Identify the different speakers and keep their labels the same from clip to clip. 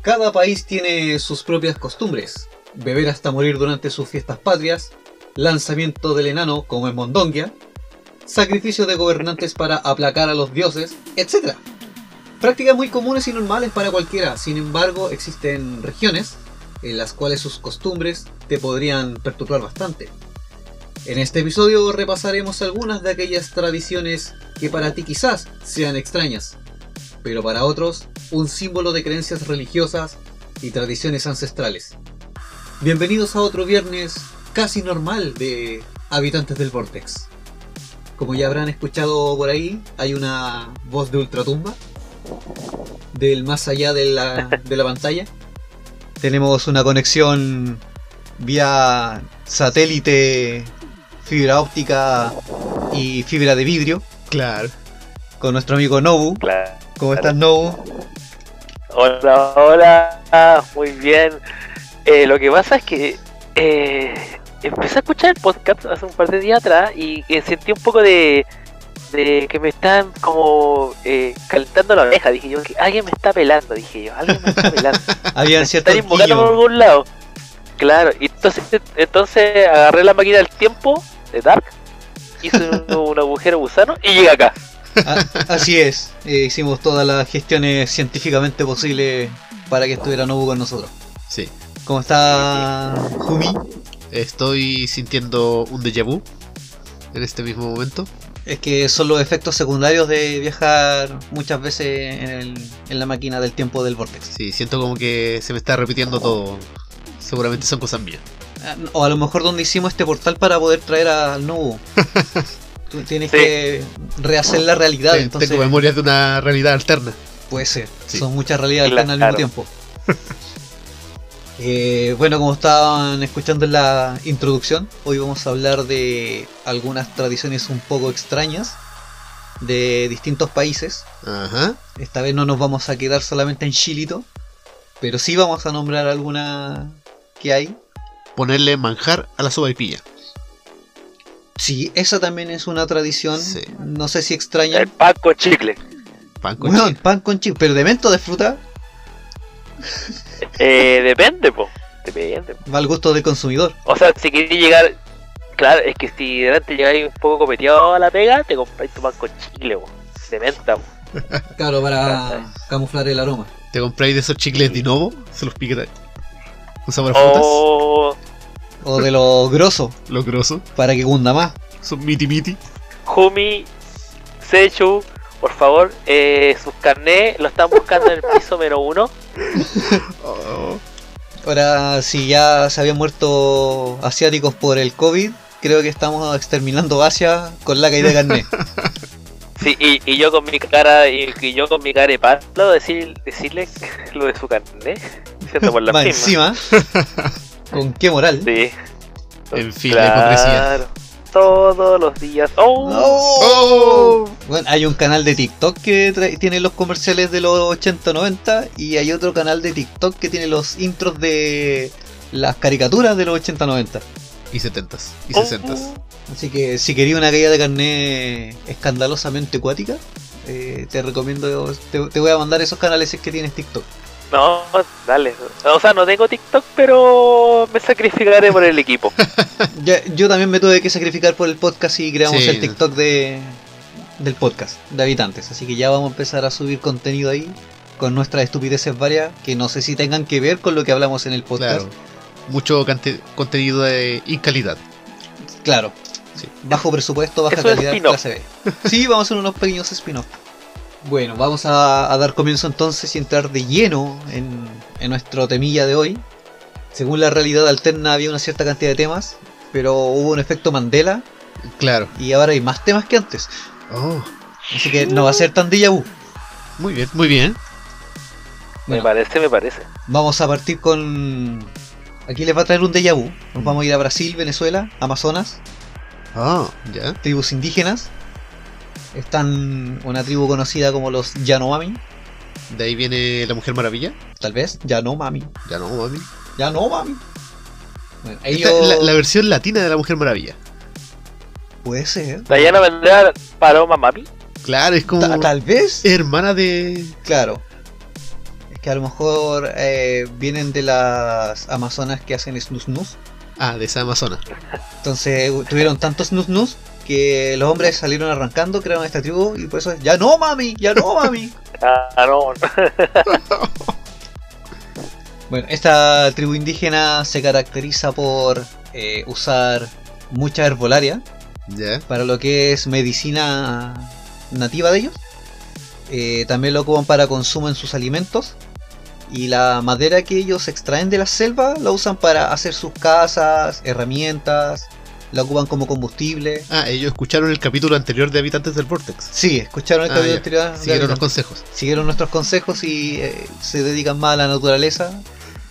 Speaker 1: Cada país tiene sus propias costumbres. Beber hasta morir durante sus fiestas patrias, lanzamiento del enano como en Mondongia, sacrificio de gobernantes para aplacar a los dioses, etc. Prácticas muy comunes y normales para cualquiera, sin embargo existen regiones en las cuales sus costumbres te podrían perturbar bastante. En este episodio repasaremos algunas de aquellas tradiciones que para ti quizás sean extrañas, pero para otros un símbolo de creencias religiosas y tradiciones ancestrales. Bienvenidos a otro viernes casi normal de Habitantes del Vortex. Como ya habrán escuchado por ahí, hay una voz de ultratumba, del más allá de la, de la pantalla. Tenemos una conexión vía satélite, fibra óptica y fibra de vidrio. Claro. Con nuestro amigo Nobu.
Speaker 2: Claro.
Speaker 1: ¿Cómo estás, Nobu?
Speaker 2: Hola, hola, Ah, muy bien. Eh, lo que pasa es que eh, empecé a escuchar el podcast hace un par de días atrás y eh, sentí un poco de, de que me están como eh, calentando la oreja. Dije yo, que alguien me está pelando, dije yo, alguien me está pelando.
Speaker 1: Habían
Speaker 2: me
Speaker 1: cierto
Speaker 2: están invocando por
Speaker 1: orquillo.
Speaker 2: algún lado. Claro, y entonces, entonces agarré la máquina del tiempo de Dark, hice un, un agujero gusano y llegué acá.
Speaker 1: A- Ah, Así es, eh, hicimos todas las gestiones científicamente posibles para que estuviera Nobu con nosotros.
Speaker 3: Sí,
Speaker 1: ¿Cómo está Jumi?
Speaker 3: estoy sintiendo un déjà vu en este mismo momento.
Speaker 1: Es que son los efectos secundarios de viajar muchas veces en, el- en la máquina del tiempo del Vortex.
Speaker 3: Sí, siento como que se me está repitiendo todo. Seguramente son cosas mías.
Speaker 1: Ah, O a lo mejor donde hicimos este portal para poder traer al Nobu. Tú tienes
Speaker 2: Sí.
Speaker 1: que rehacer la realidad,
Speaker 3: Te-
Speaker 1: entonces
Speaker 3: Tengo memorias de una realidad alterna.
Speaker 1: puede ser.
Speaker 3: Sí.
Speaker 1: Son muchas realidades
Speaker 2: Claro.
Speaker 1: alternas al mismo tiempo. Eh, bueno, como estaban escuchando en la introducción, hoy vamos a hablar de algunas tradiciones un poco extrañas de distintos países.
Speaker 3: Ajá.
Speaker 1: Esta vez no nos vamos a quedar solamente en Chilito, pero sí vamos a nombrar alguna que hay.
Speaker 3: Ponerle manjar a la sopaipilla.
Speaker 1: Sí, esa también es una tradición,
Speaker 3: Sí.
Speaker 1: no sé si extraña.
Speaker 2: El Paco Chicle.
Speaker 3: Pan con
Speaker 1: Weón,
Speaker 3: chile.
Speaker 1: pan con chile, pero de mento de fruta
Speaker 2: Eh, depende, po. Depende.
Speaker 1: va al gusto del consumidor.
Speaker 2: O sea, si querés llegar. Claro, es que si de repente llegáis un poco copeteado a la pega, te compráis tu pan con chile, po. De menta, po.
Speaker 1: Claro, para
Speaker 2: para
Speaker 1: camuflar el aroma.
Speaker 3: Te compráis de esos chicles de nuevo, se los piquetáis. Un sabor a frutas,
Speaker 2: O.
Speaker 1: O de lo grosso,
Speaker 3: lo grosso,
Speaker 1: para que cunda más.
Speaker 3: son miti miti.
Speaker 2: Jumi, Sechu, por favor, eh, sus carnés lo están buscando en el piso menos uno.
Speaker 3: Oh,
Speaker 1: Ahora, si ya se habían muerto asiáticos por el COVID, creo que estamos exterminando Asia con la caída de carne.
Speaker 2: Sí, y, y yo con mi cara, y, y yo con mi cara de palo, decir, decirle lo de su carné. Siendo por la
Speaker 1: Más encima,
Speaker 2: misma.
Speaker 1: con qué moral.
Speaker 2: Sí.
Speaker 3: En fin, la hipocresía.
Speaker 2: Todos los días. ¡Oh!
Speaker 3: Oh.
Speaker 1: Bueno, hay un canal de TikTok que tra- tiene los comerciales de los 80-90 y hay otro canal de TikTok que tiene los intros de las caricaturas de los 80-90.
Speaker 3: Y setentas, y
Speaker 2: Oh.
Speaker 3: sesentas.
Speaker 1: Así que si quería una caída de carné escandalosamente acuática, eh, te recomiendo, te, te voy a mandar esos canales si es que tienes TikTok.
Speaker 2: No, dale. O sea, no tengo TikTok, pero me sacrificaré por el equipo.
Speaker 1: Ya- yo también me tuve que sacrificar por el podcast y creamos
Speaker 3: Sí.
Speaker 1: el TikTok de, del podcast, de habitantes. Así que ya vamos a empezar a subir contenido ahí con nuestras estupideces varias que no sé si tengan que ver con lo que hablamos en el podcast.
Speaker 3: Claro. Mucho cante- contenido de incalidad.
Speaker 1: Claro.
Speaker 3: Sí.
Speaker 1: Bajo presupuesto, baja
Speaker 2: Es un
Speaker 1: calidad,
Speaker 2: spin-off.
Speaker 1: clase B. Sí, vamos a hacer unos pequeños spin-off. Bueno, vamos a, a dar comienzo entonces y entrar de lleno en, en nuestro temilla de hoy. Según la realidad alterna había una cierta cantidad de temas, pero hubo un efecto Mandela
Speaker 3: Claro.
Speaker 1: y ahora hay más temas que antes.
Speaker 3: Oh,
Speaker 1: Así que no va a ser tan déjà vu.
Speaker 3: muy bien, muy bien.
Speaker 1: Bueno.
Speaker 2: Me parece, me parece.
Speaker 1: Vamos a partir con... Aquí les va a traer un déjà vu. Nos vamos a ir a Brasil, Venezuela, Amazonas,
Speaker 3: Ah, ya.
Speaker 1: tribus indígenas. Están una tribu conocida como los Yanomami,
Speaker 3: De ahí viene la Mujer Maravilla.
Speaker 1: tal vez. Yanomami.
Speaker 3: Ya no, mami.
Speaker 1: Yanomami. Bueno,
Speaker 3: Esta
Speaker 1: ellos...
Speaker 3: es la, la versión latina de la Mujer Maravilla.
Speaker 1: Puede ser.
Speaker 2: Dayana vendrá Paloma Mami.
Speaker 3: Claro, es como
Speaker 1: Ta- tal vez.
Speaker 3: hermana de.
Speaker 1: Claro. Es que a lo mejor eh, vienen de las amazonas que hacen snus snus.
Speaker 3: Ah, de esa Amazona.
Speaker 1: Entonces u- tuvieron tantos snus snus que los hombres salieron arrancando, crearon esta tribu y por eso es, ya no mami, ya no mami.
Speaker 2: Ah, no.
Speaker 1: bueno, esta tribu indígena se caracteriza por eh, usar mucha herbolaria
Speaker 3: Ya.
Speaker 1: para lo que es medicina nativa de ellos. Eh, también lo ocupan para consumo en sus alimentos. Y la madera que ellos extraen de la selva la usan para hacer sus casas, herramientas, la ocupan como combustible.
Speaker 3: Ah, ellos escucharon el capítulo anterior de Habitantes del Vortex.
Speaker 1: Sí, escucharon el
Speaker 3: Ah,
Speaker 1: capítulo
Speaker 3: ya.
Speaker 1: anterior de
Speaker 3: Siguieron los
Speaker 1: Habitantes.
Speaker 3: consejos.
Speaker 1: Siguieron nuestros consejos y eh, se dedican más a la naturaleza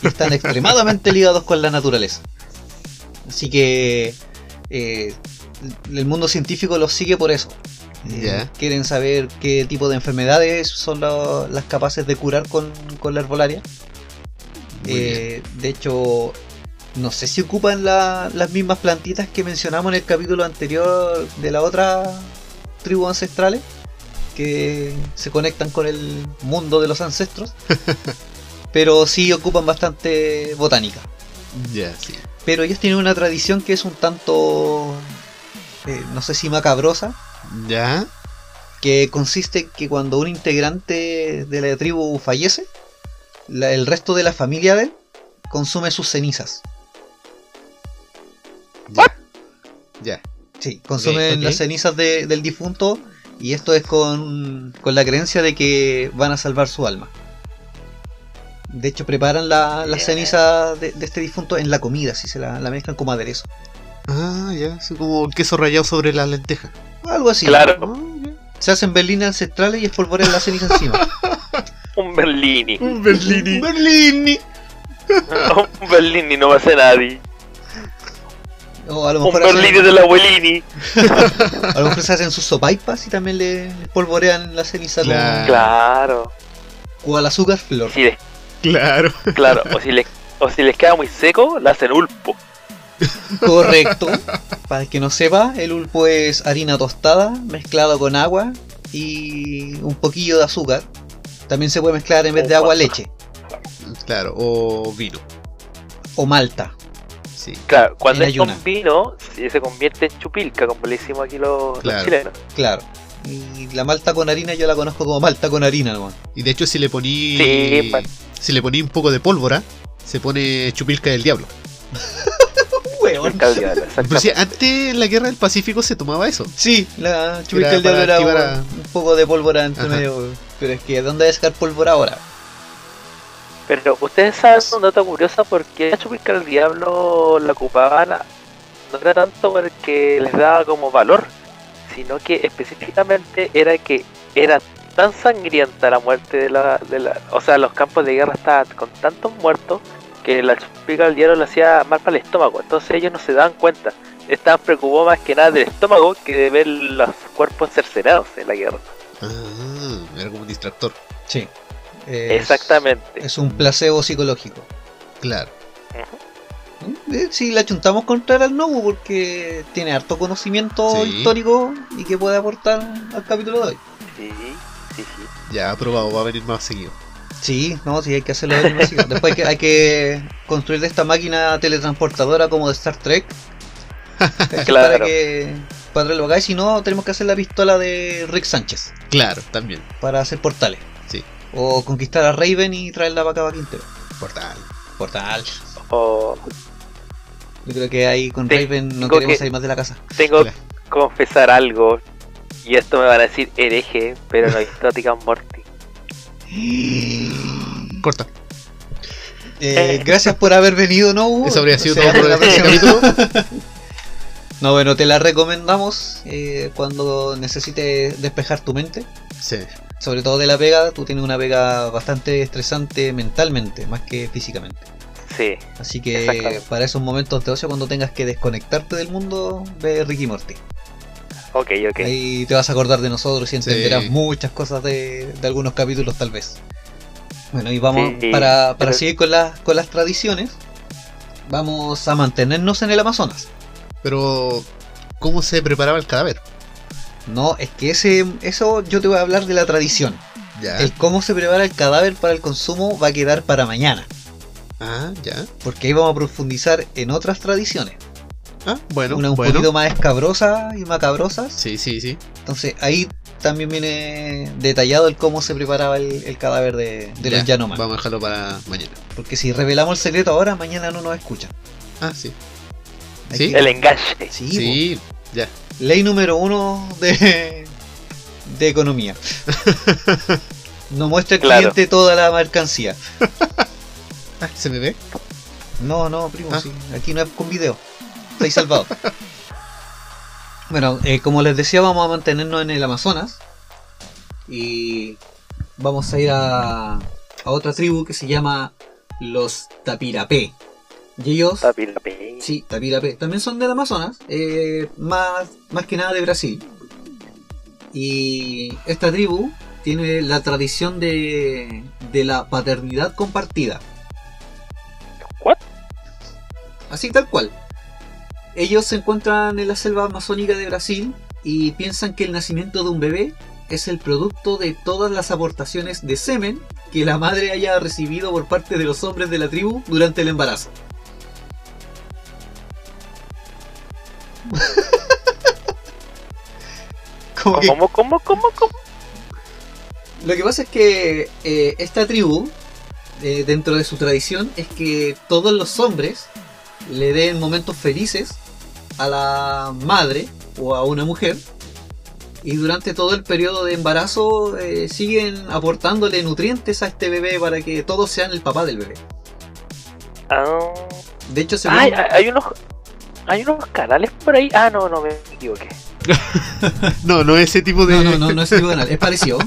Speaker 1: y están extremadamente ligados con la naturaleza. Así que eh, el mundo científico los sigue por eso. Eh,
Speaker 3: Ya.
Speaker 1: Quieren saber qué tipo de enfermedades son lo- las capaces de curar con, con la herbolaria.
Speaker 3: Muy bien.
Speaker 1: Eh, de hecho, no sé si ocupan la- las mismas plantitas que mencionamos en el capítulo anterior de la otra tribu ancestrales que se conectan con el mundo de los ancestros. pero sí ocupan bastante botánica.
Speaker 3: Ya, sí.
Speaker 1: Pero ellos tienen una tradición que es un tanto, eh, no sé si macabrosa,
Speaker 3: Ya.
Speaker 1: que consiste que cuando un integrante de la tribu fallece, la- el resto de la familia de él consume sus cenizas.
Speaker 3: Ya.
Speaker 1: Sí, consumen
Speaker 3: ok.
Speaker 1: las cenizas de- del difunto y esto es con, con la creencia de que van a salvar su alma. De hecho, preparan la, la
Speaker 2: Bien.
Speaker 1: ceniza de, de este difunto en la comida, si se la, la mezclan como aderezo.
Speaker 3: Ah, ya. Es como el queso rallado sobre la lenteja.
Speaker 1: Algo así.
Speaker 2: Claro,
Speaker 1: Se hacen berlinas ancestrales y espolvorean la ceniza encima.
Speaker 2: un Berlini.
Speaker 3: Un Berlini. Berlini.
Speaker 2: un Berlini no va a ser nadie.
Speaker 1: O a lo
Speaker 2: Un
Speaker 1: mejor,
Speaker 2: Berlini
Speaker 1: hacen,
Speaker 2: del abuelini.
Speaker 1: a lo mejor se hacen sus sopaipas y también le le espolvorean la ceniza con-
Speaker 3: Claro.
Speaker 2: Claro.
Speaker 1: con el azúcar flor.
Speaker 2: Si les,
Speaker 3: Claro.
Speaker 2: claro, o si les, o si les queda muy seco, la hacen ulpo.
Speaker 1: Correcto. Para el que no sepa, el ulpo es harina tostada mezclado con agua y un poquillo de azúcar. También se puede mezclar en vez de agua leche
Speaker 3: Claro. O vino.
Speaker 1: o malta.
Speaker 3: Sí.
Speaker 2: Claro, cuando
Speaker 1: En
Speaker 2: es
Speaker 1: ayuna.
Speaker 2: con vino, se se convierte en chupilca, como le hicimos aquí los, los
Speaker 3: Claro.
Speaker 2: chilenos.
Speaker 1: Claro. Y la malta con harina yo la conozco como malta con harina, nomás.
Speaker 3: Y de hecho, si le poní.
Speaker 2: Sí, pa-
Speaker 3: si le poní un poco de pólvora, se pone chupilca del diablo.
Speaker 1: Hueón.
Speaker 2: Caldeada, exactamente.
Speaker 3: Inclusive, antes en la guerra del Pacífico se tomaba eso.
Speaker 1: Sí, la chupita
Speaker 3: Era
Speaker 1: del diablo
Speaker 3: para
Speaker 1: era
Speaker 3: activar
Speaker 1: un- un poco de pólvora entre
Speaker 3: Ajá.
Speaker 1: medio. Pero es que ¿dónde hay que sacar pólvora ahora?
Speaker 2: Pero ustedes saben un dato curioso porque la chupilca del diablo la ocupaban a- no era tanto porque les daba como valor, sino que específicamente era que era tan sangrienta la muerte de la, de la- o sea los campos de guerra estaban con tantos muertos que la chupilca del diablo le hacía mal para el estómago, entonces ellos no se daban cuenta, estaban preocupados más que nada del estómago que de ver los cuerpos cercenados en la guerra.
Speaker 3: Ah, era como un distractor.
Speaker 1: Sí. Es-
Speaker 2: Exactamente.
Speaker 1: Es un placebo psicológico.
Speaker 3: Claro.
Speaker 1: Eh, Sí, la chuntamos contra el Nobu porque tiene harto conocimiento
Speaker 3: Sí.
Speaker 1: histórico y que puede aportar al capítulo de hoy.
Speaker 2: Sí, sí, sí.
Speaker 3: Ya, aprobado, va a venir más seguido.
Speaker 1: Sí, no, sí, hay que hacerlo de la misma manera. Después hay que, hay que construir de esta máquina teletransportadora como de Star Trek. ¿cachai?
Speaker 2: Claro.
Speaker 1: Para que para traerlo acá. Y si no, tenemos que hacer la pistola de Rick Sánchez
Speaker 3: Claro, también.
Speaker 1: para hacer portales.
Speaker 3: Sí.
Speaker 1: O conquistar a Raven y traerla para acá a Quintero.
Speaker 3: Portal.
Speaker 1: Portal.
Speaker 2: O-
Speaker 1: Yo creo que ahí con
Speaker 2: Tengo
Speaker 1: Raven no
Speaker 2: que-
Speaker 1: queremos salir más de la casa.
Speaker 2: Tengo
Speaker 3: Claro.
Speaker 2: que confesar algo. Y esto me van a decir hereje, pero no he visto Rick and Morty.
Speaker 3: Corta.
Speaker 1: Eh, gracias por haber venido, ¿no? Hugo?
Speaker 3: Eso habría sido
Speaker 1: Será
Speaker 3: todo por
Speaker 1: hasta
Speaker 3: este
Speaker 1: la próxima.
Speaker 3: capítulo.
Speaker 1: No, bueno, te la recomendamos eh, cuando necesites despejar tu mente.
Speaker 3: Sí.
Speaker 1: Sobre todo de la pega, tú tienes una pega bastante estresante mentalmente, más que físicamente.
Speaker 2: Sí,
Speaker 1: Así que
Speaker 2: Exactamente.
Speaker 1: para esos momentos de ocio, cuando tengas que desconectarte del mundo, ve Ricky Morty.
Speaker 2: ok, ok.
Speaker 1: Ahí te vas a acordar de nosotros y entenderás
Speaker 3: Sí.
Speaker 1: muchas cosas de, de algunos capítulos tal vez. Bueno, y vamos,
Speaker 2: Sí,
Speaker 1: para, para
Speaker 2: pero-
Speaker 1: seguir con, las con las tradiciones, vamos a mantenernos en el Amazonas.
Speaker 3: Pero, ¿cómo se preparaba el cadáver?
Speaker 1: No, es que ese, eso yo te voy a hablar de la tradición.
Speaker 3: Ya.
Speaker 1: El cómo se prepara el cadáver para el consumo va a quedar para mañana,
Speaker 3: Ah, ya.
Speaker 1: porque ahí vamos a profundizar en otras tradiciones.
Speaker 3: Ah, bueno.
Speaker 1: Una un
Speaker 3: bueno.
Speaker 1: poquito más escabrosas y macabrosas.
Speaker 3: Sí, sí, sí.
Speaker 1: Entonces ahí también viene detallado el cómo se preparaba el, el cadáver de, de los
Speaker 3: Ya,
Speaker 1: Yanomami.
Speaker 3: Vamos a dejarlo para mañana.
Speaker 1: Porque si revelamos el secreto ahora, mañana no nos escuchan.
Speaker 3: Ah, sí.
Speaker 1: Hay
Speaker 3: Sí.
Speaker 2: El enganche.
Speaker 1: Sí,
Speaker 3: Sí.
Speaker 1: po. ley número uno de, de economía. No muestra al
Speaker 2: Claro.
Speaker 1: cliente toda la mercancía.
Speaker 3: Ah, ¿se me ve?
Speaker 1: No, no, primo,
Speaker 3: Ah.
Speaker 1: sí. Aquí no es con video. Estáis salvado. bueno, eh, como les decía, vamos a mantenernos en el Amazonas. Y vamos a ir a, a otra tribu que se llama los Tapirapé. Y ellos.
Speaker 2: Papi, la pe-
Speaker 1: Sí, Tapirapé. También son del Amazonas, eh, más, más que nada de Brasil. Y esta tribu tiene la tradición de, de la paternidad compartida.
Speaker 2: ¿What?
Speaker 1: Así tal cual. Ellos se encuentran en la selva amazónica de Brasil y piensan que el nacimiento de un bebé es el producto de todas las aportaciones de semen que la madre haya recibido por parte de los hombres de la tribu durante el embarazo. Como que-
Speaker 2: ¿Cómo, cómo, cómo, cómo?
Speaker 1: lo que pasa es que eh, esta tribu, eh, dentro de su tradición, es que todos los hombres le den momentos felices a la madre o a una mujer y durante todo el periodo de embarazo eh, siguen aportándole nutrientes a este bebé para que todos sean el papá del bebé.
Speaker 2: Ah,
Speaker 1: De hecho, según,
Speaker 2: ay, hay, hay unos... Hay unos canales por ahí. Ah, no, no, me equivoqué.
Speaker 3: No, no ese tipo de. este.
Speaker 1: No, no, no, no es tribunal, es parecido.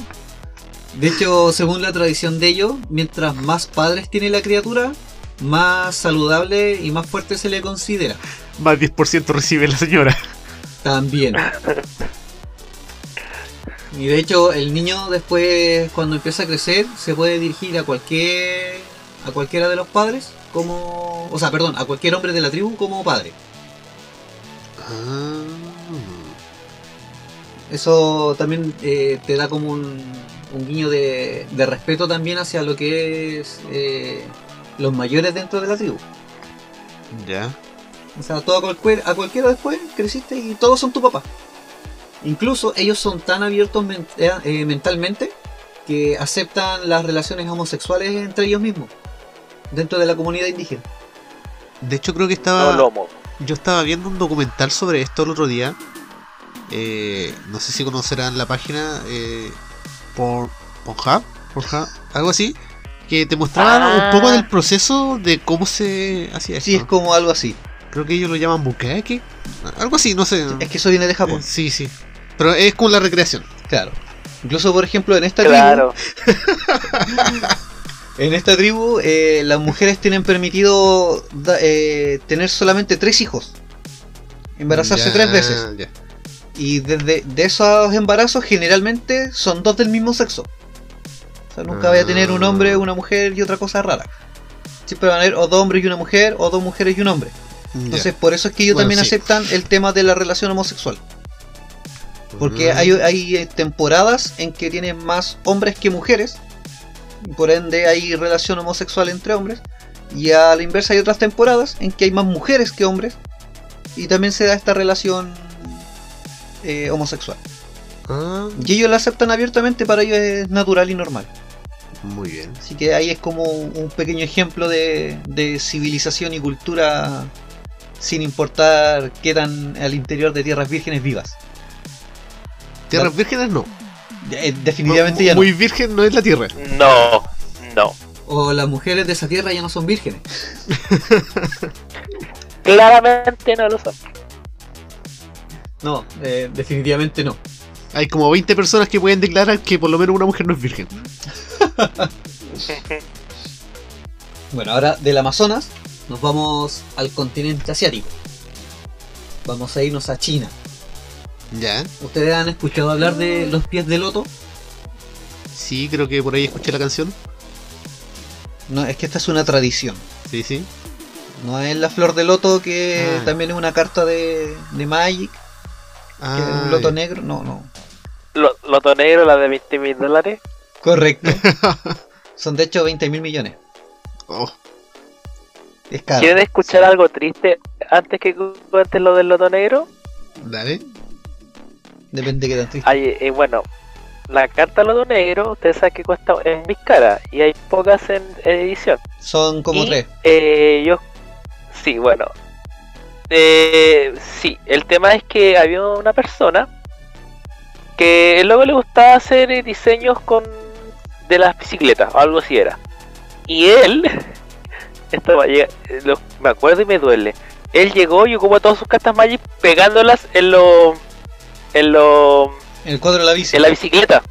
Speaker 1: De hecho, según la tradición de ellos, mientras más padres tiene la criatura, más saludable y más fuerte se le considera.
Speaker 3: Más 10% recibe la señora.
Speaker 1: También. Y de hecho, el niño después, cuando empieza a crecer, se puede dirigir a cualquier a cualquiera de los padres como, o sea, perdón, a cualquier hombre de la tribu como padre.
Speaker 3: Ah.
Speaker 1: Eso también eh, te da como un, un guiño de, de respeto también hacia lo que es eh, los mayores dentro de la tribu.
Speaker 3: Ya.
Speaker 1: O sea, todo a, cualquier, a cualquiera después creciste y todos son tu papá. Incluso ellos son tan abiertos men- eh, eh, mentalmente que aceptan las relaciones homosexuales entre ellos mismos dentro de la comunidad indígena.
Speaker 3: De hecho, creo que
Speaker 2: No
Speaker 3: estaba.
Speaker 2: lomo.
Speaker 3: Yo estaba viendo un documental sobre esto el otro día. Eh, no sé si conocerán la página eh, por Pornhub, Pornhub, algo así, que te mostraban
Speaker 2: Ah.
Speaker 3: un poco del proceso de cómo se hacía esto.
Speaker 1: Sí, es como algo así.
Speaker 3: Creo que ellos lo llaman bukkake, algo así, no sé.
Speaker 1: Es que eso viene de
Speaker 3: Eh,
Speaker 1: Japón,
Speaker 3: sí, sí. Pero es con la recreación.
Speaker 1: claro. Incluso, por ejemplo, en esta tribu-
Speaker 2: Claro.
Speaker 1: En esta tribu, eh, las mujeres tienen permitido da- eh, tener solamente tres hijos. Embarazarse
Speaker 3: Ya,
Speaker 1: tres veces.
Speaker 3: ya.
Speaker 1: Y desde de esos embarazos, generalmente son dos del mismo sexo. O sea, nunca voy a tener un
Speaker 3: Ah.
Speaker 1: hombre, una mujer y otra cosa rara. Siempre van a haber o dos hombres y una mujer, o dos mujeres y un hombre. Entonces, por eso es que ellos
Speaker 3: Bueno,
Speaker 1: también
Speaker 3: sí.
Speaker 1: aceptan el tema de la relación homosexual.
Speaker 3: Ya.
Speaker 1: Porque hay, hay eh, temporadas en que tienen más hombres que mujeres. y Por ende hay relación homosexual entre hombres. Y a la inversa hay otras temporadas en que hay más mujeres que hombres. Y también se da esta relación eh, homosexual.
Speaker 3: Ah,
Speaker 1: Y ellos la aceptan abiertamente, para ellos es natural y normal.
Speaker 3: muy bien.
Speaker 1: Así que ahí es como un pequeño ejemplo de, de civilización y cultura sin importar qué tan al interior de tierras vírgenes vivas.
Speaker 3: Tierras vírgenes no.
Speaker 4: Eh, definitivamente ya no.
Speaker 3: Muy virgen no es la tierra.
Speaker 2: No, no.
Speaker 1: O las mujeres de esa tierra ya no son vírgenes.
Speaker 2: Claramente no lo son.
Speaker 1: No, eh, definitivamente no.
Speaker 3: Hay como 20 personas que pueden declarar que por lo menos una mujer no es virgen.
Speaker 1: Bueno, ahora del Amazonas nos vamos al continente asiático. Vamos a irnos a China.
Speaker 3: Ya.
Speaker 1: ¿Ustedes han escuchado hablar de los pies de loto?
Speaker 3: Sí, creo que por ahí escuché la canción.
Speaker 1: No, es que esta es una tradición.
Speaker 3: Sí, sí.
Speaker 1: No es la flor de loto que
Speaker 3: Ah.
Speaker 1: también es una carta de, de Magic, que es un loto
Speaker 3: ya.
Speaker 1: negro. No, no.
Speaker 2: Lo- Loto negro, la de 20 mil dólares.
Speaker 1: Correcto. Son de hecho 20 mil millones.
Speaker 3: Oh,
Speaker 1: Es caro.
Speaker 2: ¿Quieren escuchar algo triste antes que cuentes lo del loto negro?
Speaker 3: dale.
Speaker 1: Depende de qué tan triste.
Speaker 2: Ay, eh, bueno, la carta loto negro, ustedes saben que cuesta en mis caras y hay pocas en edición.
Speaker 1: Son como
Speaker 2: Y,
Speaker 1: tres.
Speaker 2: eh, yo, sí, bueno. Eh, sí, el tema es que había una persona que luego le gustaba hacer eh, diseños con de las bicicletas, o algo así era. Y él, esto va a llegar- eh, lo- me acuerdo y me duele. Él llegó y ocupó todas sus cartas Magic pegándolas en los en los
Speaker 1: El cuadro de la bici.
Speaker 2: en la bicicleta.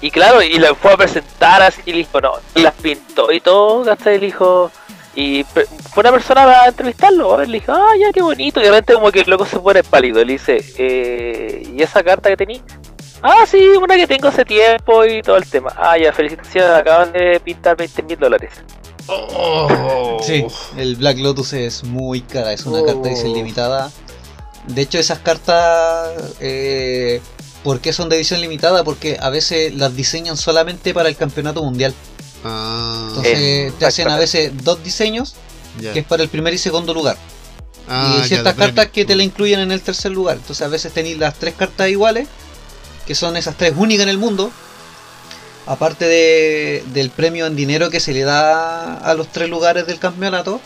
Speaker 2: Y claro, y la fue a presentar así, y dijo, no, y las pintó y todo, hasta el hijo. Y pre- fue una persona a entrevistarlo, a ver, le dijo, ah, ya, qué bonito. Y de repente como que el loco se pone pálido, le dice, eh, ¿y esa carta que tení? Ah, sí, una que tengo hace tiempo y todo el tema. Ah, ya, felicitaciones, acaban de pintar 20 mil dólares.
Speaker 3: Oh.
Speaker 1: Sí, el Black Lotus es muy cara, es una carta edición limitada. De hecho, esas cartas, eh, ¿por qué son de edición limitada? Porque a veces las diseñan solamente para el campeonato mundial.
Speaker 3: Ah,
Speaker 1: Entonces te hacen a
Speaker 2: Exactamente.
Speaker 1: veces dos diseños,
Speaker 3: ya.
Speaker 1: que es para el primer y segundo lugar.
Speaker 3: Ah,
Speaker 1: y
Speaker 3: ya,
Speaker 1: hay ciertas
Speaker 3: de premio.
Speaker 1: cartas que te la incluyen en el tercer lugar. Entonces a veces tenéis las tres cartas iguales, que son esas tres únicas en el mundo. Aparte de- del premio en dinero que se le da a los tres lugares del campeonato.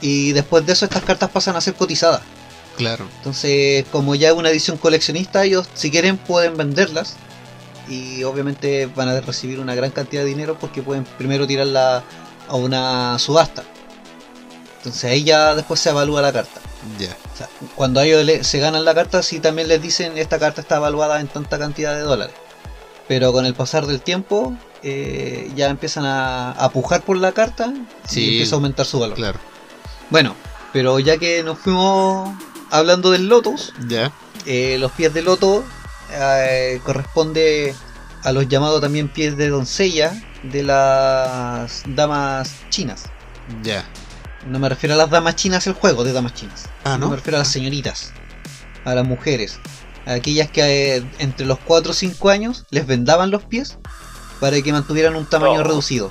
Speaker 1: Y después de eso estas cartas pasan a ser cotizadas.
Speaker 3: Claro.
Speaker 1: Entonces como ya es una edición coleccionista, ellos si quieren pueden venderlas. Y obviamente van a recibir una gran cantidad de dinero porque pueden primero tirarla a una subasta. Entonces ahí ya después se evalúa la carta.
Speaker 3: Ya.
Speaker 1: O sea, cuando a ellos le- se ganan la carta, sí también les dicen esta carta está evaluada en tanta cantidad de dólares. Pero con el pasar del tiempo, eh, ya empiezan a, a pujar por la carta y
Speaker 3: Sí.
Speaker 1: empieza a aumentar su valor.
Speaker 3: Claro.
Speaker 1: Bueno, pero ya que nos fuimos hablando del Lotus,
Speaker 3: Ya.
Speaker 1: eh, los pies de loto eh, corresponde a los llamados también pies de doncella de las damas chinas.
Speaker 3: Ya.
Speaker 1: No me refiero a las damas chinas, el juego de damas chinas.
Speaker 3: Ah,
Speaker 1: ¿no?
Speaker 3: ¿no?
Speaker 1: me refiero a las señoritas, a las mujeres, a aquellas que eh, entre los 4 o 5 años les vendaban los pies para que mantuvieran un tamaño
Speaker 2: Oh.
Speaker 1: reducido.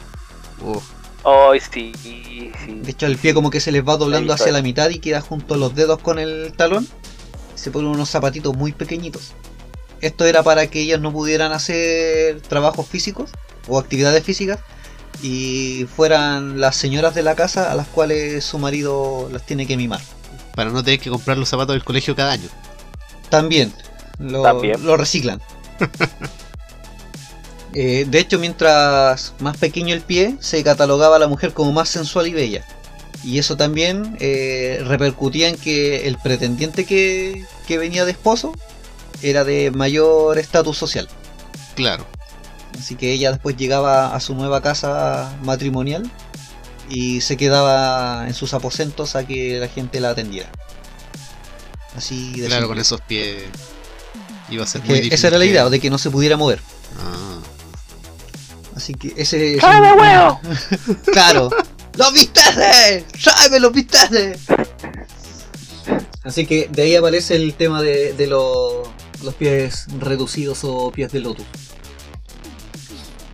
Speaker 3: Oh,
Speaker 2: Ay, sí, sí.
Speaker 1: De hecho, el pie como que se les va doblando
Speaker 2: Ahí está.
Speaker 1: hacia la mitad y queda junto a los dedos con el talón. Se ponen unos zapatitos muy pequeñitos. Esto era para que ellas no pudieran hacer trabajos físicos o actividades físicas y fueran las señoras de la casa a las cuales su marido las tiene que mimar.
Speaker 3: para no tener que comprar los zapatos del colegio cada año.
Speaker 1: También. Lo,
Speaker 2: También.
Speaker 1: lo reciclan. Eh, de hecho, mientras más pequeño el pie, se catalogaba a la mujer como más sensual y bella. Y eso también eh, repercutía en que el pretendiente que, que venía de esposo era de mayor estatus social.
Speaker 3: Claro.
Speaker 1: Así que ella después llegaba a su nueva casa matrimonial y se quedaba en sus aposentos a que la gente la atendiera. Así de
Speaker 3: Claro,
Speaker 1: simple.
Speaker 3: con esos pies iba a ser
Speaker 1: Que
Speaker 3: muy difícil.
Speaker 1: esa era la
Speaker 3: que-
Speaker 1: idea, de que no se pudiera mover.
Speaker 3: Ah.
Speaker 1: Así que ese. es
Speaker 2: ¡Cara
Speaker 1: un-
Speaker 2: huevo!
Speaker 1: ¡Claro! ¡Los visteces! ¡Sáeme los visteces! Así que de ahí aparece el tema de, de los- los pies reducidos o pies de lotus.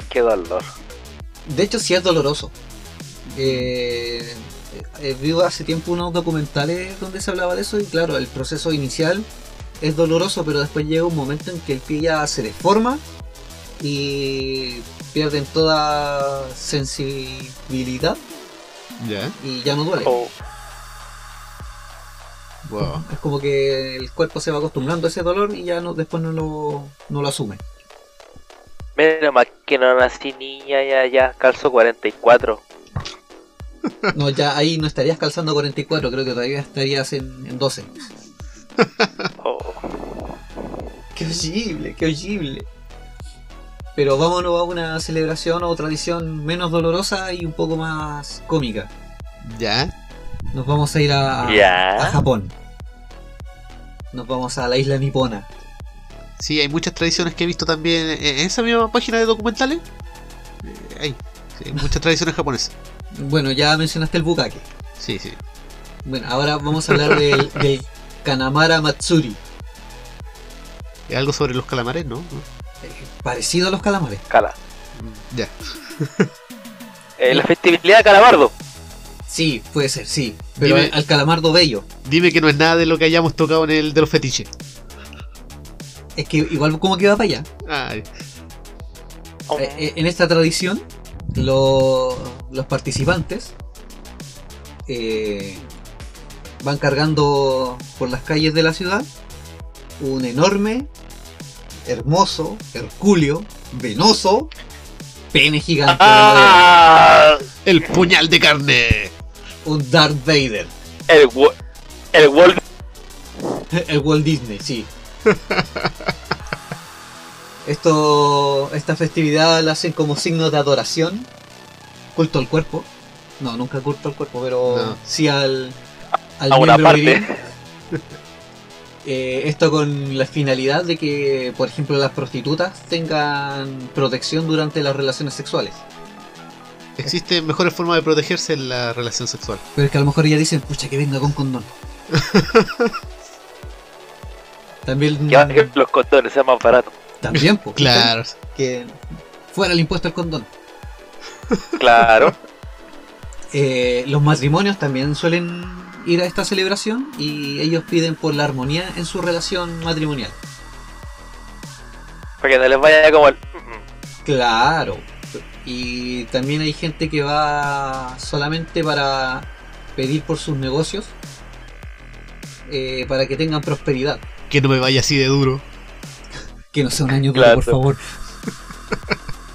Speaker 2: Qué dolor.
Speaker 1: De hecho, sí es doloroso. Eh, eh, vi hace tiempo unos documentales donde se hablaba de eso y claro, el proceso inicial es doloroso, pero después llega un momento en que el pie ya se deforma y pierden toda sensibilidad
Speaker 3: Ya.
Speaker 1: y ya no duele.
Speaker 2: Oh,
Speaker 3: Wow.
Speaker 1: Es como que el cuerpo se va acostumbrando a ese dolor y ya no, después no lo, no lo asume.
Speaker 2: Menos mal que no nací niña, ya, ya, calzo 44.
Speaker 1: No, ya ahí no estarías calzando 44, creo que todavía estarías en, en 12.
Speaker 2: Oh.
Speaker 1: Qué horrible, qué horrible. Pero vámonos a una celebración o tradición menos dolorosa y un poco más cómica.
Speaker 3: Ya.
Speaker 1: Nos vamos a ir a, a-
Speaker 2: Ya.
Speaker 1: a Japón. Nos vamos a la isla nipona.
Speaker 3: Sí, hay muchas tradiciones que he visto también en esa misma página de documentales. Eh, hay, sí, hay muchas tradiciones japonesas.
Speaker 1: Bueno, ya mencionaste el bukake.
Speaker 3: Sí, sí.
Speaker 1: Bueno, ahora vamos a hablar del, del Kanamara Matsuri.
Speaker 3: Es algo sobre los calamares, ¿no?
Speaker 1: Parecido a los calamares.
Speaker 2: Cala. Mm.
Speaker 3: Ya.
Speaker 2: Eh, la festividad de Calamardo.
Speaker 1: Sí, puede ser, sí. Pero
Speaker 3: Dime-
Speaker 1: al calamardo bello.
Speaker 3: Dime que no es nada de lo que hayamos tocado en el de los fetiches.
Speaker 1: Es que igual como que va para allá.
Speaker 3: Ay,
Speaker 1: Eh, eh, en esta tradición, lo- los participantes eh, van cargando por las calles de la ciudad un enorme, hermoso, hercúleo, venoso pene gigante,
Speaker 2: Ah,
Speaker 3: el puñal de carne.
Speaker 1: un Darth Vader,
Speaker 2: el, wo- el World
Speaker 1: el Walt Disney, sí. Esto, esta festividad la hacen como signo de adoración, culto al cuerpo. No, nunca culto al cuerpo, pero
Speaker 3: No.
Speaker 1: sí al, al
Speaker 2: a una
Speaker 1: miembro
Speaker 2: parte.
Speaker 1: viril. Eh, esto con la finalidad de que, por ejemplo, las prostitutas tengan protección durante las relaciones sexuales.
Speaker 3: Existen mejores formas de protegerse en la relación sexual.
Speaker 1: Pero es que a lo mejor ya dicen, pucha, que venga con condón. también,
Speaker 2: Que ahora que los condones sean más baratos.
Speaker 1: también, po,
Speaker 3: Claro.
Speaker 1: que fuera el impuesto al condón.
Speaker 2: Claro.
Speaker 1: Eh, los matrimonios también suelen ir a esta celebración y ellos piden por la armonía en su relación matrimonial.
Speaker 2: Para que no les vaya como el. mm,
Speaker 1: Claro. Y también hay gente que va solamente para pedir por sus negocios, eh, para que tengan prosperidad.
Speaker 3: Que no me vaya así de duro.
Speaker 1: Que no sea un año duro,
Speaker 2: Claro.
Speaker 1: por favor.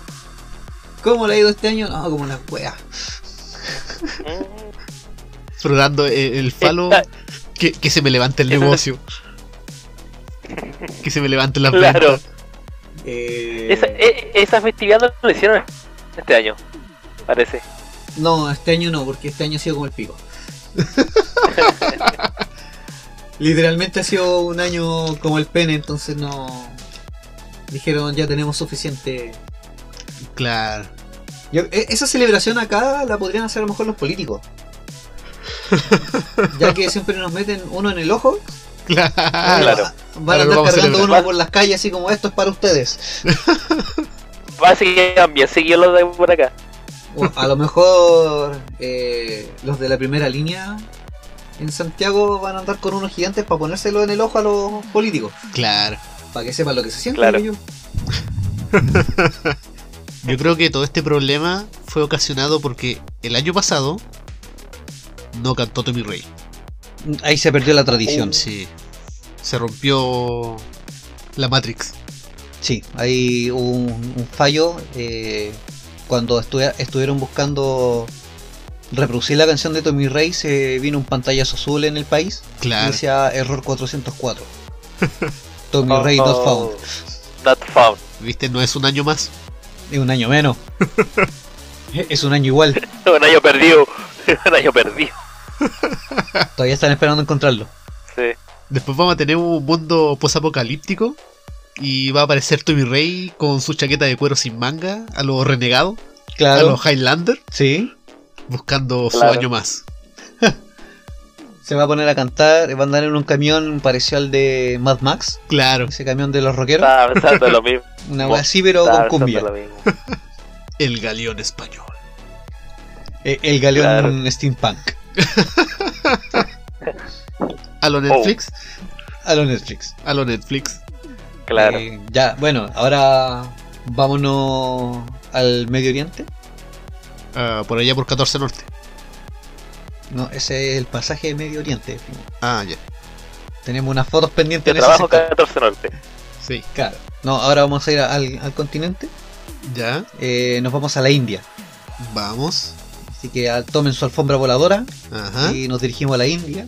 Speaker 1: ¿Cómo le ha ido este año? No, como una wea.
Speaker 2: mm.
Speaker 3: Explorando eh, el falo.
Speaker 2: Está-
Speaker 3: Que, que se me levante el
Speaker 2: Eso-
Speaker 3: negocio. Que se me levante la
Speaker 2: Claro.
Speaker 3: ventas.
Speaker 1: Eh,
Speaker 2: Esa, e- esa festividad no la hicieron este año, parece.
Speaker 1: No, este año no, porque este año ha sido como el pico. Literalmente ha sido un año como el pene, entonces no. Dijeron, ya tenemos suficiente.
Speaker 3: Claro.
Speaker 1: Yo- e- esa celebración acá la podrían hacer a lo mejor los políticos. ya que siempre nos meten uno en el ojo,
Speaker 3: Ah, Claro.
Speaker 2: Claro.
Speaker 1: van
Speaker 3: Ahora
Speaker 1: a
Speaker 3: lo
Speaker 1: andar
Speaker 3: vamos a
Speaker 1: cargando
Speaker 3: celebrar.
Speaker 1: uno por las calles así como esto es para ustedes.
Speaker 2: Parece que también siguió los de por acá.
Speaker 1: O a lo mejor eh, los de la primera línea en Santiago van a andar con unos gigantes para ponérselo en el ojo a los políticos.
Speaker 3: Claro.
Speaker 1: Para que sepan lo que se siente.
Speaker 2: Claro.
Speaker 1: digo
Speaker 3: Yo creo que todo este problema fue ocasionado porque el año pasado no cantó Tommy Rey.
Speaker 5: Ahí se perdió la tradición.
Speaker 1: Uh.
Speaker 3: Sí. Se rompió la Matrix.
Speaker 5: Sí, hay un, un fallo. eh, cuando estu- estuvieron buscando reproducir la canción de Tommy Rey, se vino un pantallazo azul en el país. Y
Speaker 3: Claro.
Speaker 5: decía error 404. Tommy Rey
Speaker 2: Oh,
Speaker 5: not found.
Speaker 2: Not found.
Speaker 3: Viste, no es un año más.
Speaker 5: Es un año menos. es un año igual.
Speaker 2: Un año perdido. Un año perdido.
Speaker 5: Todavía están esperando encontrarlo.
Speaker 2: Sí.
Speaker 3: Después vamos a tener un mundo posapocalíptico y va a aparecer Tommy Rey con su chaqueta de cuero sin manga a los renegados, a
Speaker 5: Claro.
Speaker 3: los Highlander,
Speaker 5: Sí.
Speaker 3: buscando
Speaker 2: Claro.
Speaker 3: su año más.
Speaker 5: Se va a poner a cantar. Va a andar en un camión parecido al de Mad Max.
Speaker 3: Claro,
Speaker 5: Ese camión de los rockeros.
Speaker 2: Estaba pensando lo mismo.
Speaker 5: Una wea así, pero
Speaker 2: Estaba
Speaker 5: con
Speaker 2: pensando
Speaker 5: cumbia.
Speaker 2: lo mismo.
Speaker 3: el galeón español.
Speaker 5: Eh, El galeón
Speaker 2: Claro.
Speaker 5: steampunk.
Speaker 3: A lo Netflix,
Speaker 5: A lo Netflix.
Speaker 3: a lo Netflix.
Speaker 2: Claro.
Speaker 5: Eh, ya, bueno, ahora vámonos al Medio Oriente.
Speaker 3: Ah, por allá por 14 Norte.
Speaker 5: No, ese es el pasaje de Medio Oriente. primo.
Speaker 3: Ah, ya.
Speaker 1: Tenemos unas fotos pendientes
Speaker 2: Te
Speaker 1: en ese
Speaker 2: trabajo
Speaker 1: sector.
Speaker 2: 14 Norte.
Speaker 3: Sí.
Speaker 1: Claro. No, ahora vamos a ir al, al continente.
Speaker 3: Ya,
Speaker 1: Eh, nos vamos a la India.
Speaker 3: vamos.
Speaker 1: Así que ah, tomen su alfombra voladora
Speaker 3: Ajá.
Speaker 1: y nos dirigimos a la India.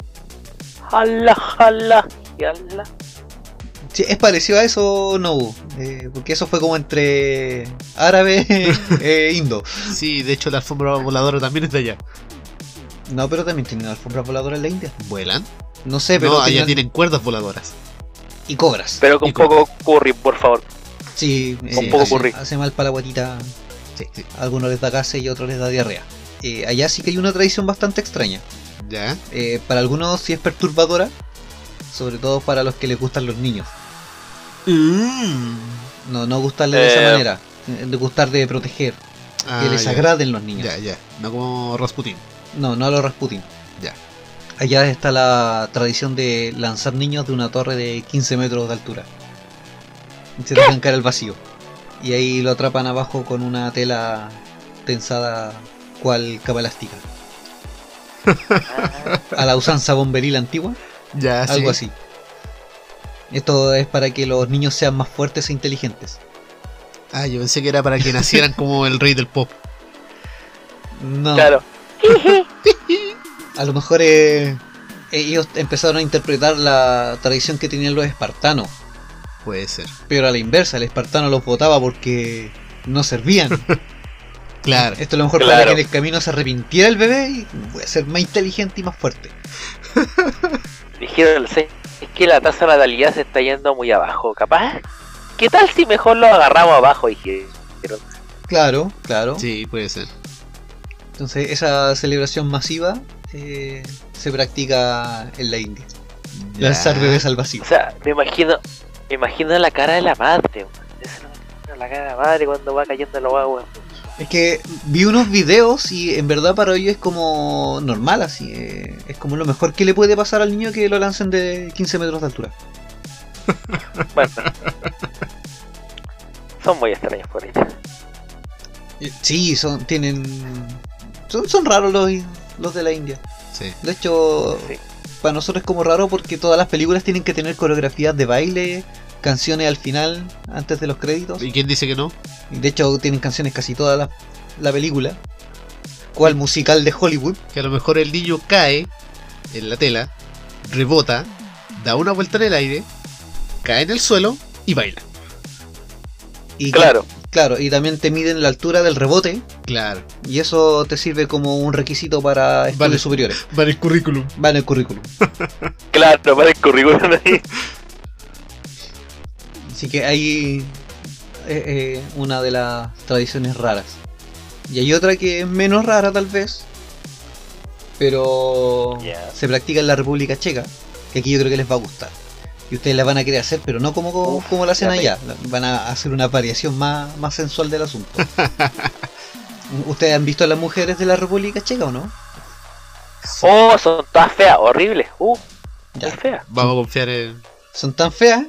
Speaker 2: Jala, jala, jala.
Speaker 1: Sí, es parecido a eso, no, eh, porque eso fue como entre árabe e indo.
Speaker 3: Sí, de hecho la alfombra voladora también es de allá.
Speaker 1: No, pero también tienen alfombras voladoras en la India.
Speaker 3: ¿Vuelan?
Speaker 1: No sé, pero
Speaker 3: No, allá
Speaker 1: tenían-
Speaker 3: tienen cuerdas voladoras.
Speaker 1: y cobras.
Speaker 2: Pero con
Speaker 3: Y con-
Speaker 2: poco curry, por favor.
Speaker 1: Sí,
Speaker 3: Con
Speaker 1: eh,
Speaker 3: poco
Speaker 1: hace,
Speaker 2: curry.
Speaker 1: hace mal para la guatita.
Speaker 3: Sí, sí.
Speaker 1: A algunos les da gases y a otros les da diarrea. Eh, allá sí que hay una tradición bastante extraña.
Speaker 3: Ya.
Speaker 1: Eh, para algunos sí es perturbadora, sobre todo para los que les gustan los niños. No, no gustarle de
Speaker 2: Eh.
Speaker 1: esa manera, eh, de gustar de proteger,
Speaker 3: Ah,
Speaker 1: que les
Speaker 3: ya.
Speaker 1: agraden los niños.
Speaker 3: Ya, ya. No como Rasputin.
Speaker 1: No, no a los Rasputin.
Speaker 3: Ya.
Speaker 1: Allá está la tradición de lanzar niños de una torre de 15 metros de altura. Y Se dejan caer al vacío. Y ahí lo atrapan abajo con una tela tensada cual capa elástica.
Speaker 2: Ah,
Speaker 1: A la usanza bomberil antigua,
Speaker 3: Ya,
Speaker 1: algo así. Esto es para que los niños sean más fuertes e inteligentes.
Speaker 3: Ah, yo pensé que era para que nacieran como el rey del pop.
Speaker 1: No,
Speaker 2: Claro.
Speaker 1: a lo mejor eh, ellos empezaron a interpretar la tradición que tenían los espartanos.
Speaker 3: Puede ser.
Speaker 1: Pero a la inversa, el espartano los votaba porque no servían.
Speaker 3: Claro.
Speaker 1: Esto a lo mejor para
Speaker 2: Claro.
Speaker 1: que en el camino se arrepintiera el bebé y voy a ser más inteligente y más fuerte.
Speaker 2: Dijeron, "Sí, es que la tasa de natalidad se está yendo muy abajo, capaz. ¿Qué tal si mejor lo agarramos abajo? Dije.
Speaker 1: Claro, claro.
Speaker 3: Sí, puede ser.
Speaker 1: Entonces esa celebración masiva eh, se practica en la India.
Speaker 3: Ya.
Speaker 1: Lanzar bebés al vacío.
Speaker 2: O sea, me imagino, me imagino la cara de la madre. weón. Esa es la- La cara de la madre cuando va cayendo la agua.
Speaker 1: Es que vi unos videos y en verdad para ellos es como normal, así. eh, es como lo mejor que le puede pasar al niño que lo lancen de 15 metros de altura.
Speaker 2: Bueno. Son muy extraños por ahí.
Speaker 1: Eh, Sí, son, tienen... Son, son raros los, los de la India.
Speaker 3: Sí.
Speaker 1: De hecho,
Speaker 2: Sí.
Speaker 1: para nosotros es como raro porque todas las películas tienen que tener coreografías de baile, canciones al final, antes de los créditos.
Speaker 3: ¿Y quién dice que no?
Speaker 1: Y De hecho, tienen canciones casi toda la, la película. ¿Cuál musical de Hollywood?
Speaker 3: Que a lo mejor el niño cae en la tela, rebota, da una vuelta en el aire, cae en el suelo y baila.
Speaker 1: Y
Speaker 2: Claro.
Speaker 1: claro, y también te miden la altura del rebote.
Speaker 3: Claro.
Speaker 1: Y eso te sirve como un requisito para estudios
Speaker 3: Vale.
Speaker 1: superiores.
Speaker 3: Va en el currículum.
Speaker 1: Va en el currículum.
Speaker 2: Claro, para el currículum ahí.
Speaker 1: Así que hay eh, eh, una de las tradiciones raras. Y hay otra que es menos rara tal vez, pero
Speaker 2: Ya.
Speaker 1: se practica en la República Checa, que aquí yo creo que les va a gustar. Y ustedes la van a querer hacer, pero no como, como,
Speaker 2: Uf,
Speaker 1: como la hacen
Speaker 2: ya
Speaker 1: allá. La- Van a hacer una variación más, más sensual del asunto. ¿Ustedes han visto a las mujeres de la República Checa o no?
Speaker 2: Oh, son todas feas, horribles. Uh,
Speaker 1: Ya.
Speaker 2: muy feas.
Speaker 3: Vamos a confiar en.
Speaker 1: Son tan feas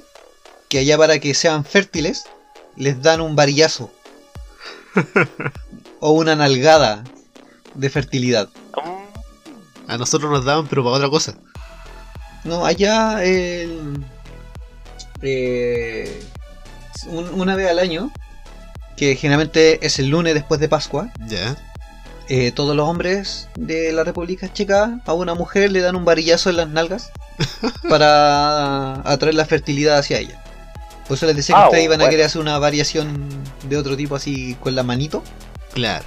Speaker 1: que allá para que sean fértiles les dan un varillazo o una nalgada de fertilidad.
Speaker 2: Mm,
Speaker 3: A nosotros nos daban, pero para otra cosa.
Speaker 1: No, allá el- eh, un- una vez al año, que generalmente es el lunes después de Pascua,
Speaker 3: Ya.
Speaker 1: eh, todos los hombres de la República Checa a una mujer le dan un varillazo en las nalgas para atraer la fertilidad hacia ella. Por eso les decía que
Speaker 2: Ah,
Speaker 1: ustedes iban a
Speaker 2: bueno.
Speaker 1: querer hacer una variación de otro tipo así con la manito,
Speaker 3: Claro.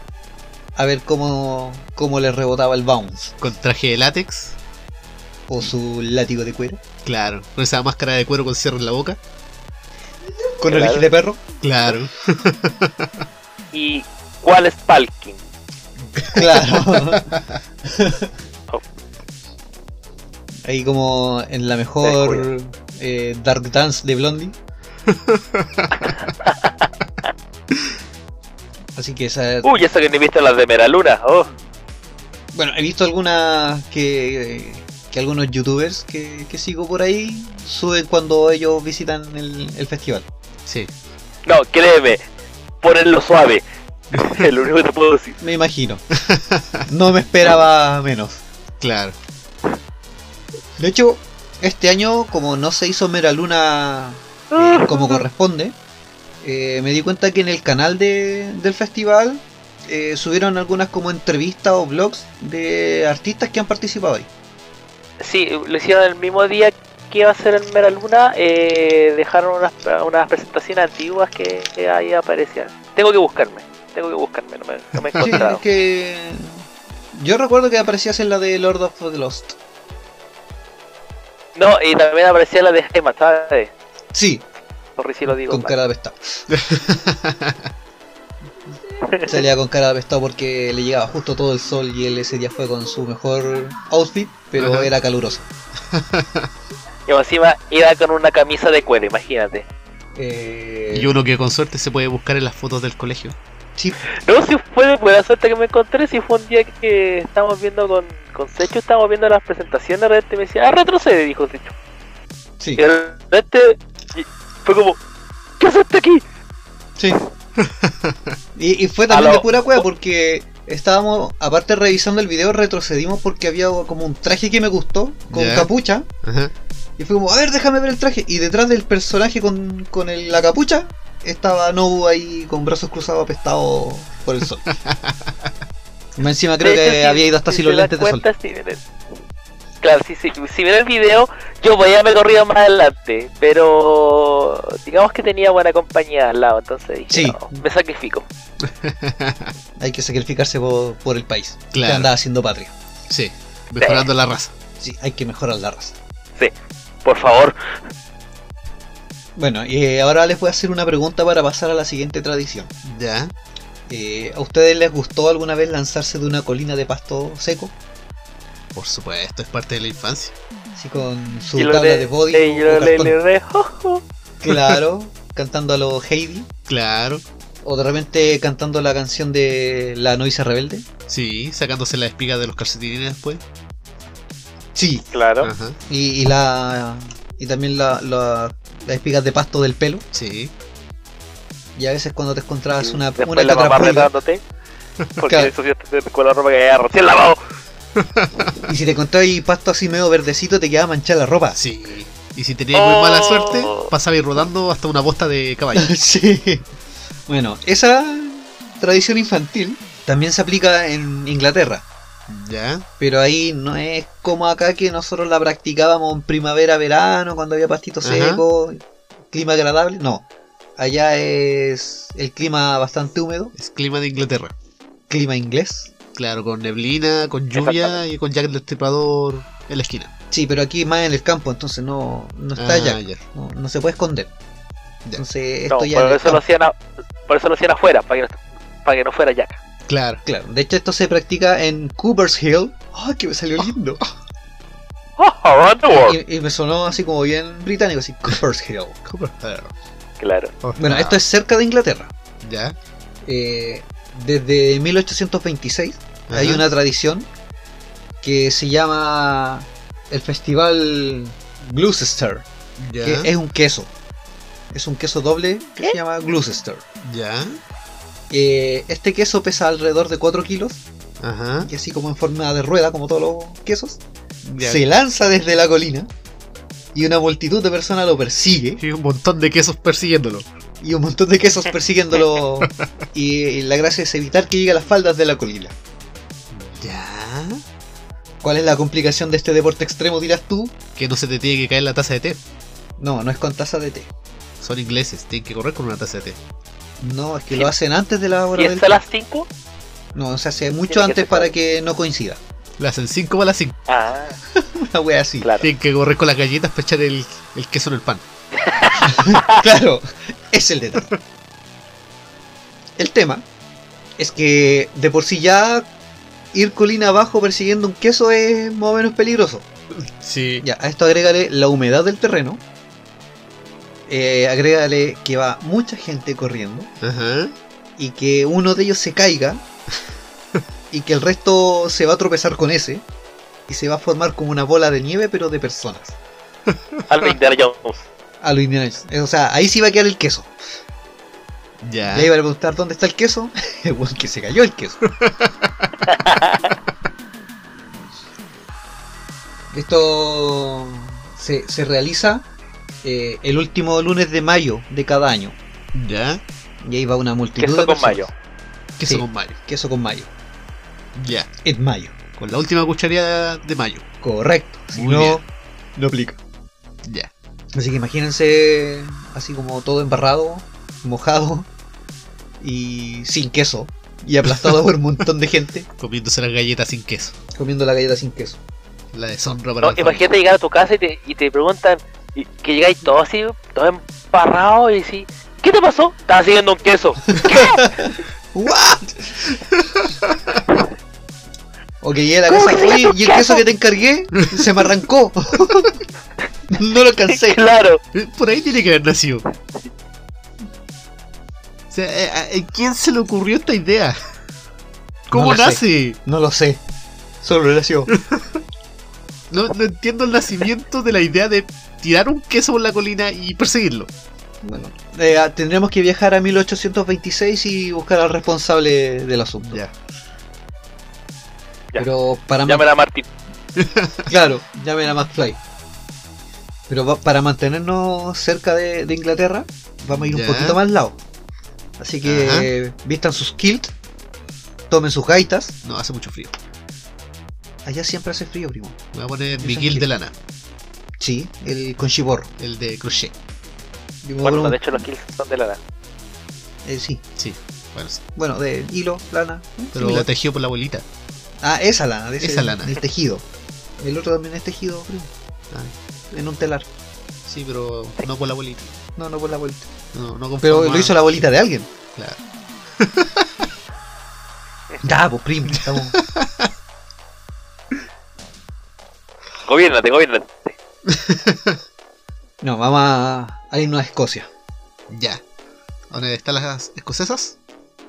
Speaker 1: a ver cómo, cómo les rebotaba el bounce
Speaker 3: Con traje de látex.
Speaker 1: o su látigo de cuero.
Speaker 3: Claro. Con esa máscara de cuero con cierre en la boca.
Speaker 1: Con el
Speaker 2: Claro.
Speaker 1: de perro.
Speaker 3: Claro.
Speaker 2: ¿Y cuál es Palkin?
Speaker 1: Claro.
Speaker 2: Oh.
Speaker 1: Ahí como en la mejor eh, Dark Dance de Blondie. Así que esa...
Speaker 2: Uy, eso que ni he visto las de Meraluna. Oh,
Speaker 1: Bueno, he visto algunas que, que algunos youtubers que, que sigo por ahí suben cuando ellos visitan el, el festival.
Speaker 3: Sí.
Speaker 2: no, créeme. Ponerlo suave. es lo único que te puedo decir.
Speaker 1: Me imagino. No me esperaba menos.
Speaker 3: Claro.
Speaker 1: De hecho, Este año, como no se hizo Mera Luna eh, como corresponde, eh, me di cuenta que en el canal de- del festival eh, subieron algunas como entrevistas o blogs de artistas que han participado ahí.
Speaker 2: Sí, lo hicieron el mismo día que iba a ser el Mera Luna. eh, dejaron unas, unas presentaciones antiguas que, que ahí aparecían. Tengo que buscarme, tengo que buscarme, no me, no me he
Speaker 1: Sí, es
Speaker 2: encontrado.
Speaker 1: que yo recuerdo que aparecía en la de Lord of the Lost.
Speaker 2: No, y también aparecía la de Gema, ¿sabes?
Speaker 1: Sí,
Speaker 2: Sorry si lo digo.
Speaker 1: con
Speaker 2: mal.
Speaker 1: cara de apestado. Salía con cara de apestado porque le llegaba justo todo el sol y él ese día fue con su mejor outfit, pero
Speaker 3: Ajá.
Speaker 1: era caluroso.
Speaker 2: Y encima iba con una camisa de cuero, imagínate.
Speaker 1: Eh,
Speaker 3: Y uno que con suerte se puede buscar en las fotos del colegio.
Speaker 1: sí,
Speaker 2: No, si fue de buena suerte que me encontré, si fue un día que estábamos viendo con, con Secho, estábamos viendo las presentaciones, de repente me decía, ah, retrocede, dijo Secho.
Speaker 1: sí,
Speaker 2: Y de repente y fue como, ¿qué haces aquí?
Speaker 1: sí. Y, y fue también
Speaker 2: A lo-
Speaker 1: de pura cueva porque estábamos, aparte revisando el video, retrocedimos porque había como un traje que me gustó, con
Speaker 3: Ya.
Speaker 1: capucha.
Speaker 3: Ajá.
Speaker 1: Y fue como, a ver, déjame ver el traje. Y detrás del personaje con, con el- la capucha estaba Nobu ahí con brazos cruzados apestado por el sol. Más encima creo
Speaker 2: De
Speaker 1: que
Speaker 2: hecho, si-
Speaker 1: había ido hasta
Speaker 2: si
Speaker 1: sin los
Speaker 2: se dan
Speaker 1: lentes de sol.
Speaker 2: cuenta, si ven el- Claro, si, si, si ven el video, yo voy a haberme corrido más adelante, pero digamos que tenía buena compañía al lado, entonces dije,
Speaker 1: Sí.
Speaker 2: "No, me sacrifico.
Speaker 1: Hay que sacrificarse por, por el país. Que
Speaker 3: Claro.
Speaker 1: andaba haciendo patria.
Speaker 3: Sí, mejorando la raza.
Speaker 1: Sí, hay que mejorar la raza.
Speaker 2: Por favor,
Speaker 1: Bueno, y eh, ahora les voy a hacer una pregunta para pasar a la siguiente tradición.
Speaker 3: Ya.
Speaker 1: Eh, ¿A ustedes les gustó alguna vez lanzarse de una colina de pasto seco?
Speaker 3: Por supuesto, es parte de la infancia.
Speaker 1: Así con su
Speaker 2: y lo
Speaker 1: tabla
Speaker 2: le-
Speaker 1: de body.
Speaker 2: le-
Speaker 1: o
Speaker 2: yo le-
Speaker 1: cartón.
Speaker 2: le- le- jo, jo.
Speaker 1: Claro, cantando a los Heidi.
Speaker 3: Claro.
Speaker 1: O de repente cantando la canción de La Novicia Rebelde.
Speaker 3: Sí, sacándose la espiga de los calcetines después.
Speaker 1: Sí.
Speaker 2: Claro.
Speaker 3: Ajá.
Speaker 1: Y, y la. Y también la, la- las espigas de pasto del pelo.
Speaker 3: Sí.
Speaker 1: Y a veces cuando te encontrabas una,
Speaker 2: Después
Speaker 1: una que
Speaker 2: la
Speaker 1: otra
Speaker 2: mamá
Speaker 1: pulga,
Speaker 2: retándote. Porque
Speaker 1: Claro.
Speaker 2: eso ensuciaste con la ropa que había recién lavado.
Speaker 1: Y si te encontrabas ahí pasto así medio verdecito, te quedaba manchar la ropa.
Speaker 3: Sí. Y si tenías muy mala
Speaker 2: Oh.
Speaker 3: suerte, pasaba ir rodando hasta una bosta de caballo.
Speaker 1: sí. Bueno, esa tradición infantil también se aplica en Inglaterra.
Speaker 3: ya.
Speaker 1: Pero ahí no es como acá que nosotros la practicábamos en primavera, verano, cuando había pastito
Speaker 3: Ajá.
Speaker 1: seco, clima agradable. No, allá es el clima bastante húmedo,
Speaker 3: Es clima de Inglaterra.
Speaker 1: clima inglés.
Speaker 3: Claro, con neblina, con lluvia y con Jack el Destripador en la esquina.
Speaker 1: Sí, pero aquí más en el campo, entonces no, no está allá,
Speaker 3: Ah, ya.
Speaker 1: no, no se puede esconder. Entonces
Speaker 2: No,
Speaker 1: esto ya... en
Speaker 2: por
Speaker 1: el
Speaker 2: eso, lo
Speaker 1: campo.
Speaker 2: hacían a- por eso lo hacían afuera, para que no, para que no fuera Jack.
Speaker 3: Claro.
Speaker 1: Claro, de hecho esto se practica en Cooper's Hill. ¡Ah, que me salió lindo!
Speaker 2: Oh, around the world.
Speaker 1: Y, y me sonó así como bien británico, así, Cooper's Hill.
Speaker 3: Claro.
Speaker 2: Claro.
Speaker 1: Bueno, esto es cerca de Inglaterra.
Speaker 3: ah, Ya.
Speaker 1: Eh, desde 1826
Speaker 3: Ajá.
Speaker 1: hay una tradición que se llama el Festival Gloucester,
Speaker 3: Ya.
Speaker 1: que es un queso. Es un queso doble que se llama Gloucester.
Speaker 3: Ya.
Speaker 1: Eh, este queso pesa alrededor de 4 kilos,
Speaker 3: Ajá.
Speaker 1: y así como en forma de rueda, como todos los quesos,
Speaker 3: Ya.
Speaker 1: se lanza desde la colina y una multitud de personas lo persigue
Speaker 3: Y un montón de quesos persiguiéndolo.
Speaker 1: y un montón de quesos persiguiéndolo. y, y la gracia es evitar que llegue a las faldas de la colina.
Speaker 3: Ya.
Speaker 1: ¿Cuál es la complicación de este deporte extremo, dirás tú?
Speaker 3: Que no se te tiene que caer la taza de té.
Speaker 1: No, no es con taza de té.
Speaker 3: Son ingleses, tienen que correr con una taza de té.
Speaker 1: No, es que lo hacen antes de la hora
Speaker 2: Y
Speaker 1: del
Speaker 2: está a las 5.
Speaker 1: No, se hace
Speaker 2: Tiene que
Speaker 1: mucho antes
Speaker 2: ser
Speaker 1: para
Speaker 2: tarde.
Speaker 1: que no coincida.
Speaker 3: Le hacen 5 para las 5.
Speaker 2: Ah,
Speaker 1: Una wea así.
Speaker 2: claro.
Speaker 3: Tienen que correr con las galletas para echar el, el queso en el pan.
Speaker 1: Claro, es el detalle. El tema es que de por sí ya ir colina abajo persiguiendo un queso es más o menos peligroso.
Speaker 3: Sí.
Speaker 1: Ya, a esto agrégale la humedad del terreno. Eh, agrégale que va mucha gente corriendo.
Speaker 3: Ajá.
Speaker 1: y que uno de ellos se caiga y que el resto se va a tropezar con ese y se va a formar como una bola de nieve pero de personas.
Speaker 2: Algo Indiana Jones.
Speaker 1: A lo Indiana Jones. Eh, O sea, ahí sí va a quedar el queso.
Speaker 2: Ah.
Speaker 3: Ya.
Speaker 1: Y ahí va a preguntar dónde está el queso. El weón que se cayó el queso. Esto se, se realiza eh, el último lunes de mayo de cada año.
Speaker 3: Ya.
Speaker 1: Y ahí va una multitud
Speaker 2: Queso
Speaker 1: de
Speaker 2: con
Speaker 1: personas.
Speaker 2: mayo.
Speaker 3: Que
Speaker 1: Sí.
Speaker 3: con mayo.
Speaker 1: Queso con mayo.
Speaker 3: Ya.
Speaker 1: En mayo.
Speaker 3: Con la última cuchareada de mayo.
Speaker 1: Correcto. Si
Speaker 3: Muy
Speaker 1: no,
Speaker 3: bien.
Speaker 1: no aplica.
Speaker 3: Ya.
Speaker 1: Así que imagínense así como todo embarrado, mojado y sin queso. Y aplastado por un montón de gente
Speaker 3: Comiéndose las galletas sin queso.
Speaker 1: comiendo la galleta sin queso.
Speaker 3: La deshonra para
Speaker 2: No,
Speaker 3: el
Speaker 2: imagínate llegar a tu casa y te, y te preguntan, y que llegáis todo así, todo emparrado y decís, ¿qué te pasó? Estaba siguiendo un queso.
Speaker 1: O que llegue a la
Speaker 2: ¿Cómo
Speaker 1: casa
Speaker 2: que
Speaker 1: "Oye,
Speaker 2: tu
Speaker 1: y el queso
Speaker 2: queso?
Speaker 1: que te encargué se me arrancó. no lo alcancé.
Speaker 2: claro.
Speaker 3: familia. Eh, Por ahí tiene que haber nacido. O sea, eh, ¿a- a quién se le ocurrió esta idea? ¿Cómo
Speaker 1: lo sé.
Speaker 3: nace?
Speaker 1: No lo sé. Solo nació.
Speaker 3: No, no entiendo el nacimiento de la idea de tirar un queso por la colina y perseguirlo.
Speaker 1: Bueno, eh, tendremos que viajar a 1826 y buscar al responsable del asunto.
Speaker 3: Ya.
Speaker 2: Ya.
Speaker 1: Pero para ma-
Speaker 2: Llámala Martín.
Speaker 1: Claro, llamen a McFly. Pero va- para mantenernos cerca de, de Inglaterra, vamos a ir
Speaker 3: Ya.
Speaker 1: un poquito más al lado. Así que
Speaker 3: Ajá.
Speaker 1: eh, vistan sus kilt, tomen sus gaitas.
Speaker 3: No, hace mucho frío.
Speaker 1: Allá siempre hace frío, primo.
Speaker 3: Voy a poner
Speaker 1: Yo
Speaker 3: mi
Speaker 1: tranquilo.
Speaker 3: kill de lana,
Speaker 1: Sí, el con chiborro.
Speaker 3: el de crochet.
Speaker 1: Yo me voy a
Speaker 2: Bueno, de
Speaker 1: poner
Speaker 2: hecho los kills son de lana.
Speaker 1: un- eh, sí,
Speaker 3: Sí, bueno, sí.
Speaker 1: bueno, de hilo, lana. eh,
Speaker 3: pero
Speaker 1: similar.
Speaker 3: tejido por la abuelita.
Speaker 1: Ah, esa lana, de ese-
Speaker 3: Mm, Esa lana.
Speaker 1: del tejido. El otro también es tejido, primo.
Speaker 3: Ah.
Speaker 1: En un telar.
Speaker 3: Sí, pero no por la abuelita.
Speaker 1: No, no por la vuelta.
Speaker 3: No, no con
Speaker 1: Pero
Speaker 3: forma-
Speaker 1: lo hizo la bolita de alguien.
Speaker 3: Claro.
Speaker 1: Ya, pues, primo. estamos-
Speaker 2: Gobiernate, gobiernate.
Speaker 1: No, vamos a, a irnos a Escocia.
Speaker 3: Ya. ¿Dónde están las escocesas?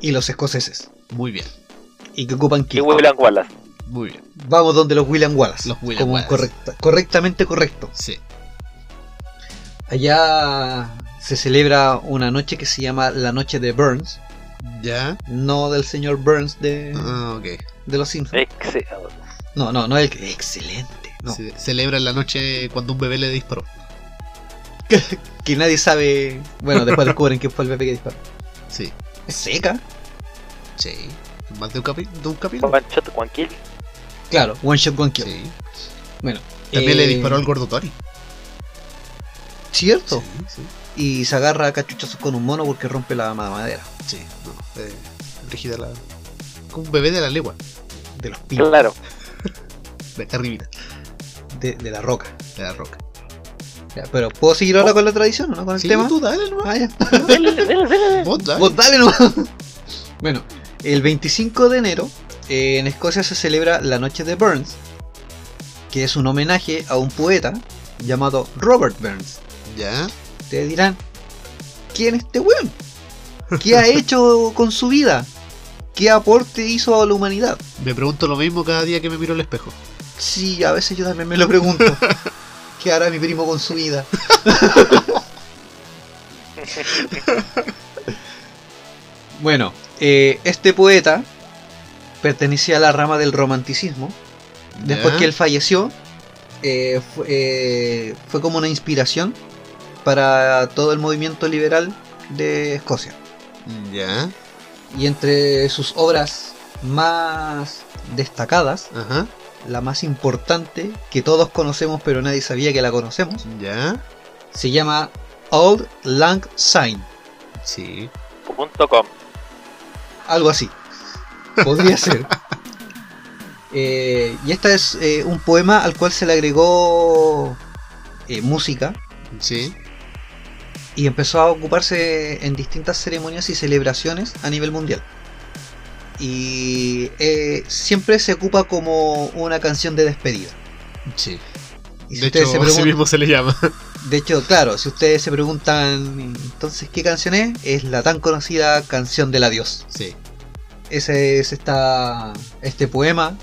Speaker 1: y los escoceses
Speaker 3: Muy bien,
Speaker 1: y que ocupan
Speaker 2: Que
Speaker 1: Kilt.
Speaker 2: huelan gualas.
Speaker 3: muy bien.
Speaker 1: Vamos donde los William Wallace.
Speaker 3: Los William
Speaker 1: como un
Speaker 3: Wallace.
Speaker 1: correcta- correctamente correcto.
Speaker 3: Sí.
Speaker 1: Allá se celebra una noche que se llama la noche de Burns,
Speaker 3: Ya.
Speaker 1: no del señor Burns de,
Speaker 3: Ah, ok.
Speaker 1: de los Simpsons.
Speaker 2: Ex- eh,
Speaker 1: No, no, no el que- excelente. No,
Speaker 3: Se celebra en la noche cuando un bebé le disparó.
Speaker 1: que nadie sabe. Bueno, después descubren que fue el bebé que disparó.
Speaker 3: Sí.
Speaker 1: Es seca.
Speaker 3: Sí. Más de un, capi de un capítulo.
Speaker 2: Juan Shot, Juan Kill.
Speaker 1: Claro, one shot one kill.
Speaker 3: Sí.
Speaker 1: Bueno,
Speaker 3: También le
Speaker 1: eh,
Speaker 3: disparó al gordo Tony.
Speaker 1: Cierto.
Speaker 3: sí.
Speaker 1: Y se agarra a cachuchazos con un mono porque rompe la madera
Speaker 3: Sí. No, eh, brígida la. Como un bebé de la legua.
Speaker 1: de los pinos,
Speaker 2: Claro.
Speaker 3: De acá arribita.
Speaker 1: de, de la roca.
Speaker 3: De la roca.
Speaker 1: Ya, pero ¿puedo seguir ahora con la tradición o no con el
Speaker 3: Oh. Sí,
Speaker 1: tema?
Speaker 3: tú dale nomás.
Speaker 1: Ah, ya.
Speaker 2: Dele, dele, dele.
Speaker 3: Vos dale.
Speaker 1: Vos dale nomás. Bueno, el 25 de enero eh, en Escocia se celebra la Noche de Burns, que es un homenaje a un poeta llamado Robert Burns.
Speaker 3: Ya.
Speaker 1: Ustedes dirán, ¿quién es este weón? ¿Qué ha hecho con su vida? ¿Qué aporte hizo a la humanidad?
Speaker 3: Me pregunto lo mismo cada día que me miro al espejo.
Speaker 1: Sí, a veces yo también me lo pregunto. ¿Qué hará mi primo con su vida? Bueno, eh, este poeta pertenecía a la rama del romanticismo. Después
Speaker 3: Ya.
Speaker 1: que él falleció, eh, fu- eh, fue como una inspiración para todo el movimiento liberal de Escocia.
Speaker 3: Ya.
Speaker 1: Y entre sus obras más destacadas,
Speaker 3: Ajá.
Speaker 1: la más importante que todos conocemos pero nadie sabía que la conocemos,
Speaker 3: Ya.
Speaker 1: se llama Old Lang Syne,
Speaker 3: Sí.
Speaker 2: Punto com.
Speaker 1: algo así. Podría ser. Eh, y esta es eh, un poema al cual se le agregó eh, música
Speaker 3: Sí.
Speaker 1: y empezó a ocuparse en distintas ceremonias y celebraciones a nivel mundial. Y eh, siempre se ocupa como una canción de despedida.
Speaker 3: Sí.
Speaker 1: Y si
Speaker 3: de
Speaker 1: ustedes
Speaker 3: hecho,
Speaker 1: se
Speaker 3: así
Speaker 1: preguntan-
Speaker 3: mismo se le llama.
Speaker 1: De hecho, claro, si ustedes se preguntan entonces qué canción es, es la tan conocida canción del adiós.
Speaker 3: Sí.
Speaker 1: Ese es esta, este poema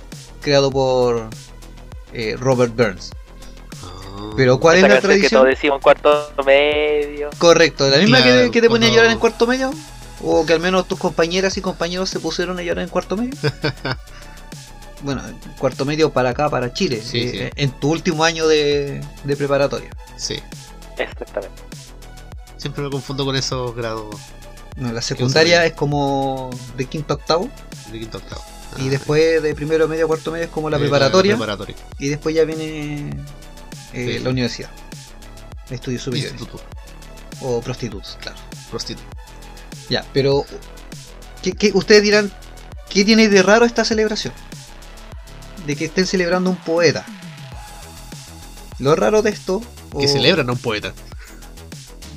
Speaker 1: creado por eh, Robert Burns.
Speaker 3: Ah.
Speaker 1: Pero ¿cuál
Speaker 2: Esa
Speaker 1: es la
Speaker 2: canción que todos
Speaker 1: tradición?
Speaker 2: decimos en cuarto medio.
Speaker 1: Correcto, la misma
Speaker 3: Claro,
Speaker 1: que, que te ponía a llorar en
Speaker 3: cuando-
Speaker 1: cuarto medio, o que al menos tus compañeras y compañeros se pusieron a llorar en cuarto medio. bueno, cuarto medio para acá, para Chile,
Speaker 3: Sí,
Speaker 1: eh,
Speaker 3: sí.
Speaker 1: eh, en tu último año de, de preparatoria.
Speaker 3: Sí.
Speaker 2: Exactamente.
Speaker 3: Siempre me confundo con esos grados
Speaker 1: No, la secundaria es como de quinto a octavo
Speaker 3: de quinto a octavo. Ah,
Speaker 1: y después de primero medio a cuarto medio es como la
Speaker 3: eh,
Speaker 1: preparatoria
Speaker 3: preparatoria.
Speaker 1: y después ya viene eh,
Speaker 3: Sí.
Speaker 1: la universidad. Estudios superiores
Speaker 3: Instituto.
Speaker 1: o prostitutos, claro.
Speaker 3: Prostituto.
Speaker 1: Ya, pero ¿qué, qué- ustedes dirán, ¿qué tiene de raro esta celebración? De que estén celebrando un poeta. Lo raro de esto... o-
Speaker 3: Que celebran a un poeta.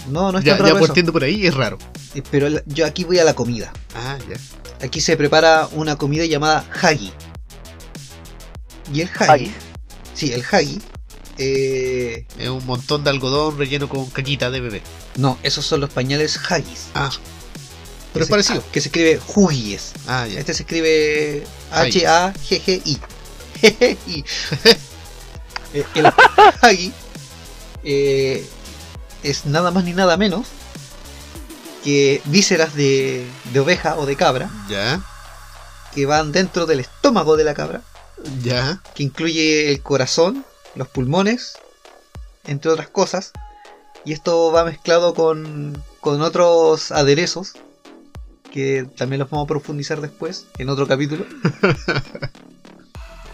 Speaker 1: No, no es
Speaker 3: Ya,
Speaker 1: tan
Speaker 3: ya
Speaker 1: raro Oh. eso.
Speaker 3: partiendo por ahí es raro.
Speaker 1: Eh, Pero la- yo aquí voy a la comida.
Speaker 3: Ah, ya.
Speaker 1: Aquí se prepara una comida llamada hagi. Y el hagi,
Speaker 2: Hagi.
Speaker 1: sí, el hagi, eh,
Speaker 3: Es un montón de algodón relleno con caquita de bebé.
Speaker 1: no, esos son los pañales hagis.
Speaker 3: Ah.
Speaker 1: que
Speaker 3: Pero es
Speaker 1: se- ah,
Speaker 3: parecido.
Speaker 1: Que se escribe hugies.
Speaker 3: Ah, ya.
Speaker 1: Este se escribe
Speaker 3: Hagi.
Speaker 1: H-A-G-G-I. Jejeji. Eh, el Hagi eh, es nada más ni nada menos que vísceras de, de oveja o de cabra
Speaker 3: Ya.
Speaker 1: que van dentro del estómago de la cabra,
Speaker 3: Ya.
Speaker 1: que incluye el corazón, los pulmones, entre otras cosas. Y esto va mezclado con, con otros aderezos, que también los vamos a profundizar después, en otro capítulo.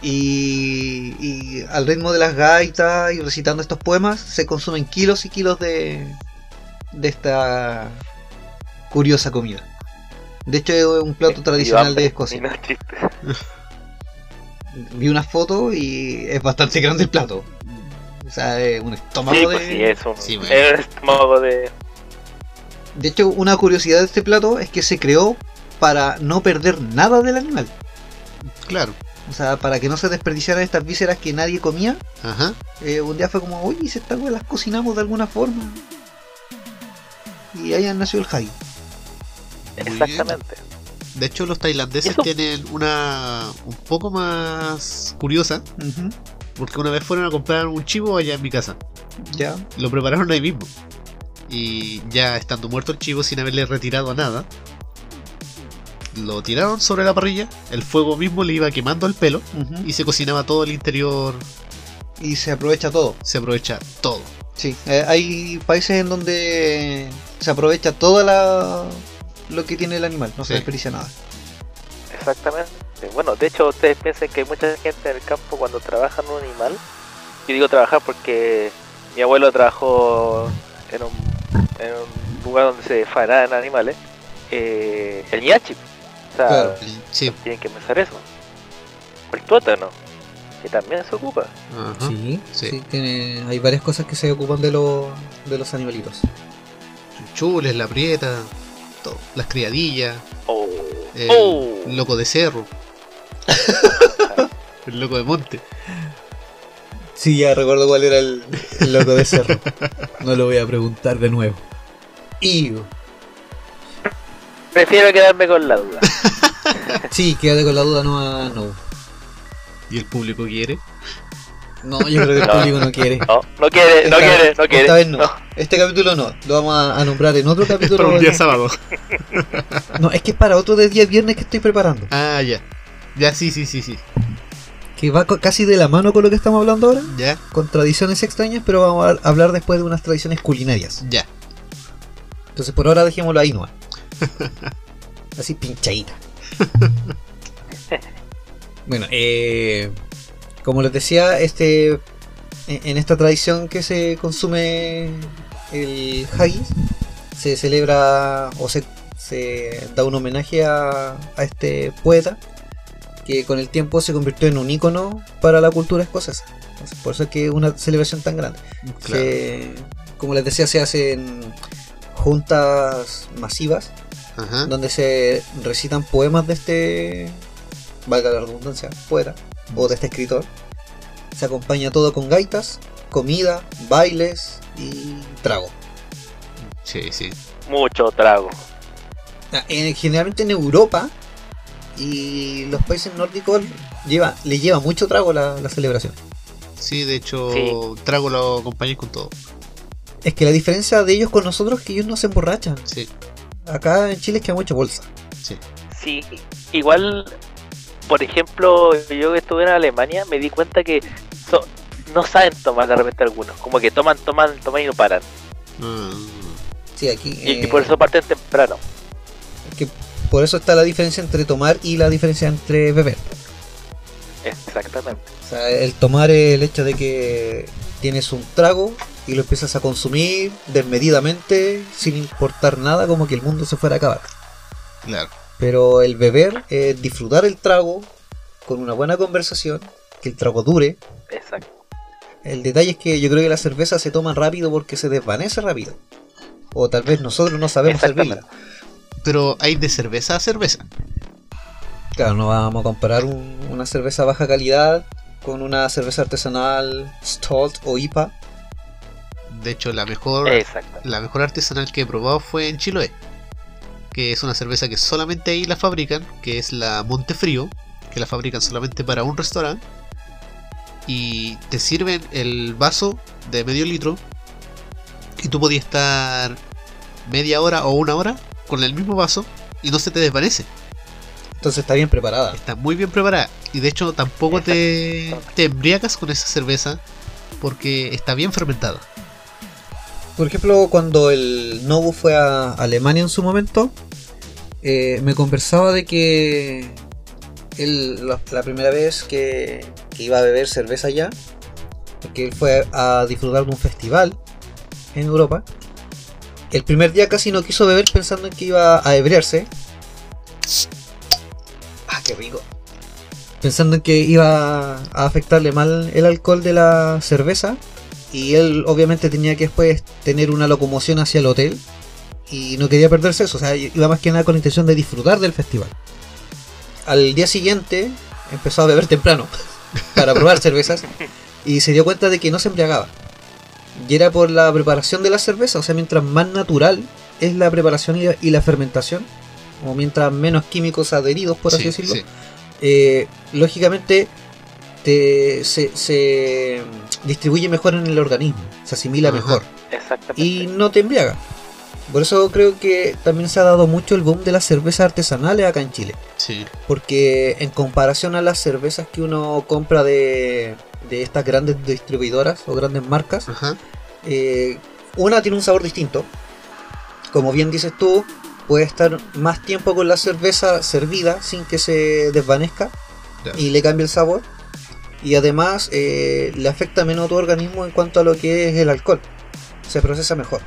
Speaker 1: y, y al ritmo de las gaitas y recitando estos poemas, se consumen kilos y kilos de, de esta curiosa comida. De hecho, es un plato
Speaker 2: Me-
Speaker 1: tradicional
Speaker 2: me dio
Speaker 1: de
Speaker 2: hambre,
Speaker 1: Escocia
Speaker 2: ni los chistes.
Speaker 1: vi una foto y es bastante grande el plato. O sea, es un estómago
Speaker 2: Sí,
Speaker 1: de...
Speaker 2: pues sí, es un,
Speaker 3: Sí, bueno.
Speaker 2: es un estómago de.
Speaker 1: De hecho, una curiosidad de este plato es que se creó para no perder nada del animal.
Speaker 3: Claro.
Speaker 1: O sea, para que no se desperdiciaran estas vísceras que nadie comía.
Speaker 3: Ajá.
Speaker 1: Eh, un día fue como, oye, ¿y si estas weas las cocinamos de alguna forma. Y ahí nació el hagi.
Speaker 3: bien.
Speaker 2: Exactamente.
Speaker 3: De hecho, los tailandeses
Speaker 2: Eso.
Speaker 3: tienen una un poco más curiosa,
Speaker 1: Ujú,
Speaker 3: porque una vez fueron a comprar un chivo allá en mi casa.
Speaker 1: Ya.
Speaker 3: Lo prepararon ahí mismo. Y ya estando muerto el chivo sin haberle retirado nada, lo tiraron sobre la parrilla, el fuego mismo le iba quemando el pelo
Speaker 1: ujú.
Speaker 3: y se cocinaba todo el interior,
Speaker 1: Y se aprovecha todo.
Speaker 3: se aprovecha todo.
Speaker 1: Sí, eh, hay países en donde se aprovecha todo la... lo que tiene el animal. No se
Speaker 3: Sí.
Speaker 1: desperdicia nada.
Speaker 2: Exactamente. Bueno, de hecho, ustedes piensan que hay mucha gente en el campo cuando trabajan un animal. Yo digo trabajar porque mi abuelo trabajó en un, en un lugar donde se faenaban animales. eh, el ñachi. O sea,
Speaker 1: Claro.
Speaker 3: El- Sí,
Speaker 2: tienen que pensar eso. O El tuétano, que también se ocupa.
Speaker 3: ajá.
Speaker 1: Sí,
Speaker 3: Sí.
Speaker 1: sí. tiene- hay varias cosas que se ocupan de, los de los animalitos.
Speaker 3: Chules, la prieta, todo. las criadillas,
Speaker 2: Oh.
Speaker 3: el
Speaker 2: Oh.
Speaker 3: loco de cerro, el loco de monte.
Speaker 1: Sí, ya recuerdo cuál era el, loco de cerro.
Speaker 6: No lo voy a preguntar de nuevo.
Speaker 1: y
Speaker 2: Prefiero quedarme con la duda.
Speaker 1: sí, quédate con la duda, no, ah, no.
Speaker 3: ¿Y el público quiere?
Speaker 1: No, yo creo que el
Speaker 2: No.
Speaker 1: público no quiere.
Speaker 2: No, Oh, no quiere, no
Speaker 1: Esta-
Speaker 2: quiere, no quiere.
Speaker 1: Esta vez no. Este capítulo no. Lo vamos a, a nombrar en otro capítulo.
Speaker 3: Para un día sábado.
Speaker 1: No, es que es para otro de día viernes que estoy preparando.
Speaker 3: Ah, ya. Ya, sí, sí, sí, sí.
Speaker 1: Que va co- casi de la mano con lo que estamos hablando ahora.
Speaker 3: Ya,
Speaker 1: Con tradiciones extrañas, pero vamos a hablar después de unas tradiciones culinarias.
Speaker 3: ya.
Speaker 1: Entonces por ahora dejémoslo ahí nomás. Así pinchadita. bueno, eh, como les decía, este en- en esta tradición que se consume el hagi, se celebra o se, se da un homenaje a, a este poeta que con el tiempo se convirtió en un ícono para la cultura escocesa. Entonces, por eso es que es una celebración tan grande.
Speaker 3: Claro.
Speaker 1: Se- como les decía, se hacen juntas masivas
Speaker 3: Ajá.
Speaker 1: donde se recitan poemas de este, valga la redundancia, poeta o de este escritor. Se acompaña todo con gaitas, comida, bailes y trago.
Speaker 3: Sí, sí.
Speaker 2: Mucho trago.
Speaker 1: Ah, en- generalmente en Europa y los países nórdicos lleva, le lleva mucho trago la, la celebración.
Speaker 3: Sí, de hecho,
Speaker 2: Sí.
Speaker 3: trago lo acompañáis con todo.
Speaker 1: Es que la diferencia de ellos con nosotros es que ellos no se emborrachan.
Speaker 3: Sí,
Speaker 1: Acá en Chile es que hay mucha bolsa.
Speaker 3: sí.
Speaker 2: Sí, igual por ejemplo, yo que estuve en Alemania me di cuenta que so- no saben tomar de repente algunos. Como que toman, toman, toman y no paran.
Speaker 3: Mm,
Speaker 1: Sí, aquí.
Speaker 2: Y, y
Speaker 1: eh,
Speaker 2: por eso parten temprano.
Speaker 1: por eso está la diferencia entre tomar y la diferencia entre beber.
Speaker 2: Exactamente.
Speaker 1: O sea, el tomar es el hecho de que tienes un trago y lo empiezas a consumir desmedidamente, sin importar nada, como que el mundo se fuera a acabar.
Speaker 3: claro.
Speaker 1: Pero el beber es disfrutar el trago con una buena conversación, que el trago dure.
Speaker 2: Exacto.
Speaker 1: El detalle es que yo creo que la cerveza se toma rápido porque se desvanece rápido. O tal vez nosotros no sabemos
Speaker 2: Exactamente.
Speaker 1: servirla.
Speaker 3: Pero hay de cerveza a cerveza.
Speaker 1: Claro, no vamos a comparar un- una cerveza baja calidad con una cerveza artesanal Stout o IPA.
Speaker 3: De hecho, la mejor,
Speaker 2: Exacto.
Speaker 3: la mejor artesanal que he probado fue en Chiloé. Que es una cerveza que solamente ahí la fabrican, que es la Montefrío, que la fabrican solamente para un restaurante. Y te sirven el vaso de medio litro. Y tú podías estar media hora o una hora con el mismo vaso y no se te desvanece.
Speaker 1: Entonces está bien preparada.
Speaker 3: Está muy bien preparada. Y de hecho tampoco te, te embriagas con esa cerveza porque está bien fermentada.
Speaker 1: Por ejemplo, cuando el Nobu fue a Alemania en su momento, eh, me conversaba de que él, la, la primera vez que, que iba a beber cerveza allá, porque él fue a disfrutar de un festival en Europa, el primer día casi no quiso beber pensando en que iba a ebriarse. Ah, qué rico. Pensando en que iba a afectarle mal el alcohol de la cerveza y él obviamente tenía que después tener una locomoción hacia el hotel y no quería perderse eso, o sea, iba más que nada con la intención de disfrutar del festival. Al día siguiente empezó a beber temprano para probar cervezas y se dio cuenta de que no se embriagaba. Y era por la preparación de la cerveza, o sea, mientras más natural es la preparación y la, y la fermentación, o mientras menos químicos adheridos, por así
Speaker 3: Sí,
Speaker 1: decirlo,
Speaker 3: sí.
Speaker 1: eh, lógicamente te- se, se distribuye mejor en el organismo, se asimila
Speaker 3: Ajá.
Speaker 1: mejor
Speaker 2: Exactamente.
Speaker 1: y no te embriaga. Por eso creo que también se ha dado mucho el boom de las cervezas artesanales acá en Chile.
Speaker 3: Sí.
Speaker 1: Porque en comparación a las cervezas que uno compra de, de estas grandes distribuidoras o grandes marcas,
Speaker 3: Ajá.
Speaker 1: eh, una tiene un sabor distinto. Como bien dices tú, puede estar más tiempo con la cerveza servida sin que se desvanezca
Speaker 3: Claro.
Speaker 1: y le cambie el sabor. Y además eh, le afecta menos a tu organismo en cuanto a lo que es el alcohol. Se procesa mejor.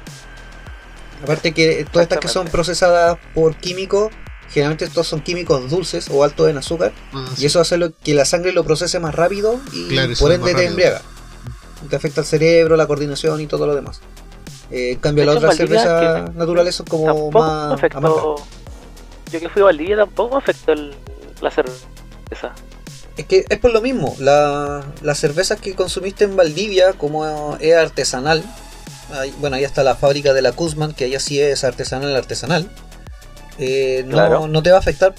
Speaker 1: Aparte que todas estas que son
Speaker 2: Exactamente.
Speaker 1: procesadas por químicos, generalmente estos son químicos dulces o altos en azúcar.
Speaker 3: Ah,
Speaker 1: Y eso hace lo- que la sangre lo procese más rápido y
Speaker 3: Claro, eso
Speaker 1: por
Speaker 3: es
Speaker 1: ende
Speaker 3: más
Speaker 1: te
Speaker 3: rápido.
Speaker 1: embriaga. Te afecta el cerebro, la coordinación y todo lo demás. Eh, en cambio,
Speaker 2: De
Speaker 1: las
Speaker 2: hecho,
Speaker 1: otras
Speaker 2: Valdivia,
Speaker 1: cervezas
Speaker 2: que-
Speaker 1: naturales son como
Speaker 2: tampoco me
Speaker 1: más
Speaker 2: afectó.
Speaker 1: amargas.
Speaker 2: Yo que fui a Valdivia tampoco me afectó el- la cerveza.
Speaker 1: Es que es por lo mismo. la- las cervezas que consumiste en Valdivia, como es artesanal, ahí- bueno, ahí está la fábrica de la Kuzman, que allá sí es artesanal, artesanal. eh, no,
Speaker 2: Claro.
Speaker 1: no te va a afectar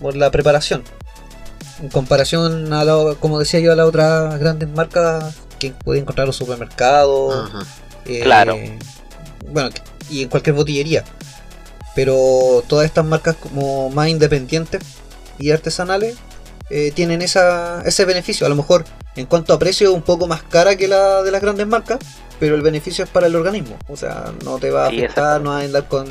Speaker 1: por la preparación. En comparación a, la- como decía yo, a las otras grandes marcas que puede encontrar en los supermercados,
Speaker 3: Ajá.
Speaker 1: Eh,
Speaker 2: Claro.
Speaker 1: Bueno, y en cualquier botillería. Pero todas estas marcas como más independientes y artesanales eh, tienen esa, ese beneficio. A lo mejor en cuanto a precio un poco más cara que la de las grandes marcas, pero el beneficio es para el organismo. O sea, no te va a
Speaker 2: Sí,
Speaker 1: afectar, no vas a andar con,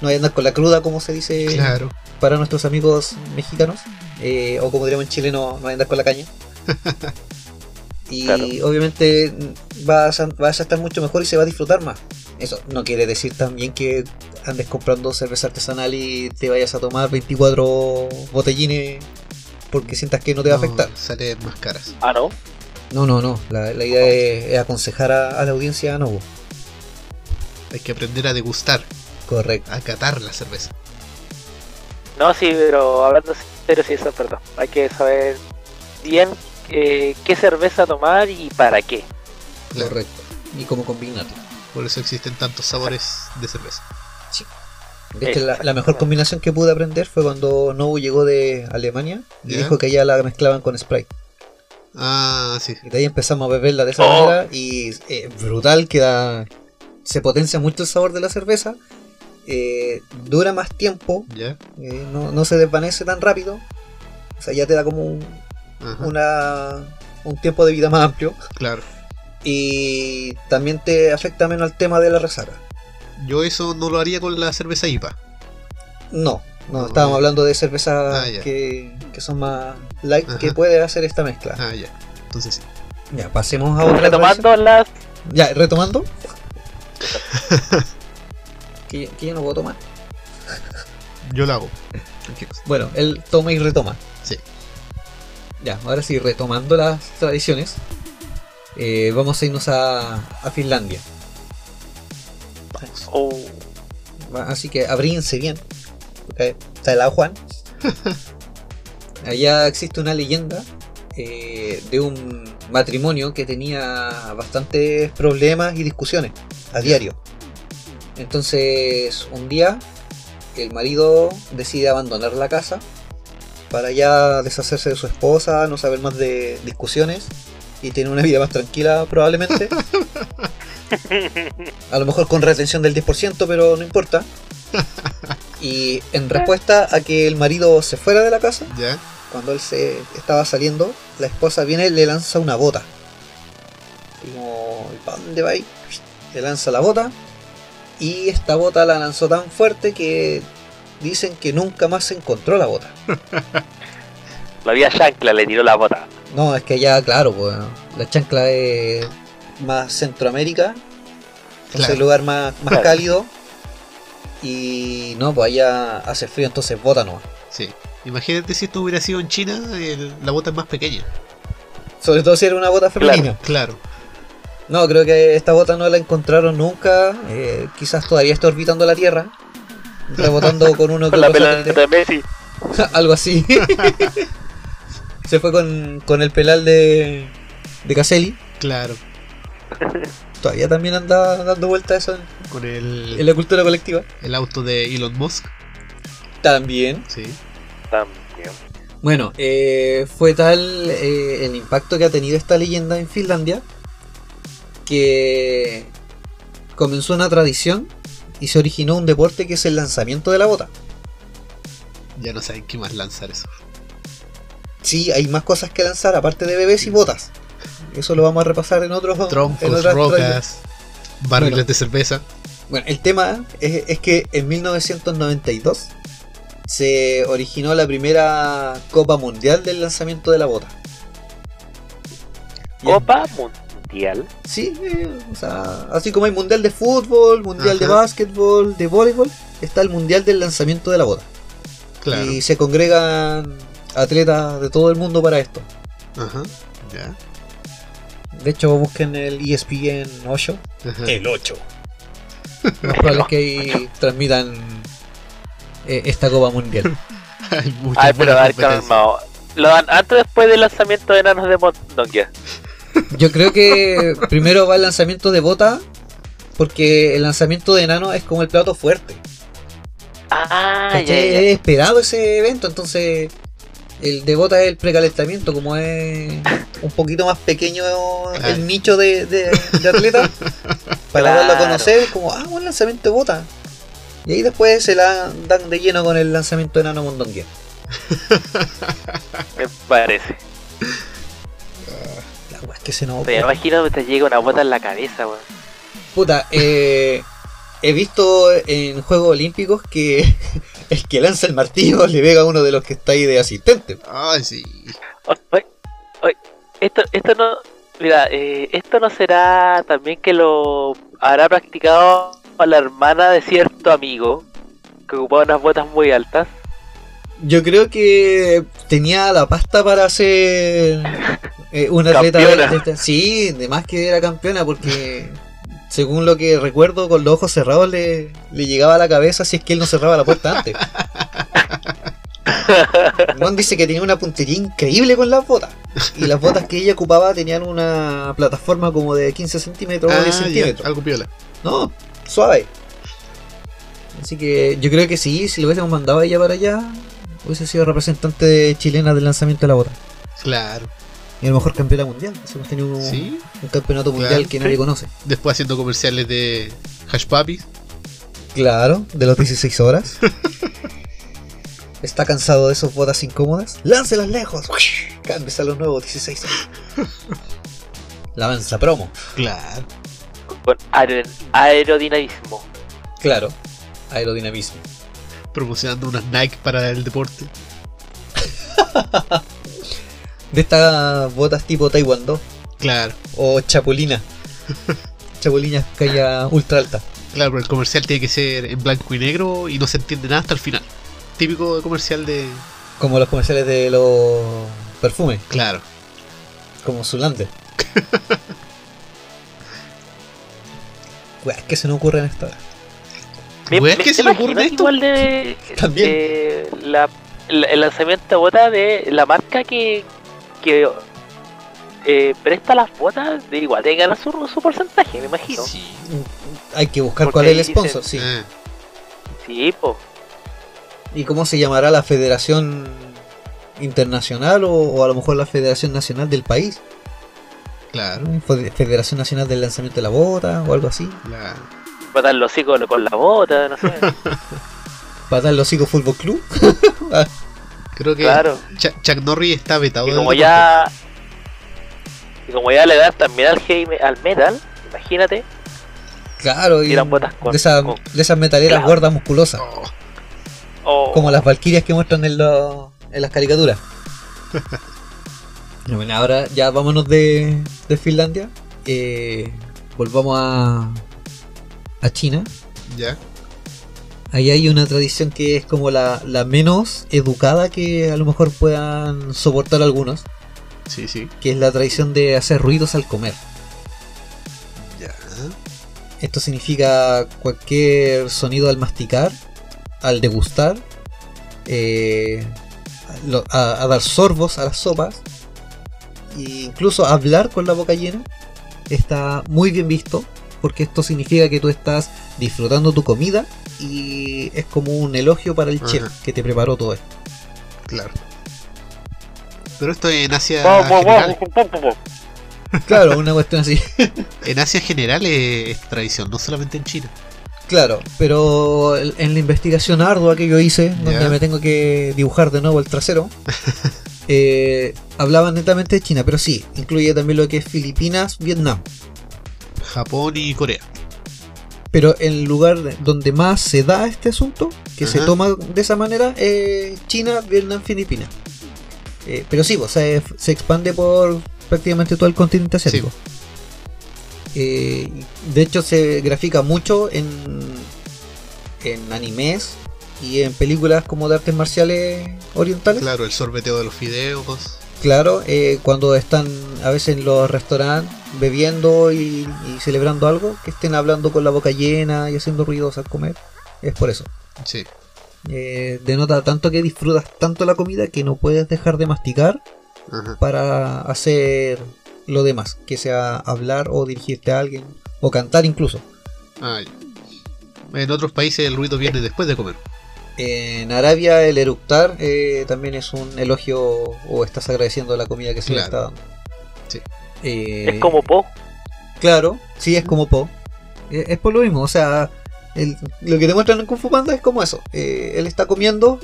Speaker 1: no vas a andar con la cruda, como se dice
Speaker 3: Claro.
Speaker 1: para nuestros amigos mexicanos, eh, o como diríamos en Chile, no, no voy a andar con la caña. y
Speaker 2: Claro.
Speaker 1: obviamente mm, vas a, vas a estar mucho mejor y se va a disfrutar más. Eso no quiere decir también que andes comprando cerveza artesanal y te vayas a tomar 24 botellines porque sientas que no te va a
Speaker 3: No,
Speaker 1: afectar.
Speaker 3: salen más caras.
Speaker 2: Ah, no.
Speaker 1: No, no, no. La, la idea es, es aconsejar a, a la audiencia no.
Speaker 3: Hay que aprender a degustar,
Speaker 1: Correcto.
Speaker 3: a catar la cerveza.
Speaker 2: No, sí, pero hablando en serio, sí, eso es verdad. Hay que saber bien eh, qué cerveza tomar y para qué.
Speaker 3: Claro.
Speaker 1: Correcto. Y cómo combinarlo.
Speaker 3: Por eso existen tantos sabores de cerveza.
Speaker 1: De hecho, la, la mejor combinación que pude aprender fue cuando Nobu llegó de Alemania y
Speaker 3: Ya.
Speaker 1: dijo que allá la mezclaban con Sprite.
Speaker 3: Ah, sí.
Speaker 1: Y de ahí empezamos a beberla de esa
Speaker 2: Oh.
Speaker 1: manera y eh, brutal, queda, se potencia mucho el sabor de la cerveza, eh, dura más tiempo,
Speaker 3: Ya.
Speaker 1: eh, no, no se desvanece tan rápido, sea, ya te da como un,
Speaker 3: Ajá,
Speaker 1: una, un tiempo de vida más amplio.
Speaker 3: claro.
Speaker 1: Y también te afecta menos el tema de la resaca.
Speaker 3: Yo eso no lo haría con la cerveza IPA.
Speaker 1: No, no,
Speaker 3: Ah,
Speaker 1: estábamos
Speaker 3: ya.
Speaker 1: hablando de cervezas
Speaker 3: Ah, ya.
Speaker 1: que, que son más light
Speaker 3: Ajá.
Speaker 1: que puede hacer esta mezcla.
Speaker 3: Ah, ya. Entonces sí.
Speaker 1: Ya, pasemos a otra.
Speaker 2: Retomando las.
Speaker 1: tradición. Ya, retomando. que, que yo no puedo tomar.
Speaker 3: Yo lo hago. Tranquilos.
Speaker 1: Bueno, él toma y retoma.
Speaker 3: Sí.
Speaker 1: Ya, ahora sí, retomando las tradiciones, eh, vamos a irnos a, a Finlandia.
Speaker 2: Oh,
Speaker 1: Va- Ah, Así que abríense bien. porque Está el agua. Allá existe una leyenda eh, de un matrimonio que tenía bastantes problemas y discusiones a diario. Entonces, un día el marido decide abandonar la casa para ya deshacerse de su esposa, no saber más de discusiones y tener una vida más tranquila probablemente. A lo mejor con retención del 10%, pero no importa. Y en respuesta a que el marido se fuera de la casa,
Speaker 3: Ya.
Speaker 1: cuando él se estaba saliendo, la esposa viene y le lanza una bota. Y como, ¿para dónde va ahí? Le lanza la bota. Y esta bota la lanzó tan fuerte que dicen que nunca más se encontró la bota.
Speaker 2: la vía Shankla le tiró la bota.
Speaker 1: No, es que allá, claro, pues, la chancla es más Centroamérica, es
Speaker 3: Claro.
Speaker 1: el lugar más, más
Speaker 2: Claro.
Speaker 1: cálido. Y no, pues allá hace frío, entonces bota nomás.
Speaker 3: Sí. Imagínate si esto hubiera sido en China, el- la bota es más pequeña.
Speaker 1: Sobre todo si era una bota
Speaker 2: Claro.
Speaker 1: femenina.
Speaker 3: Claro.
Speaker 1: No, creo que esta bota no la encontraron nunca. eh, quizás todavía está orbitando la Tierra. Rebotando con uno que
Speaker 2: Con la
Speaker 1: otro
Speaker 2: pelota
Speaker 1: satélite.
Speaker 2: de Messi.
Speaker 1: Algo así. Se fue con, con el pelal de, de Caselli.
Speaker 3: Claro.
Speaker 1: Todavía también anda dando vueltas eso en,
Speaker 3: Con el,
Speaker 1: en la cultura colectiva.
Speaker 3: el auto de Elon Musk.
Speaker 1: También.
Speaker 3: Sí.
Speaker 2: También.
Speaker 1: Bueno, eh, fue tal eh, el impacto que ha tenido esta leyenda en Finlandia que comenzó una tradición y se originó un deporte que es el lanzamiento de la bota.
Speaker 3: Ya no saben qué más lanzar eso.
Speaker 1: Sí, hay más cosas que lanzar aparte de bebés y botas. Eso lo vamos a repasar en otros en
Speaker 3: Troncos,
Speaker 1: otras tradiciones.
Speaker 3: rocas, barriles
Speaker 1: Bueno.
Speaker 3: de cerveza.
Speaker 1: Bueno, el tema es, es que en 1992 se originó la primera Copa Mundial del lanzamiento de la bota. Y en-
Speaker 2: Copa Mundial.
Speaker 1: Sí, eh, o sea, así como hay mundial de fútbol, mundial de
Speaker 3: Ajá.
Speaker 1: básquetbol, de voleibol, está el mundial del lanzamiento de la bota.
Speaker 3: Claro.
Speaker 1: Y se congregan atletas de todo el mundo para esto.
Speaker 3: Ajá. Ya.
Speaker 1: De hecho, busquen el E ESPN 8.
Speaker 3: Ajá.
Speaker 1: El 8. Más probable es que ahí transmitan eh, esta Copa Mundial.
Speaker 3: Hay muchas
Speaker 2: Ay, pero
Speaker 3: buenas
Speaker 2: a ver,
Speaker 3: competencias.
Speaker 2: calmado. Lo dan antes o después del lanzamiento de Enanos de Mondongia.
Speaker 1: Yo creo que primero va el lanzamiento de bota, porque el lanzamiento de enano es como el plato fuerte.
Speaker 2: Ah, ya,
Speaker 1: ¿Cachai?
Speaker 2: ya,
Speaker 1: Es esperado ese evento, entonces el de bota es el precalentamiento, como es un poquito más pequeño
Speaker 3: Claro.
Speaker 1: el nicho de, de, de atleta, para darlo a
Speaker 2: Claro.
Speaker 1: conocer, es como, ah, buen lanzamiento de bota. Y ahí después se la dan de lleno con el lanzamiento de Nano Mondonguía.
Speaker 2: me parece.
Speaker 1: La wea es que se nos
Speaker 2: Me imagino que te llega una bota en la cabeza, weón.
Speaker 1: Puta, eh, he visto en Juegos Olímpicos que el que lanza el martillo le pega a uno de los que está ahí de asistente.
Speaker 3: Ay, sí.
Speaker 2: Oye, oye, esto, esto no. Mira, eh, esto no será también que lo habrá practicado a la hermana de cierto amigo que ocupaba unas botas muy altas.
Speaker 1: Yo creo que tenía la pasta para ser eh, un atleta
Speaker 2: Campeona.
Speaker 1: de esta- Sí, de más que era campeona, porque según lo que recuerdo, con los ojos cerrados le, le llegaba a la cabeza si es que él no cerraba la puerta antes. Juan dice que tenía una puntería increíble con las botas. Y las botas que ella ocupaba tenían una plataforma como de 15 centímetros o
Speaker 3: Ah,
Speaker 1: 10
Speaker 3: ya,
Speaker 1: centímetros.
Speaker 3: algo piola.
Speaker 1: No, suave. Así que yo creo que sí, si lo hubiésemos mandado a ella para allá, hubiese sido representante de chilena del lanzamiento de la bota.
Speaker 3: Claro.
Speaker 1: Y a lo mejor campeona mundial. Si hemos tenido un,
Speaker 3: Sí.
Speaker 1: un campeonato mundial
Speaker 3: Claro,
Speaker 1: que nadie
Speaker 2: sí.
Speaker 1: conoce.
Speaker 3: Después haciendo comerciales de Hash Puppies.
Speaker 1: Claro, de las 16 horas. ¿Está cansado de esas botas incómodas? ¡Láncelas lejos! Cámbiese a los nuevos 16 años. La mansa promo.
Speaker 3: Claro.
Speaker 2: Con aer- aerodinamismo.
Speaker 1: Claro. Aerodinamismo.
Speaker 3: Promocionando unas Nike para el deporte.
Speaker 1: De estas botas tipo Taekwondo
Speaker 3: Claro.
Speaker 1: o Chapulina. Chapulina calla ultra alta.
Speaker 3: Claro, pero el comercial tiene que ser en blanco y negro y no se entiende nada hasta el final. Típico comercial de.
Speaker 1: Como los comerciales de los perfumes,
Speaker 3: Claro.
Speaker 1: como Zulante. Weas que se nos ocurre en esta hora.
Speaker 3: Weas que se le
Speaker 2: imagino
Speaker 3: ocurren
Speaker 2: que
Speaker 3: esto.
Speaker 2: Igual de.
Speaker 1: También.
Speaker 2: de la, la- el lanzamiento de botas de la marca que. que eh, presta las botas, de igual de ganar su, su porcentaje, me imagino. Sí,
Speaker 3: Sí.
Speaker 1: Hay que buscar
Speaker 2: Porque
Speaker 1: cuál es el
Speaker 2: dicen-
Speaker 1: sponsor, sí.
Speaker 3: Ah,
Speaker 2: po.
Speaker 1: ¿Y cómo se llamará la Federación Internacional o, o a lo mejor la Federación Nacional del país?
Speaker 3: claro.
Speaker 1: ¿no? Fede- Federación Nacional del Lanzamiento de la Bota o algo así.
Speaker 3: claro.
Speaker 2: Botar los hocicos con la bota, no sé.
Speaker 1: Patar los hijos Fútbol Club.
Speaker 3: Creo que
Speaker 2: claro.
Speaker 3: Cha- Chuck Norris está vetado.
Speaker 2: Y
Speaker 3: del
Speaker 2: como
Speaker 3: deporte.
Speaker 2: ya. Y como ya le das también al, heavy- al metal, imagínate.
Speaker 1: Claro, y,
Speaker 2: Y las botas con-
Speaker 1: de, esas,
Speaker 2: con-
Speaker 1: de esas metaleras
Speaker 2: Claro.
Speaker 1: gordas musculosas.
Speaker 3: Oh,
Speaker 2: o
Speaker 1: Como las valquirias que muestran en, los- en las caricaturas. Ya, bueno, ahora ya vámonos de, de Finlandia. Eh, volvamos a, a China.
Speaker 3: Oh, ya.
Speaker 1: Ahí hay una tradición que es como la, la menos educada que a lo mejor puedan soportar algunos,
Speaker 3: Sí, sí.
Speaker 1: que es la tradición de hacer ruidos al comer.
Speaker 3: Ya.
Speaker 1: Esto significa cualquier sonido al masticar, al degustar, eh, lo- a, a dar sorbos a las sopas, e incluso hablar con la boca llena. Está muy bien visto, porque esto significa que tú estás disfrutando tu comida y es como un elogio para el
Speaker 3: Ajá.
Speaker 1: chef que te preparó todo esto.
Speaker 3: Claro. Pero esto en Asia
Speaker 2: Wow, wow, wow,
Speaker 3: general.
Speaker 2: wow, wow, wow.
Speaker 1: Claro, una cuestión así.
Speaker 3: En Asia general es, es tradición, no solamente en China.
Speaker 1: Claro, pero el- en la investigación ardua que yo hice, donde
Speaker 3: Ya.
Speaker 1: me tengo que dibujar de nuevo el trasero, eh, hablaba netamente de China, pero sí, incluye también lo que es Filipinas, Vietnam.
Speaker 3: Japón y Corea.
Speaker 1: Pero el lugar donde más se da este asunto, que se
Speaker 3: Ajá.
Speaker 1: toma de esa manera, eh, China, Vietnam, Filipinas. Eh, pero sí, o sea, es- se expande por prácticamente todo el continente asiático. Eh, de hecho, se grafica mucho en, en animes y en películas como de artes marciales orientales. Claro,
Speaker 3: Claro, el sorbeteo de los fideos.
Speaker 1: eh, cuando están a veces en los restaurantes bebiendo y, y celebrando algo, que estén hablando con la boca llena y haciendo ruidos al comer. Es por eso.
Speaker 3: Sí.
Speaker 1: Eh, denota tanto que disfrutas tanto la comida que no puedes dejar de masticar
Speaker 3: Ajá.
Speaker 1: para hacer lo demás, que sea hablar o dirigirte a alguien o cantar incluso.
Speaker 3: Ah, ya. En otros países el ruido viene después de comer.
Speaker 1: En Arabia el eructar eh, también es un elogio o estás agradeciendo la comida que se le
Speaker 3: Claro.
Speaker 1: está dando.
Speaker 3: Sí.
Speaker 1: Eh,
Speaker 2: Es como po.
Speaker 1: Claro, sí, es como Po. Eh, es por lo mismo, o sea, el- lo que te muestran en Kung Fu Panda es como eso. Eh, él está comiendo,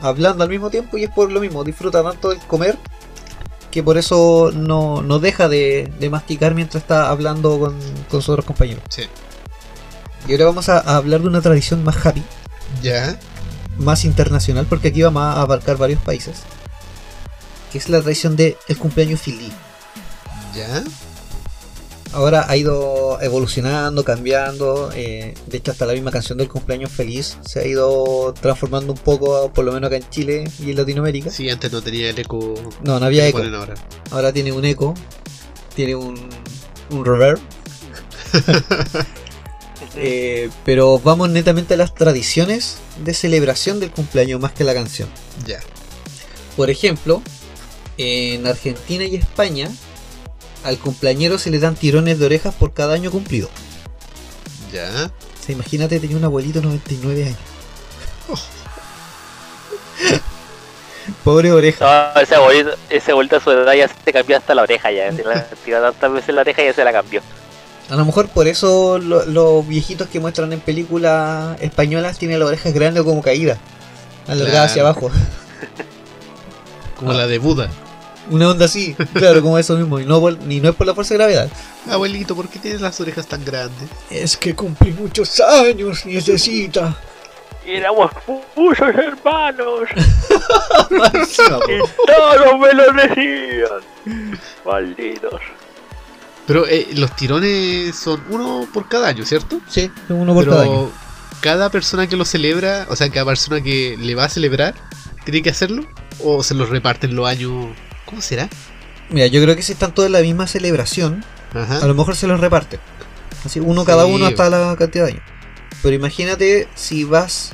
Speaker 1: hablando al mismo tiempo y es por lo mismo, disfruta tanto del comer que por eso no, no deja de, de masticar mientras está hablando con, con sus otros compañeros.
Speaker 3: Sí.
Speaker 1: Y ahora vamos a, a hablar de una tradición más happy,
Speaker 3: Ya.
Speaker 1: más internacional, porque aquí vamos a abarcar varios países, que es la tradición del el cumpleaños feliz.
Speaker 3: Ya.
Speaker 1: ahora ha ido evolucionando, cambiando. eh, de hecho, hasta la misma canción del cumpleaños feliz se ha ido transformando un poco, por lo menos acá en Chile y en Latinoamérica.
Speaker 3: Sí, antes no tenía el eco.
Speaker 1: No, no
Speaker 3: que
Speaker 1: había
Speaker 3: le
Speaker 1: eco.
Speaker 3: ponen ahora.
Speaker 1: Ahora tiene un eco, tiene un, un reverb. Eh, pero vamos netamente a las tradiciones de celebración del cumpleaños más que la canción.
Speaker 3: Ya.
Speaker 1: Por ejemplo, en Argentina y España, al cumpleañero se le dan tirones de orejas por cada año cumplido.
Speaker 3: Ya.
Speaker 1: O sea, imagínate, tenía un abuelito de 99 años. Pobre oreja.
Speaker 2: No, ese abuelito, ese abuelito a su edad ya se cambió hasta la oreja ya. Se la tiró tantas veces la oreja y ya se la cambió.
Speaker 1: A lo mejor por eso lo- los viejitos que muestran en películas españolas tienen las orejas grandes o como caídas. alargada
Speaker 3: Claro.
Speaker 1: hacia abajo.
Speaker 3: como
Speaker 1: Ah.
Speaker 3: la de Buda.
Speaker 1: Una onda así, claro, como eso mismo. Y no, por- ni no es por la fuerza de gravedad.
Speaker 3: Abuelito, ¿por qué tienes las orejas tan grandes?
Speaker 1: Es que cumplí muchos años, necesita.
Speaker 2: Éramos muchos hermanos
Speaker 3: Claro.
Speaker 2: y todos me lo decían. Malditos.
Speaker 3: Pero eh, los tirones son uno por cada año, ¿cierto?
Speaker 1: Sí, uno por
Speaker 3: Pero
Speaker 1: cada año.
Speaker 3: cada persona que lo celebra, o sea, cada persona que le va a celebrar, ¿tiene que hacerlo? ¿O se los reparten los años? ¿Cómo será?
Speaker 1: Mira, yo creo que si están todos en la misma celebración, a
Speaker 3: Ajá.
Speaker 1: lo mejor se los reparten. Así, uno cada
Speaker 3: ¿Ah? Sí.
Speaker 1: uno hasta la cantidad de años. Pero imagínate si vas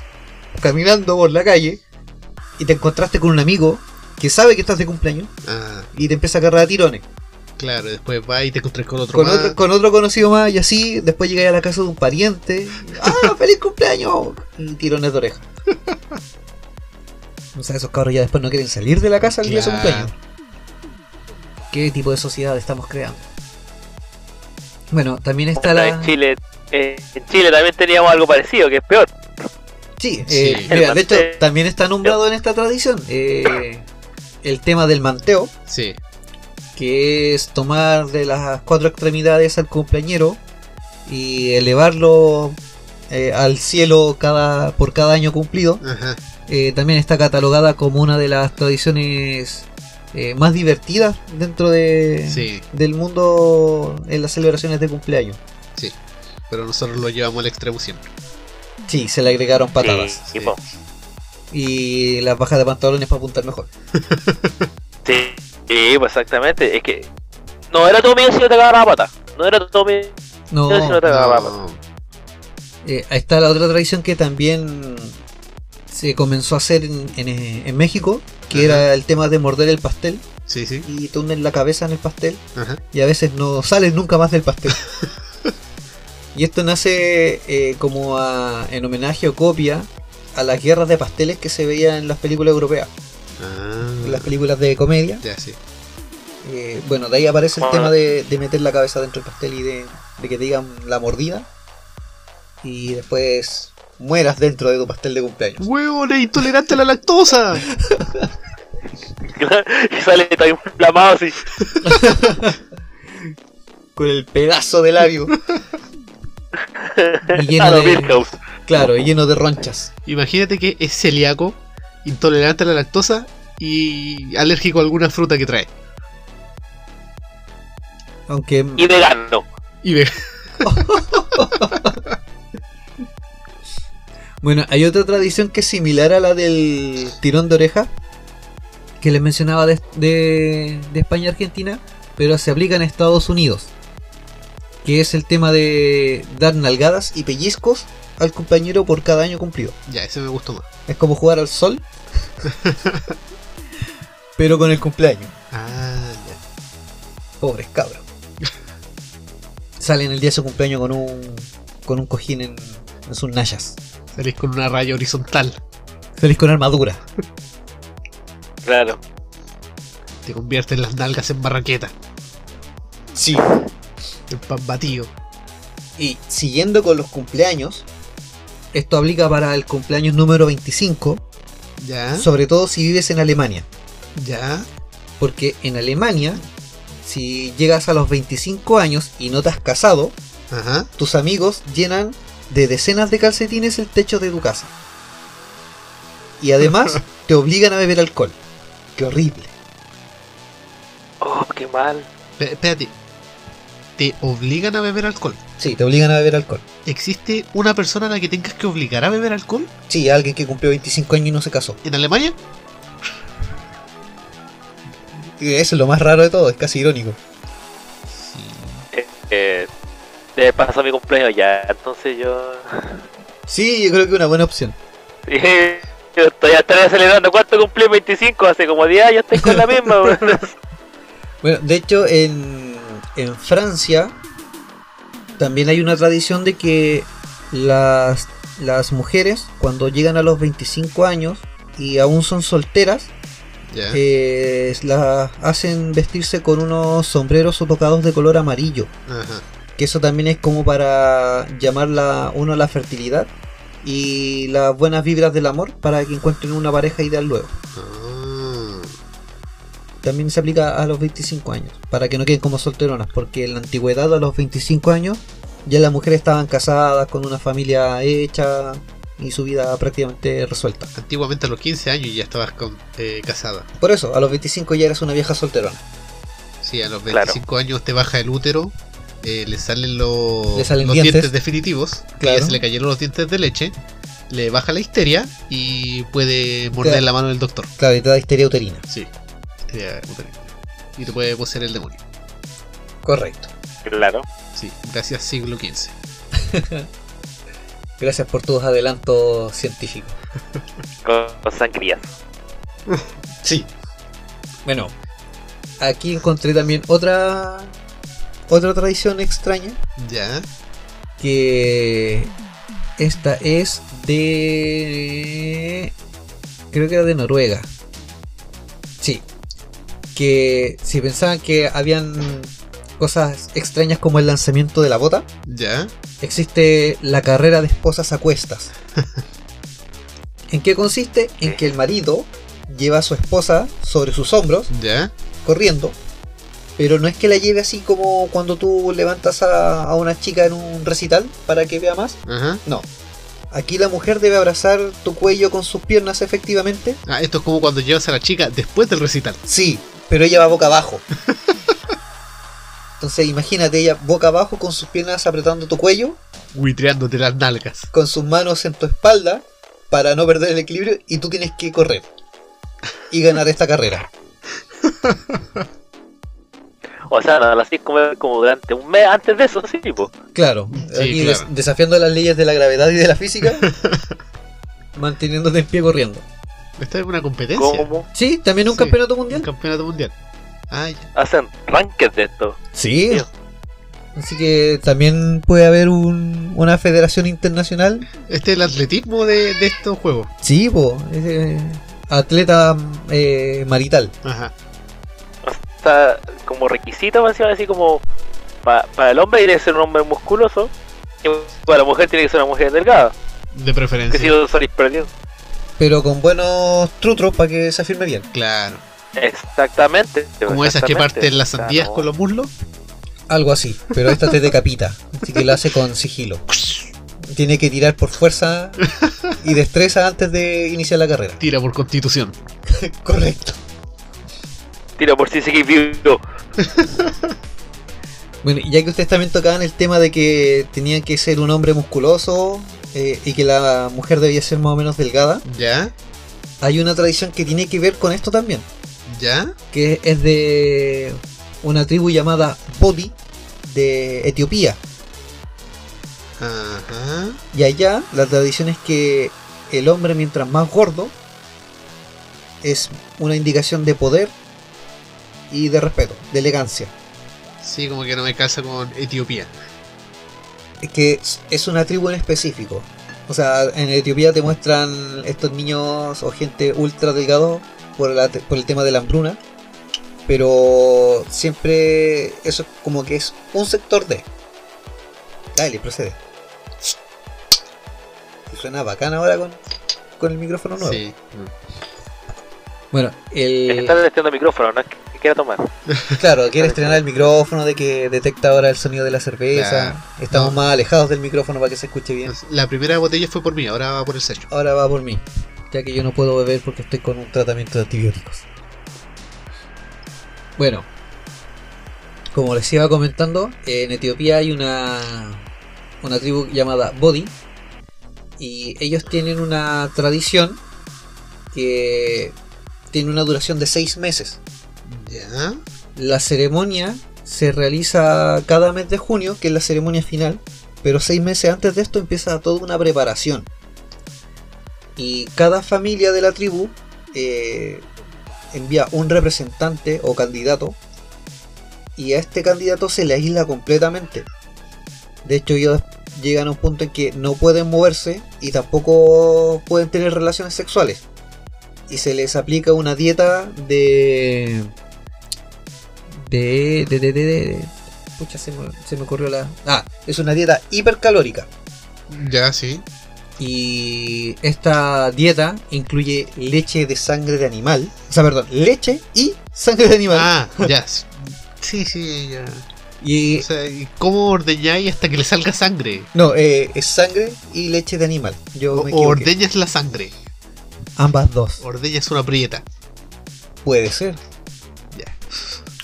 Speaker 1: caminando por la calle y te encontraste con un amigo que sabe que estás de cumpleaños
Speaker 3: Ah,
Speaker 1: y te empieza a agarrar a tirones.
Speaker 3: claro, después va y te encuentras con otro
Speaker 1: Con
Speaker 3: más.
Speaker 1: otro, con otro conocido más y así, después llegáis a la casa de un pariente. ¡Ah, feliz cumpleaños! Y tirones de oreja. O sea, esos cabros ya después no quieren salir de la casa al día de su
Speaker 3: Claro.
Speaker 1: cumpleaños. ¿Qué tipo de sociedad estamos creando? Bueno, también está
Speaker 2: En
Speaker 3: este
Speaker 1: la...
Speaker 2: Chile, eh, en Chile también teníamos algo parecido, que es peor.
Speaker 1: Sí,
Speaker 3: Sí.
Speaker 1: eh,
Speaker 2: El
Speaker 1: mira, de hecho,
Speaker 2: manteo.
Speaker 1: también está nombrado en esta tradición eh, el tema del manteo,
Speaker 3: Sí,
Speaker 1: que es tomar de las cuatro extremidades al cumpleañero y elevarlo eh, al cielo cada por cada año cumplido.
Speaker 3: ajá.
Speaker 1: Eh, también está catalogada como una de las tradiciones eh, más divertidas dentro de,
Speaker 3: Sí,
Speaker 1: del mundo en las celebraciones de cumpleaños.
Speaker 3: pero nosotros lo llevamos al extremo siempre.
Speaker 1: Sí, se le agregaron patadas
Speaker 2: Sí,
Speaker 3: sí.
Speaker 2: po.
Speaker 1: y las bajas de pantalones para apuntar mejor.
Speaker 2: Sí, sí, pues exactamente. Es que no era todo mío si no te cagaba la pata. No era todo mío si
Speaker 1: No,
Speaker 2: no te cagaba la pata.
Speaker 3: No,
Speaker 1: Eh, ahí está la otra tradición que también se comenzó a hacer en, en, eh, en México, que
Speaker 3: Ajá.
Speaker 1: era el tema de morder el pastel
Speaker 3: sí, sí.
Speaker 1: y te hunden la cabeza en el pastel
Speaker 3: Ajá.
Speaker 1: y a veces no sales nunca más del pastel. y esto nace eh, como a- en homenaje o copia a las guerras de pasteles que se veían en las películas europeas,
Speaker 3: Ah,
Speaker 1: en las películas de comedia.
Speaker 3: ya sí.
Speaker 1: Eh, bueno, de ahí aparece el
Speaker 2: Ah.
Speaker 1: tema de, de meter la cabeza dentro del pastel y de, de que te digan la mordida. Y después mueras dentro de tu pastel de cumpleaños.
Speaker 3: ¡Huevón, es intolerante a la lactosa!
Speaker 2: y sale todo inflamado así.
Speaker 1: Con el pedazo de labio. y
Speaker 2: a
Speaker 1: lleno
Speaker 2: los
Speaker 1: de,
Speaker 2: Milhouse.
Speaker 1: claro, y lleno de ronchas.
Speaker 3: Imagínate que es celíaco, intolerante a la lactosa y alérgico a alguna fruta que trae.
Speaker 1: Aunque
Speaker 2: Y vegano.
Speaker 3: Y ve,
Speaker 1: Bueno, hay otra tradición que es similar a la del tirón de oreja que les mencionaba de, de- de España y Argentina, pero se aplica en Estados Unidos. Que es el tema de dar nalgadas y pellizcos al compañero por cada año cumplido.
Speaker 3: ya, ese me gustó más.
Speaker 1: Es como jugar al sol, pero con el cumpleaños.
Speaker 3: Ah, ya.
Speaker 1: Pobres cabros. Salen el día de su cumpleaños con un, con un cojín en, en sus nayas.
Speaker 3: Salís con una raya horizontal.
Speaker 1: Feliz con armadura.
Speaker 2: Claro.
Speaker 3: Te convierte en las nalgas en barraqueta,
Speaker 1: Sí,
Speaker 3: en pan batido.
Speaker 1: Y siguiendo con los cumpleaños, esto aplica para el cumpleaños número 25,
Speaker 3: Ya,
Speaker 1: sobre todo si vives en Alemania,
Speaker 3: ya.
Speaker 1: porque en Alemania, si llegas a los 25 años y no te has casado,
Speaker 3: Ajá.
Speaker 1: tus amigos llenan de decenas de calcetines el techo de tu casa. Y además te obligan a beber alcohol. Qué horrible.
Speaker 2: Oh, qué mal.
Speaker 3: Pe- espérate. Te obligan a beber alcohol.
Speaker 1: Sí, te obligan a beber alcohol.
Speaker 3: ¿Existe una persona a la que tengas que obligar a beber alcohol?
Speaker 1: Sí, alguien que cumplió 25 años y no se casó.
Speaker 3: ¿En Alemania?
Speaker 1: Y Eso es lo más raro de todo, es casi irónico.
Speaker 3: Sí.
Speaker 2: Eh, eh, pasa mi cumpleaños ya. Entonces yo.
Speaker 1: Sí, yo creo que es una buena opción.
Speaker 2: yo estoy estaré celebrando. ¿Cuánto cumplí? 25. Hace como 10 años estoy con la misma. weón.
Speaker 1: Bueno, de hecho, en, en Francia también hay una tradición de que las, las mujeres, cuando llegan a los 25 años y aún son solteras,
Speaker 3: Ya.
Speaker 1: eh, las hacen vestirse con unos sombreros o tocados de color amarillo.
Speaker 3: Ajá.
Speaker 1: Que eso también es como para llamar la, uno la fertilidad y las buenas vibras del amor para que encuentren una pareja ideal luego.
Speaker 3: Ah,
Speaker 1: También se aplica a los 25 años, para que no queden como solteronas, porque en la antigüedad a los 25 años ya las mujeres estaban casadas, con una familia hecha y su vida prácticamente resuelta.
Speaker 3: antiguamente a los 15 años ya estabas con- eh, casada.
Speaker 1: Por eso, a los 25 ya eres una vieja solterona.
Speaker 3: Sí, a los
Speaker 2: Claro.
Speaker 3: 25 años te baja el útero, eh, le salen, los-
Speaker 1: Le salen
Speaker 3: los
Speaker 1: dientes.
Speaker 3: dientes, definitivos, que
Speaker 1: Claro.
Speaker 3: ya se le cayeron los dientes de leche, le baja la histeria y puede morder
Speaker 1: Claro.
Speaker 3: la mano del doctor.
Speaker 1: Claro, y te da histeria uterina.
Speaker 3: Sí, histeria uterina. Y te puede poseer el demonio.
Speaker 1: Correcto.
Speaker 2: Claro.
Speaker 3: Sí, gracias siglo XV.
Speaker 1: Gracias por tus adelantos científicos.
Speaker 2: Con, con sangrías.
Speaker 3: Sí,
Speaker 1: Bueno, aquí encontré también otra otra tradición extraña
Speaker 3: ya.
Speaker 1: que esta es de creo que era de Noruega. Sí. Que si pensaban que habían cosas extrañas como el lanzamiento de la bota,
Speaker 3: ¿Ya?
Speaker 1: existe la carrera de esposas a cuestas. ¿En qué consiste? En que el marido lleva a su esposa sobre sus hombros,
Speaker 3: ¿Ya?
Speaker 1: corriendo, pero no es que la lleve así como cuando tú levantas a, a una chica en un recital para que vea más.
Speaker 3: Ajá.
Speaker 1: Aquí la mujer debe abrazar tu cuello con sus piernas efectivamente.
Speaker 3: Ah, esto es como cuando llevas a la chica después del recital.
Speaker 1: Sí, pero ella va boca abajo. Entonces imagínate ella boca abajo con sus piernas apretando tu cuello
Speaker 3: Huitreándote las nalgas.
Speaker 1: con sus manos en tu espalda para no perder el equilibrio y tú tienes que correr y ganar esta carrera.
Speaker 2: O sea, nada, así como, como durante un mes antes de eso, sí, po.
Speaker 1: Claro,
Speaker 3: Sí,
Speaker 1: aquí
Speaker 3: claro.
Speaker 1: des- desafiando las leyes de la gravedad y de la física, manteniéndote en pie corriendo.
Speaker 3: Esta es una competencia.
Speaker 2: ¿Cómo?
Speaker 1: Sí, también un
Speaker 3: Sí.
Speaker 1: campeonato
Speaker 3: Un
Speaker 1: mundial.
Speaker 3: campeonato mundial. Ah, ya.
Speaker 2: Hacen rankings de esto.
Speaker 1: Sí.
Speaker 2: Sí.
Speaker 1: Así que también puede haber un- una federación internacional.
Speaker 3: Este es el atletismo de, de estos juegos.
Speaker 1: Sí, po, es, eh, atleta eh, marital.
Speaker 3: Ajá.
Speaker 2: O sea, como requisito, más encima, así como pa- para el hombre tiene que ser un hombre musculoso y para la mujer tiene que ser una mujer delgada.
Speaker 3: De
Speaker 2: Que
Speaker 3: preferencia.
Speaker 2: si no salís perdiendo.
Speaker 1: Pero con buenos trutros para que se afirme bien.
Speaker 3: Claro.
Speaker 2: Exactamente.
Speaker 3: Como esas que parten las sandías con los muslos.
Speaker 1: Algo así, pero esta te decapita, así que la hace con sigilo. Tiene que tirar por fuerza y destreza antes de iniciar la carrera.
Speaker 3: Tira por constitución.
Speaker 1: Correcto.
Speaker 2: Tira por si seguís vivo.
Speaker 1: Bueno, ya que ustedes también tocaban el tema de que tenían que ser un hombre musculoso eh, y que la mujer debía ser más o menos delgada,
Speaker 3: ¿Ya?
Speaker 1: hay una tradición que tiene que ver con esto también,
Speaker 3: ¿Ya?
Speaker 1: que es de una tribu llamada Bodi de Etiopía.
Speaker 3: Ajá.
Speaker 1: Y allá la tradición es que el hombre mientras más gordo es una indicación de poder y de respeto, de elegancia.
Speaker 3: Sí, como que no me calza con Etiopía.
Speaker 1: Es que es- es una tribu en específico. O sea, en Etiopía te muestran estos niños o gente ultra delgado por, la te- por el tema de la hambruna. Pero siempre eso como que es un sector de... Dale, procede. Suena bacán ahora con, con el micrófono nuevo.
Speaker 3: Sí.
Speaker 1: Bueno,
Speaker 2: Es que
Speaker 1: el,
Speaker 2: están testeando el micrófono, no es que que quiera tomar.
Speaker 1: claro, quiere estrenar el micrófono de que detecta ahora el sonido de la cerveza.
Speaker 3: Claro.
Speaker 1: Estamos
Speaker 3: No.
Speaker 1: más alejados del micrófono para que se escuche bien.
Speaker 3: La primera botella fue por mí, ahora va por el Sergio.
Speaker 1: Ahora va por mí, ya que yo no puedo beber porque estoy con un tratamiento de antibióticos. Bueno, como les iba comentando, en Etiopía hay una, una tribu llamada Bodi y ellos tienen una tradición que tiene una duración de seis meses.
Speaker 3: ¿Ya?
Speaker 1: La ceremonia se realiza cada mes de junio, que es la ceremonia final, pero seis meses antes de esto empieza toda una preparación. Y cada familia de la tribu eh, envía un representante o candidato, y a este candidato se le aísla completamente. De hecho, ellos llegan a un punto en que no pueden moverse y tampoco pueden tener relaciones sexuales. Y se les aplica una dieta de de, de, de, de, de- Pucha, se me, se me ocurrió la. Ah, es una dieta hipercalórica.
Speaker 3: Ya, sí.
Speaker 1: Y esta dieta incluye leche de sangre de animal. O sea, perdón, leche y sangre de animal.
Speaker 3: Ah, ya. Sí, sí, ya.
Speaker 1: y
Speaker 3: O sea, ¿y ¿cómo ordeñáis hasta que le salga sangre?
Speaker 1: no, eh, es sangre y leche de animal. Yo
Speaker 3: O
Speaker 1: me
Speaker 3: o
Speaker 1: equivoqué.
Speaker 3: ordeñas la sangre.
Speaker 1: Ambas dos.
Speaker 3: Ordeñas una prieta.
Speaker 1: Puede ser.
Speaker 3: Ya.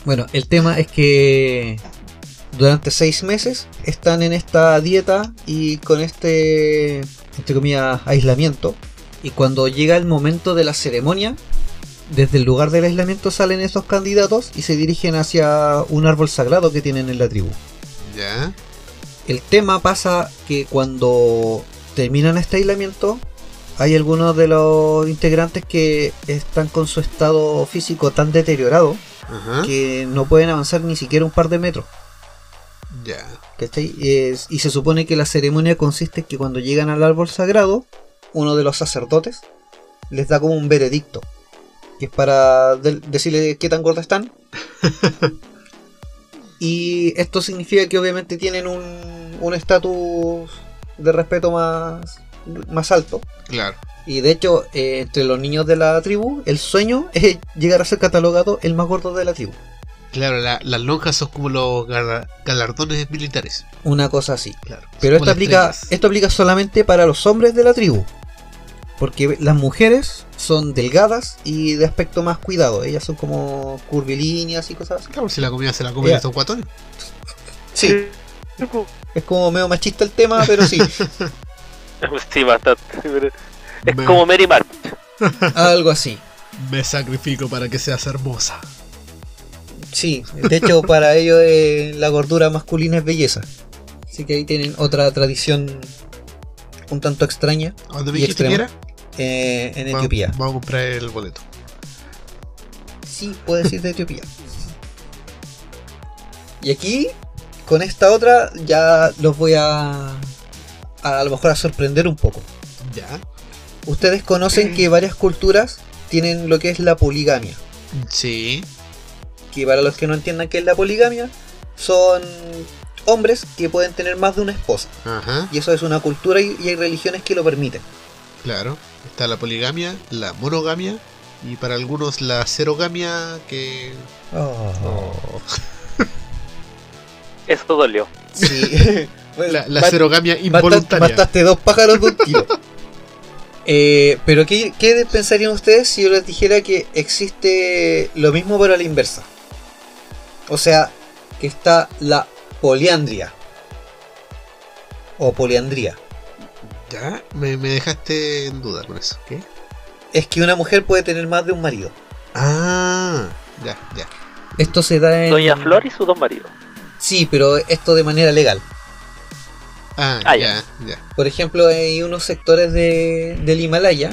Speaker 1: Bueno, el tema es que durante seis meses están en esta dieta y con este, entre comillas, aislamiento. Y cuando llega el momento de la ceremonia, desde el lugar del aislamiento salen estos candidatos y se dirigen hacia un árbol sagrado que tienen en la tribu.
Speaker 3: Ya.
Speaker 1: El tema pasa que cuando terminan este aislamiento, hay algunos de los integrantes que están con su estado físico tan deteriorado
Speaker 3: Ajá.
Speaker 1: que no pueden avanzar ni siquiera un par de metros.
Speaker 3: Ya.
Speaker 1: ¿Cachai? Es- y se supone que la ceremonia consiste en que cuando llegan al árbol sagrado, uno de los sacerdotes les da como un veredicto, que es para de- decirle qué tan gordos están. y esto significa que obviamente tienen un un estatus de respeto más, más alto.
Speaker 3: Claro.
Speaker 1: Y de hecho, eh, entre los niños de la tribu, el sueño es llegar a ser catalogado el más gordo de la tribu.
Speaker 3: Claro, la- las lonjas son como los gala- galardones militares.
Speaker 1: Una cosa así.
Speaker 3: Claro. son
Speaker 1: Pero
Speaker 3: como
Speaker 1: esto
Speaker 3: las
Speaker 1: aplica,
Speaker 3: estrellas.
Speaker 1: esto aplica solamente para los hombres de la tribu. Porque las mujeres son delgadas y de aspecto más cuidado. Ellas son como curvilíneas y cosas así.
Speaker 3: Claro, si la comida se la comen
Speaker 1: Ya.
Speaker 3: estos guatones.
Speaker 1: Sí, es como medio machista el tema, pero sí.
Speaker 2: Sí, bastante. pero Es
Speaker 3: Me-
Speaker 2: como Mary Mart.
Speaker 1: algo así.
Speaker 3: Me sacrifico para que seas hermosa.
Speaker 1: Sí, de hecho para ellos eh, la gordura masculina es belleza. Así que ahí tienen otra tradición un tanto extraña
Speaker 3: ¿A dónde me
Speaker 1: Y
Speaker 3: dijiste que
Speaker 1: extremo.
Speaker 3: era?
Speaker 1: eh, en
Speaker 3: Va-
Speaker 1: Etiopía.
Speaker 3: Vamos a comprar el boleto.
Speaker 1: Sí, puede decir de Etiopía. Y aquí, con esta otra, ya los voy a. A, a lo mejor a sorprender un poco.
Speaker 3: Ya.
Speaker 1: Ustedes conocen que varias culturas tienen lo que es la poligamia.
Speaker 3: Sí.
Speaker 1: Que para los que no entiendan qué es la poligamia, son hombres que pueden tener más de una esposa.
Speaker 3: Ajá.
Speaker 1: Y eso es una cultura y, y hay religiones que lo permiten.
Speaker 3: Claro, está la poligamia, la monogamia y para algunos la cerogamia que... Oh.
Speaker 2: Eso dolió.
Speaker 1: Sí.
Speaker 3: La, la
Speaker 1: Bat-
Speaker 3: cerogamia
Speaker 1: Mata-
Speaker 3: involuntaria.
Speaker 1: Mataste dos pájaros de un tiro. Eh, pero ¿qué, qué pensarían ustedes si yo les dijera que existe lo mismo pero a la inversa? O sea, que está la poliandria. O poliandría.
Speaker 3: Ya, me, me dejaste en duda con eso. ¿Qué?
Speaker 1: Es que una mujer puede tener más de un marido.
Speaker 3: Ah, ya, ya.
Speaker 1: Esto se da en...
Speaker 2: Doña Flor y sus dos maridos.
Speaker 1: Sí, pero esto de manera legal.
Speaker 3: Ah,
Speaker 2: Ah,
Speaker 3: ya,
Speaker 2: ya.
Speaker 3: ya.
Speaker 1: Por ejemplo, hay unos sectores de- del Himalaya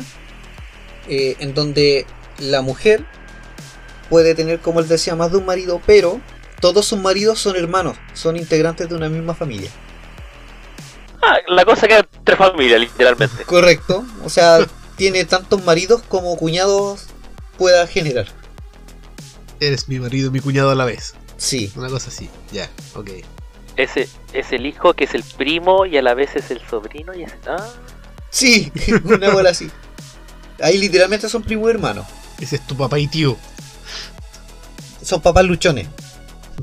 Speaker 1: eh, en donde la mujer puede tener, como él decía, más de un marido, pero todos sus maridos son hermanos, son integrantes de una misma familia.
Speaker 2: Ah, la cosa que entre familias, literalmente.
Speaker 1: Correcto, o sea, tiene tantos maridos como cuñados pueda generar.
Speaker 3: Eres mi marido y mi cuñado a la vez.
Speaker 1: Sí,
Speaker 3: Una cosa así. Ya, ok.
Speaker 2: Ese es el hijo que es el primo y a la vez es el sobrino y es... Ah,
Speaker 1: sí, una bola así. Ahí literalmente son primo y hermano,
Speaker 3: Ese es tu papá y tío.
Speaker 1: son papás luchones,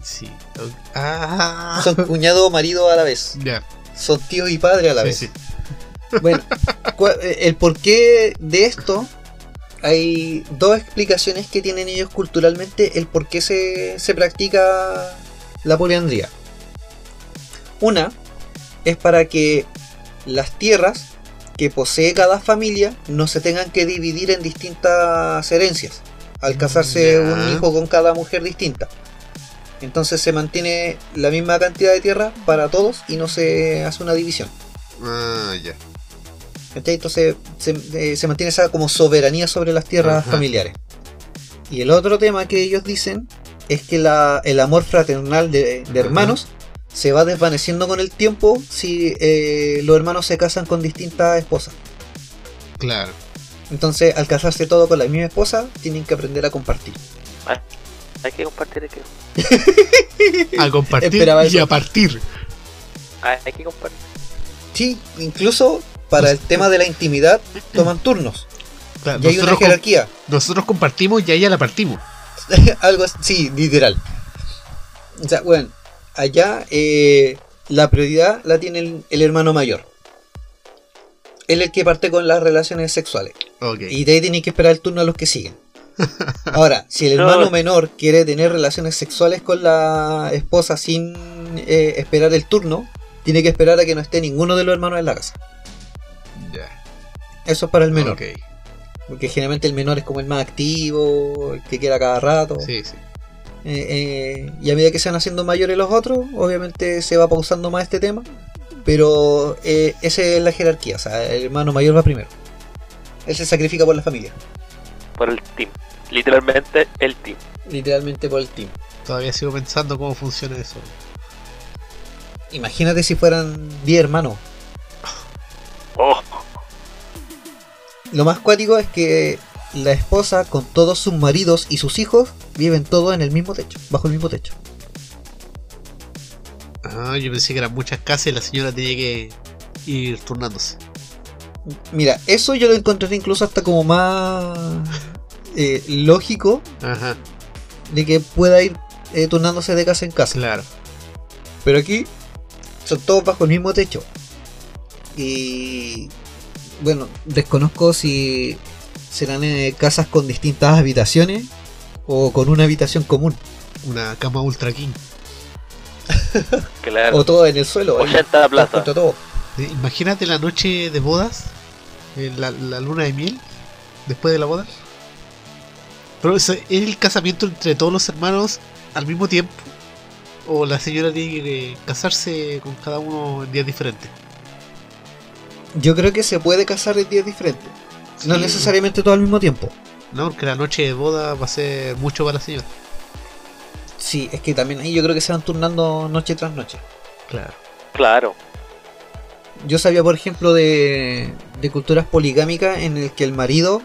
Speaker 3: Sí. ok. Ah,
Speaker 1: son cuñado o marido a la vez,
Speaker 3: ya.
Speaker 1: son tío y padre a la
Speaker 3: sí,
Speaker 1: vez.
Speaker 3: sí.
Speaker 1: Bueno, cua- eh, el porqué de esto, hay dos explicaciones que tienen ellos culturalmente el por qué se, se practica la poliandría. Una es para que las tierras que posee cada familia no se tengan que dividir en distintas herencias, al casarse
Speaker 3: Ya.
Speaker 1: un hijo con cada mujer distinta. Entonces se mantiene la misma cantidad de tierra para todos y no se hace una división.
Speaker 3: Ah, ya.
Speaker 1: ¿Cachai? Entonces se, eh, se mantiene esa como soberanía sobre las tierras
Speaker 3: Ajá.
Speaker 1: familiares. Y el otro tema que ellos dicen es que la- el amor fraternal de, de
Speaker 3: Ajá.
Speaker 1: hermanos se va desvaneciendo con el tiempo si eh, los hermanos se casan con distintas esposas.
Speaker 3: Claro.
Speaker 1: Entonces, al casarse todo con la misma esposa, tienen que aprender a compartir.
Speaker 2: hay que compartir, hay que,
Speaker 3: A compartir
Speaker 1: Esperaba
Speaker 3: y
Speaker 1: eso.
Speaker 3: a partir.
Speaker 2: hay que compartir.
Speaker 1: Sí, incluso para el tema de la intimidad toman turnos.
Speaker 3: Claro,
Speaker 1: Y hay una
Speaker 3: nosotros, com-
Speaker 1: jerarquía.
Speaker 3: nosotros compartimos y a ella la partimos.
Speaker 1: Algo así, sí, literal. O sea, bueno, allá eh, la prioridad la tiene el, el hermano mayor. Él es el que parte con las relaciones sexuales.
Speaker 3: Ok.
Speaker 1: Y de ahí tienen que esperar el turno a los que siguen. Ahora, si el hermano
Speaker 2: No.
Speaker 1: menor quiere tener relaciones sexuales con la esposa sin eh, esperar el turno, tiene que esperar a que no esté ninguno de los hermanos en la casa.
Speaker 3: Ya,
Speaker 1: Eso es para el menor.
Speaker 3: ok.
Speaker 1: Porque generalmente el menor es como el más activo, el que queda cada rato.
Speaker 3: Sí, sí.
Speaker 1: Eh, eh, y a medida que se van haciendo mayores los otros, obviamente se va pausando más este tema. Pero eh, esa es la jerarquía, o sea, el hermano mayor va primero. Él se sacrifica por la familia,
Speaker 2: por el team. Literalmente el team.
Speaker 1: literalmente por el team.
Speaker 3: Todavía sigo pensando cómo funciona eso.
Speaker 1: Imagínate si fueran 10 hermanos.
Speaker 2: Oh,
Speaker 1: Lo más cuático es que la esposa con todos sus maridos y sus hijos viven todos en el mismo techo, bajo el mismo techo.
Speaker 3: Ah, yo pensé que eran muchas casas y la señora tenía que ir turnándose.
Speaker 1: Mira, eso yo lo encontré incluso hasta como más eh, lógico
Speaker 3: Ajá,
Speaker 1: de que pueda ir eh, turnándose de casa en casa.
Speaker 3: claro.
Speaker 1: Pero aquí son todos bajo el mismo techo. Y bueno, desconozco si serán eh, casas con distintas habitaciones o con una habitación común.
Speaker 3: Una cama ultra king.
Speaker 2: claro.
Speaker 1: O todo en el suelo. ahí,
Speaker 2: 80 plazas.
Speaker 1: contra todo.
Speaker 3: Eh, Imagínate la noche de bodas, eh, la, la luna de miel, después de la boda. Pero es es el casamiento entre todos los hermanos al mismo tiempo. O la señora tiene que eh, casarse con cada uno en días diferentes.
Speaker 1: Yo creo que se puede casar en días diferentes. No
Speaker 3: Sí.
Speaker 1: necesariamente todo al mismo tiempo.
Speaker 3: No, porque la noche de boda va a ser mucho para la señora.
Speaker 1: Sí, es que también ahí yo creo que se van turnando noche tras noche.
Speaker 3: Claro.
Speaker 2: Claro.
Speaker 1: Yo sabía, por ejemplo, de, de culturas poligámicas en el que el marido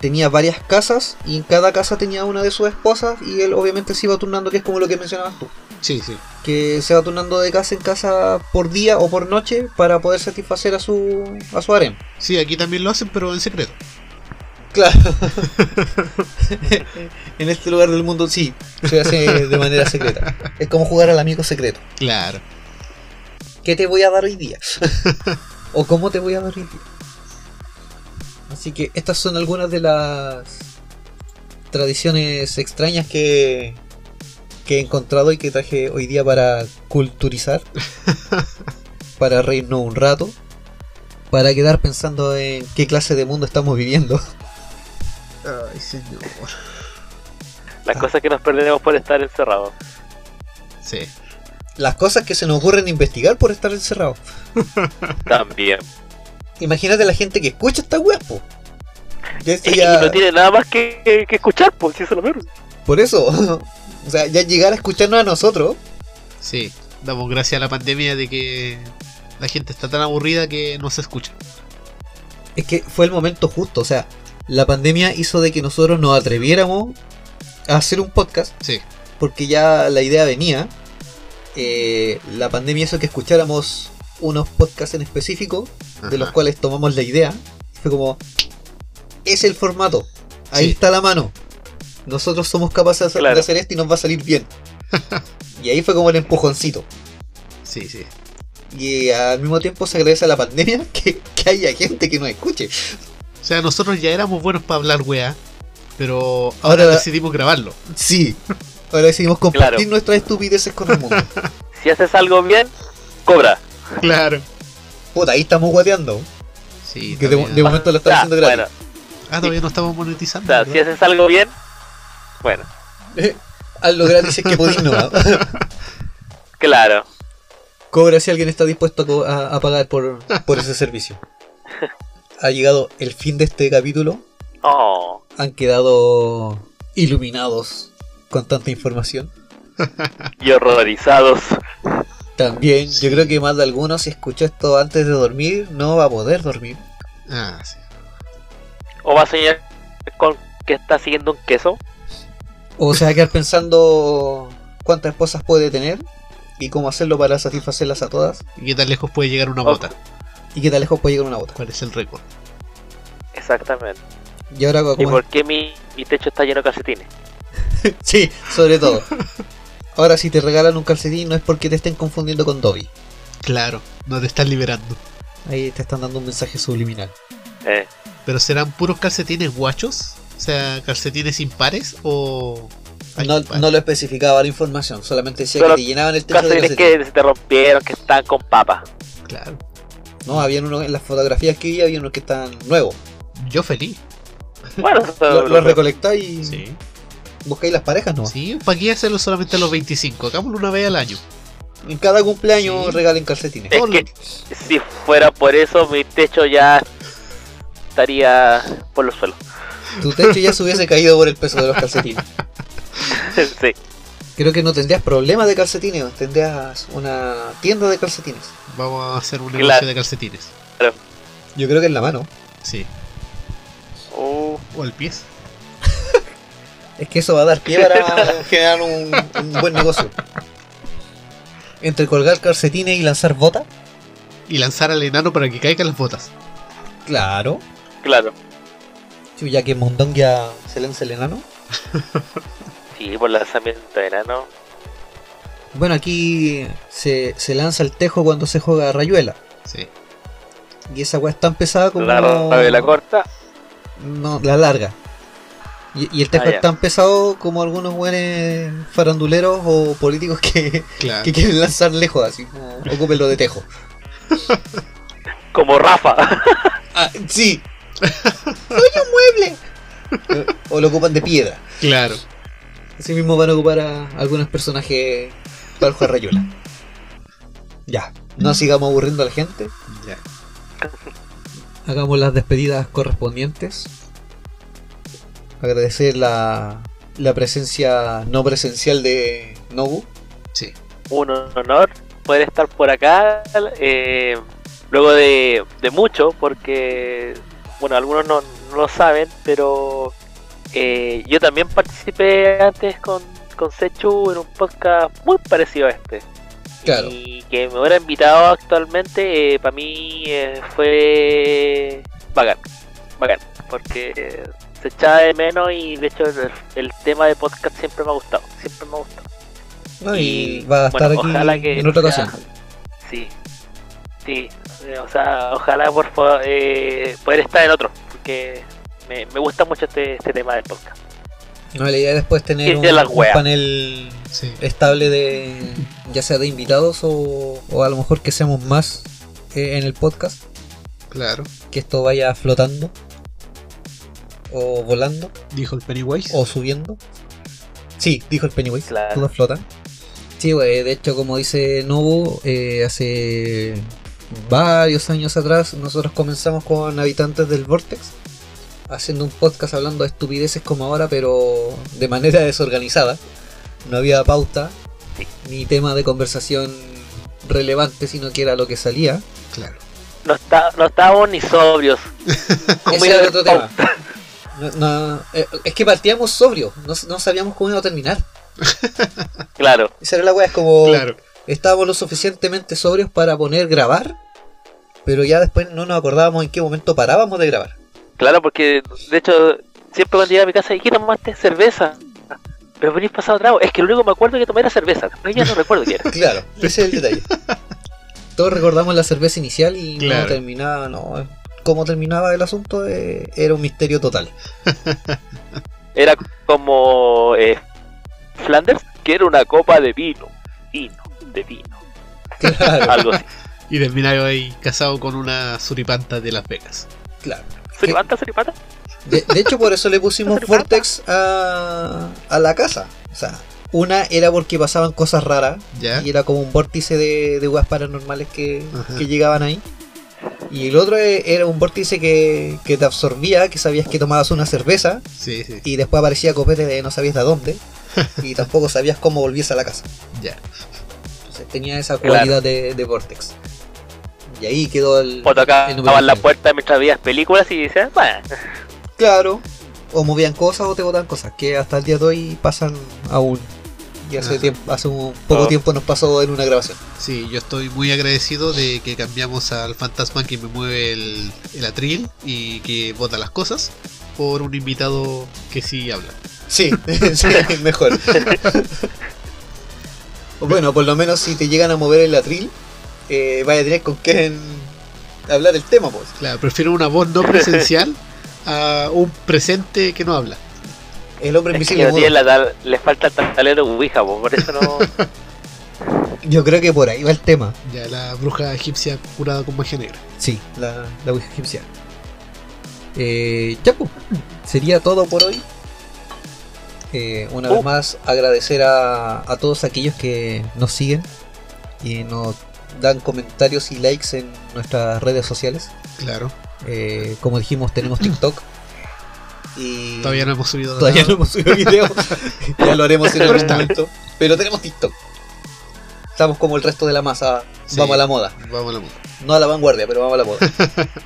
Speaker 1: tenía varias casas y en cada casa tenía una de sus esposas y él obviamente se iba turnando, que es como lo que mencionabas tú,
Speaker 3: Sí, sí.
Speaker 1: que se va turnando de casa en casa por día o por noche para poder satisfacer a su a su harem.
Speaker 3: Sí, aquí también lo hacen, pero en secreto.
Speaker 1: Claro. en este lugar del mundo sí, se hace de manera secreta. Es como jugar al amigo secreto.
Speaker 3: Claro.
Speaker 1: ¿qué te voy a dar hoy día? ¿O cómo te voy a dar hoy día? Así que estas son algunas de las tradiciones extrañas que, que he encontrado y que traje hoy día para culturizar, para reírnos un rato, para quedar pensando en qué clase de mundo estamos viviendo.
Speaker 3: Ay, señor.
Speaker 1: Ah.
Speaker 2: Las cosas que nos perdemos por estar encerrados.
Speaker 3: Sí.
Speaker 1: Las cosas que se nos ocurren investigar por estar encerrados.
Speaker 2: También.
Speaker 1: Imagínate la gente que escucha esta web, po. Ya esto ya-
Speaker 2: Y no tiene nada más que, que escuchar, pues, si eso es lo peor.
Speaker 1: Por eso, o sea, ya llegar a escucharnos a nosotros,
Speaker 3: Sí. Damos gracias a la pandemia de que la gente está tan aburrida que no se escucha.
Speaker 1: es que fue el momento justo, o sea, la pandemia hizo de que nosotros nos atreviéramos a hacer un podcast,
Speaker 3: Sí.
Speaker 1: porque ya la idea venía, Eh, la pandemia hizo que escucháramos unos podcasts en específico, de los
Speaker 3: Ajá.
Speaker 1: cuales tomamos la idea, fue como, es el formato, ahí
Speaker 3: Sí.
Speaker 1: está la mano, nosotros somos capaces de
Speaker 2: Claro.
Speaker 1: hacer esto y nos va a salir bien. y ahí fue como el empujoncito.
Speaker 3: Sí, sí.
Speaker 1: Y al mismo tiempo se agradece a la pandemia que, que haya gente que nos escuche.
Speaker 3: O sea, nosotros ya éramos buenos para hablar, weá. Pero ahora,
Speaker 1: Ahora-
Speaker 3: decidimos grabarlo.
Speaker 1: Sí. Ahora decidimos compartir
Speaker 2: Claro.
Speaker 1: nuestras estupideces con el mundo.
Speaker 2: Si haces algo bien, cobra.
Speaker 3: Claro.
Speaker 1: Puta, ahí estamos guateando.
Speaker 3: Sí.
Speaker 1: Que de,
Speaker 3: todavía-
Speaker 1: de momento lo estamos
Speaker 2: Ya,
Speaker 1: haciendo
Speaker 2: bueno,
Speaker 1: gratis.
Speaker 3: Ah, todavía no estamos monetizando.
Speaker 2: ya, si
Speaker 3: ¿verdad?
Speaker 2: haces algo bien, bueno,
Speaker 1: Hazlo gratis es que podís no. ¿ah?
Speaker 2: claro.
Speaker 1: Cobra si alguien está dispuesto a co- a, a pagar por, por ese servicio. Ha llegado el fin de este capítulo.
Speaker 2: Oh,
Speaker 1: Han quedado iluminados con tanta información.
Speaker 2: y horrorizados.
Speaker 1: También, yo creo que más de algunos, si escuchó esto antes de dormir, no va a poder dormir.
Speaker 3: Ah, sí.
Speaker 2: O va a soñar con que está siguiendo un queso.
Speaker 1: O se va a quedar pensando cuántas esposas puede tener y cómo hacerlo para satisfacerlas a todas.
Speaker 3: ¿Y qué tan lejos puede llegar una bota?
Speaker 1: y qué tan lejos puede llegar una bota.
Speaker 3: ¿Cuál es el récord?
Speaker 2: Exactamente.
Speaker 1: Y ahora, como
Speaker 2: ¿Y por qué mi, mi techo está lleno de calcetines?
Speaker 1: Sí, sobre todo. Ahora, si te regalan un calcetín, no es porque te estén confundiendo con Dobby.
Speaker 3: Claro, no te estás liberando.
Speaker 1: Ahí te están dando un mensaje subliminal.
Speaker 2: Eh,
Speaker 3: ¿Pero serán puros calcetines guachos? O sea, calcetines impares o... hay
Speaker 1: No,
Speaker 3: impares?
Speaker 1: no lo especificaba la información, solamente decía
Speaker 2: Solo
Speaker 1: que te llenaban el techo de
Speaker 2: calcetines
Speaker 1: calcetín.
Speaker 2: que se te rompieron, que están con papa.
Speaker 3: Claro.
Speaker 1: No, habían unos en las fotografías que vi, había unos que estaban nuevos.
Speaker 3: Yo feliz.
Speaker 2: Bueno, eso
Speaker 1: Lo-
Speaker 2: lo-
Speaker 1: Los recolectáis y
Speaker 3: Sí.
Speaker 1: buscáis las parejas, ¿no?
Speaker 3: Sí, ¿para qué hacerlo solamente a los 25? Hagámoslo una vez al año.
Speaker 1: En cada cumpleaños
Speaker 3: Sí.
Speaker 1: regalen calcetines.
Speaker 2: Es que si fuera por eso, mi techo ya estaría por los suelos.
Speaker 1: Tu techo ya se hubiese caído por el peso de los calcetines.
Speaker 2: sí.
Speaker 1: Creo que no tendrías problemas de calcetines, tendrías una tienda de calcetines.
Speaker 3: Vamos a hacer un
Speaker 2: Claro.
Speaker 3: negocio de calcetines.
Speaker 1: Yo creo que en la mano.
Speaker 3: Sí.
Speaker 1: Oh,
Speaker 2: Uh,
Speaker 3: O al pie.
Speaker 1: Es que eso va a dar pie para generar un, un buen negocio. Entre colgar calcetines y lanzar botas.
Speaker 3: Y lanzar al enano para que caigan las botas.
Speaker 1: Claro.
Speaker 2: claro.
Speaker 1: Ya que Mondón ya se lanza el enano.
Speaker 2: Sí, por lanzamiento de enano.
Speaker 1: Bueno, aquí se, se lanza el tejo cuando se juega a rayuela.
Speaker 3: Sí.
Speaker 1: Y esa weá es tan pesada como.
Speaker 2: La ropa de la corta.
Speaker 1: No, la larga. Y, y el tejo
Speaker 2: Ah, ya.
Speaker 1: es tan pesado como algunos buenos faranduleros o políticos que,
Speaker 3: Claro.
Speaker 1: que quieren lanzar lejos, así como ocúpenlo de tejo.
Speaker 2: Como Rafa.
Speaker 1: Ah, sí. ¡Soy un mueble! Eh, o lo ocupan de piedra.
Speaker 3: Claro.
Speaker 1: Así mismo van a ocupar a algunos personajes para el juego de Rayuela. Ya, no sigamos aburriendo a la gente.
Speaker 3: Ya.
Speaker 1: Hagamos las despedidas correspondientes. Agradecer la, la presencia no presencial de Nobu.
Speaker 3: Sí.
Speaker 2: Un honor poder estar por acá. eh, luego de, de mucho, porque, bueno, algunos no, no lo saben, pero eh, yo también participé antes con, con Sechu en un podcast muy parecido a este.
Speaker 1: Claro.
Speaker 2: Y que me hubiera invitado actualmente, para mí eh, fue bacán, bacán, porque eh, se echaba de menos y de hecho el, el tema de podcast siempre me ha gustado, siempre me ha gustado.
Speaker 1: ¿no? Y,
Speaker 2: Y,
Speaker 1: va a
Speaker 2: bueno,
Speaker 1: estar
Speaker 2: ojalá
Speaker 1: aquí
Speaker 2: que
Speaker 1: en otra
Speaker 2: sea-
Speaker 1: ocasión.
Speaker 2: Sí, sí, eh, o sea, ojalá por favor eh, poder estar en otro, porque me, me gusta mucho este, este tema del podcast.
Speaker 1: No, la idea es después tener
Speaker 2: Y
Speaker 1: un,
Speaker 2: de las
Speaker 1: un
Speaker 2: weas.
Speaker 1: panel
Speaker 3: Sí.
Speaker 1: estable de ya sea de invitados o, o a lo mejor que seamos más eh, en el podcast
Speaker 3: Claro.
Speaker 1: que esto vaya flotando o volando
Speaker 3: Dijo el Pennywise.
Speaker 1: o subiendo sí dijo el Pennywise
Speaker 2: Claro.
Speaker 1: todos flotan sí güey, de hecho como dice Nobu eh, hace varios años atrás nosotros comenzamos con habitantes del Vortex haciendo un podcast hablando de estupideces como ahora pero de manera desorganizada no había pauta ni tema de conversación relevante sino que era lo que salía
Speaker 3: Claro.
Speaker 2: No, está, no estábamos ni sobrios.
Speaker 1: Ese era el otro tema. No, no, eh, es que partíamos sobrio, no, no sabíamos cómo iba a terminar.
Speaker 2: Claro,
Speaker 1: Esa era la weá, es como
Speaker 3: Claro.
Speaker 1: estábamos lo suficientemente sobrios para poner grabar, pero ya después no nos acordábamos en qué momento parábamos de grabar.
Speaker 2: claro, porque de hecho siempre cuando llegaba a mi casa, ¿y qué tomaste? Cerveza. Pero venís pasado trago. Es que lo único que me acuerdo que tomé era cerveza. Después ya no recuerdo qué era.
Speaker 1: Claro, ese es el detalle. Todos recordamos la cerveza inicial y cómo
Speaker 3: Claro.
Speaker 1: terminaba, no, cómo terminaba el asunto eh, era un misterio total.
Speaker 2: Era como eh, Flanders, que era una copa de vino. Vino, de vino.
Speaker 1: Claro,
Speaker 2: Algo así.
Speaker 3: Y terminaba ahí casado con una suripanta de Las Vegas.
Speaker 1: claro.
Speaker 2: ¿Se levanta, se levanta?
Speaker 1: De, de hecho, por eso le pusimos Vortex a, a la casa. O sea, una era porque pasaban cosas raras
Speaker 3: ¿Ya?
Speaker 1: y era como un vórtice de, de weas paranormales que,
Speaker 3: Ajá.
Speaker 1: que llegaban ahí. Y el otro e- era un vórtice que, que te absorbía, que sabías que tomabas una cerveza
Speaker 3: Sí, sí.
Speaker 1: y después aparecía copete de no sabías de dónde y tampoco sabías cómo volvías a la casa.
Speaker 3: Ya.
Speaker 1: Entonces tenía esa
Speaker 2: Claro.
Speaker 1: cualidad de, de Vortex. Y ahí quedó el.
Speaker 2: O
Speaker 1: el número
Speaker 2: tocaban la
Speaker 1: cinco.
Speaker 2: puerta mientras veías películas y decías, bueno,
Speaker 1: Claro. O movían cosas o te botan cosas que hasta el día de hoy pasan aún. Y hace,
Speaker 3: Ajá.
Speaker 1: tiempo, hace un poco
Speaker 2: Oh.
Speaker 1: tiempo nos pasó en una grabación.
Speaker 3: Sí, yo estoy muy agradecido de que cambiamos al fantasma que me mueve el, el atril y que bota las cosas por un invitado que sí habla.
Speaker 1: Sí, sí, mejor. bueno, por lo menos si te llegan a mover el atril, eh, vaya a tener con quién hablar el tema, pues.
Speaker 3: Claro, prefiero una voz no presencial a un presente que no habla.
Speaker 1: El hombre
Speaker 2: Es que
Speaker 1: invisible.
Speaker 2: no tiene
Speaker 1: mudo.
Speaker 2: la tal- le falta el talero Ouija, po, por eso no.
Speaker 1: Yo creo que por ahí va el tema.
Speaker 3: Ya la bruja egipcia curada con magia negra.
Speaker 1: Sí, la, la Ouija egipcia. Eh, ya, pues, sería todo por hoy. Eh, una
Speaker 2: Oh.
Speaker 1: vez más, agradecer a, a todos aquellos que nos siguen y nos dan comentarios y likes en nuestras redes sociales.
Speaker 3: Claro,
Speaker 1: Eh, como dijimos, tenemos TikTok. Y
Speaker 3: todavía no hemos subido
Speaker 1: todavía no
Speaker 3: nada.
Speaker 1: hemos subido video. ya lo haremos en algún
Speaker 3: Está.
Speaker 1: momento. Pero tenemos TikTok. Estamos como el resto de la masa.
Speaker 3: Sí.
Speaker 1: Vamos a la moda.
Speaker 3: Vamos a la moda.
Speaker 1: No a la vanguardia, pero vamos a la moda.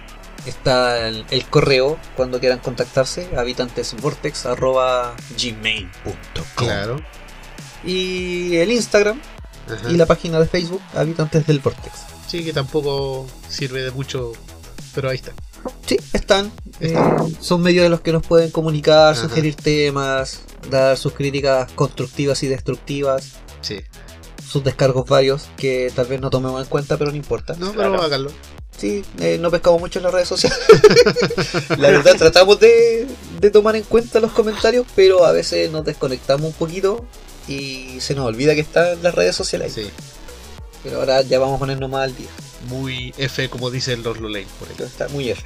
Speaker 1: Está el, el correo cuando quieran contactarse, habitantesvortex.gmail.com
Speaker 3: Claro.
Speaker 1: Y el Instagram
Speaker 3: Ajá.
Speaker 1: y la página de Facebook, Habitantes del Vortex.
Speaker 3: Sí, que tampoco sirve de mucho, pero ahí está.
Speaker 1: Sí, están.
Speaker 3: Están.
Speaker 1: eh, son medios de los que nos pueden comunicar,
Speaker 3: Ajá.
Speaker 1: sugerir temas, dar sus críticas constructivas y destructivas,
Speaker 3: Sí.
Speaker 1: sus descargos varios que tal vez no tomemos en cuenta, pero no importa.
Speaker 3: No, pero
Speaker 2: Claro.
Speaker 3: háganlo.
Speaker 1: Sí, eh, no pescamos mucho en las redes sociales. la verdad, tratamos de, de tomar en cuenta los comentarios, pero a veces nos desconectamos un poquito y se nos olvida que están las redes sociales. ahí.
Speaker 3: Sí.
Speaker 1: Pero ahora ya vamos a ponernos más al día.
Speaker 3: Muy F como dicen los Lolane por ahí.
Speaker 1: pero Está muy F.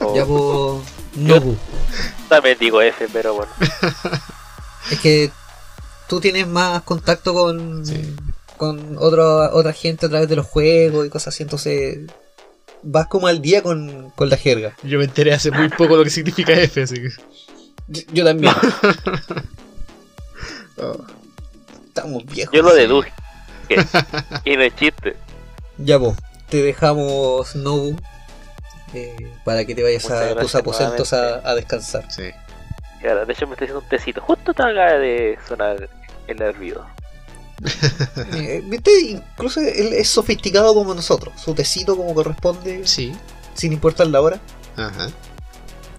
Speaker 1: Oh.
Speaker 2: o-
Speaker 1: Ya por Nobu.
Speaker 2: También digo F, pero bueno.
Speaker 1: Es que tú tienes más contacto con,
Speaker 3: Sí.
Speaker 1: con otro- otra gente a través de los juegos y cosas así, entonces vas como al día con, con la jerga.
Speaker 3: Yo me enteré hace muy poco lo que significa F, así que.
Speaker 1: Yo, yo también.
Speaker 3: Oh.
Speaker 1: Estamos viejos.
Speaker 2: Yo lo deduje. y no es chiste.
Speaker 1: Ya vos, te dejamos Nobu eh, para que te vayas
Speaker 2: Muchas
Speaker 1: a tus
Speaker 2: gracias
Speaker 1: aposentos
Speaker 2: nuevamente.
Speaker 1: a, a descansar.
Speaker 3: Sí.
Speaker 2: Y ahora, de hecho, me estoy haciendo un tecito. Justo te acaba de sonar el hervido.
Speaker 1: Eh, Viste, incluso él es sofisticado como nosotros, su tecito como corresponde,
Speaker 3: Sí.
Speaker 1: sin importar la hora.
Speaker 3: Ajá.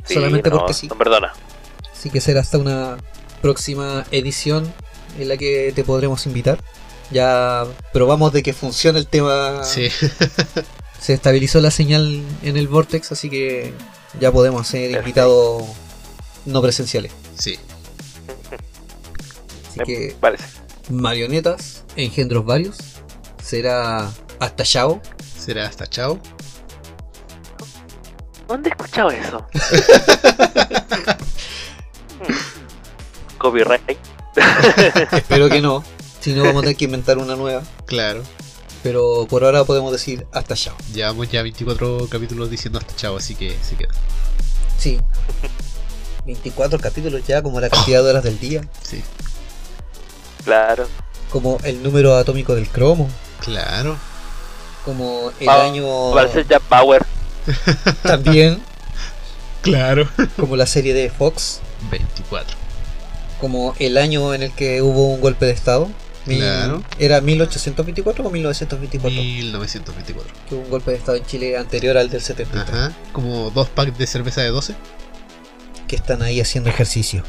Speaker 2: Sí,
Speaker 1: Solamente
Speaker 2: no,
Speaker 1: porque sí.
Speaker 2: No, perdona.
Speaker 1: Así que será hasta una próxima edición en la que te podremos invitar. Ya probamos de que funciona el tema.
Speaker 3: Sí.
Speaker 1: Se estabilizó la señal en el Vortex, así que ya podemos ser
Speaker 2: Perfecto.
Speaker 1: invitados no presenciales.
Speaker 3: Sí.
Speaker 1: Así
Speaker 2: Me
Speaker 1: que
Speaker 2: parece.
Speaker 1: marionetas, engendros varios. Será hasta chao.
Speaker 3: Será hasta chao.
Speaker 2: ¿Dónde he escuchado eso? Mm. Copyright.
Speaker 1: Espero que no. Si no, vamos a tener que inventar una nueva.
Speaker 3: Claro.
Speaker 1: Pero por ahora podemos decir hasta chao.
Speaker 3: Llevamos ya 24 capítulos diciendo hasta chao, así que se queda.
Speaker 1: Sí. 24 capítulos ya, como la cantidad de horas del día.
Speaker 3: Sí.
Speaker 2: Claro.
Speaker 1: Como el número atómico del cromo.
Speaker 3: Claro.
Speaker 1: Como el
Speaker 2: Pa-
Speaker 1: año
Speaker 2: Parece Jack Power.
Speaker 1: también.
Speaker 3: Claro.
Speaker 1: Como la serie de Fox.
Speaker 3: 24.
Speaker 1: Como el año en el que hubo un golpe de estado. Mil-
Speaker 3: Claro.
Speaker 1: ¿Era 1824 o 1924?
Speaker 3: 1924.
Speaker 1: Que hubo un golpe de estado en Chile anterior al del 73.
Speaker 3: Ajá. Como dos packs de cerveza de 12.
Speaker 1: que están ahí haciendo ejercicio.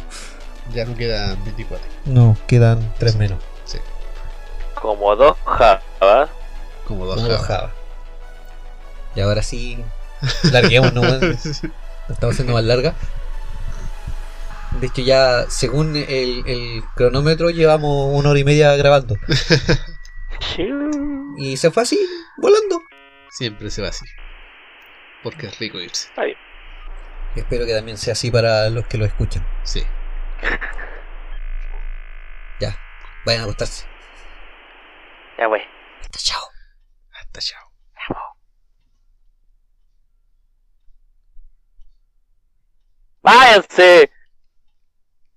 Speaker 3: Ya no quedan 24.
Speaker 1: No, quedan tres menos.
Speaker 2: Como dos jabas.
Speaker 3: Como dos
Speaker 1: Uno
Speaker 3: jabas.
Speaker 1: bajaba. Y ahora sí, larguemos, ¿no? La estamos haciendo más larga. De hecho, ya según el, el cronómetro, llevamos una hora y media grabando.
Speaker 2: Está
Speaker 1: Y se fue así, volando.
Speaker 3: Siempre se va así. Porque es rico irse.
Speaker 2: bien.
Speaker 1: Y espero que también sea así para los que lo escuchan.
Speaker 3: Sí.
Speaker 1: Ya, vayan a acostarse.
Speaker 2: Ya, pues. güey.
Speaker 1: Hasta chao.
Speaker 3: Hasta chao.
Speaker 2: ¡Váyanse!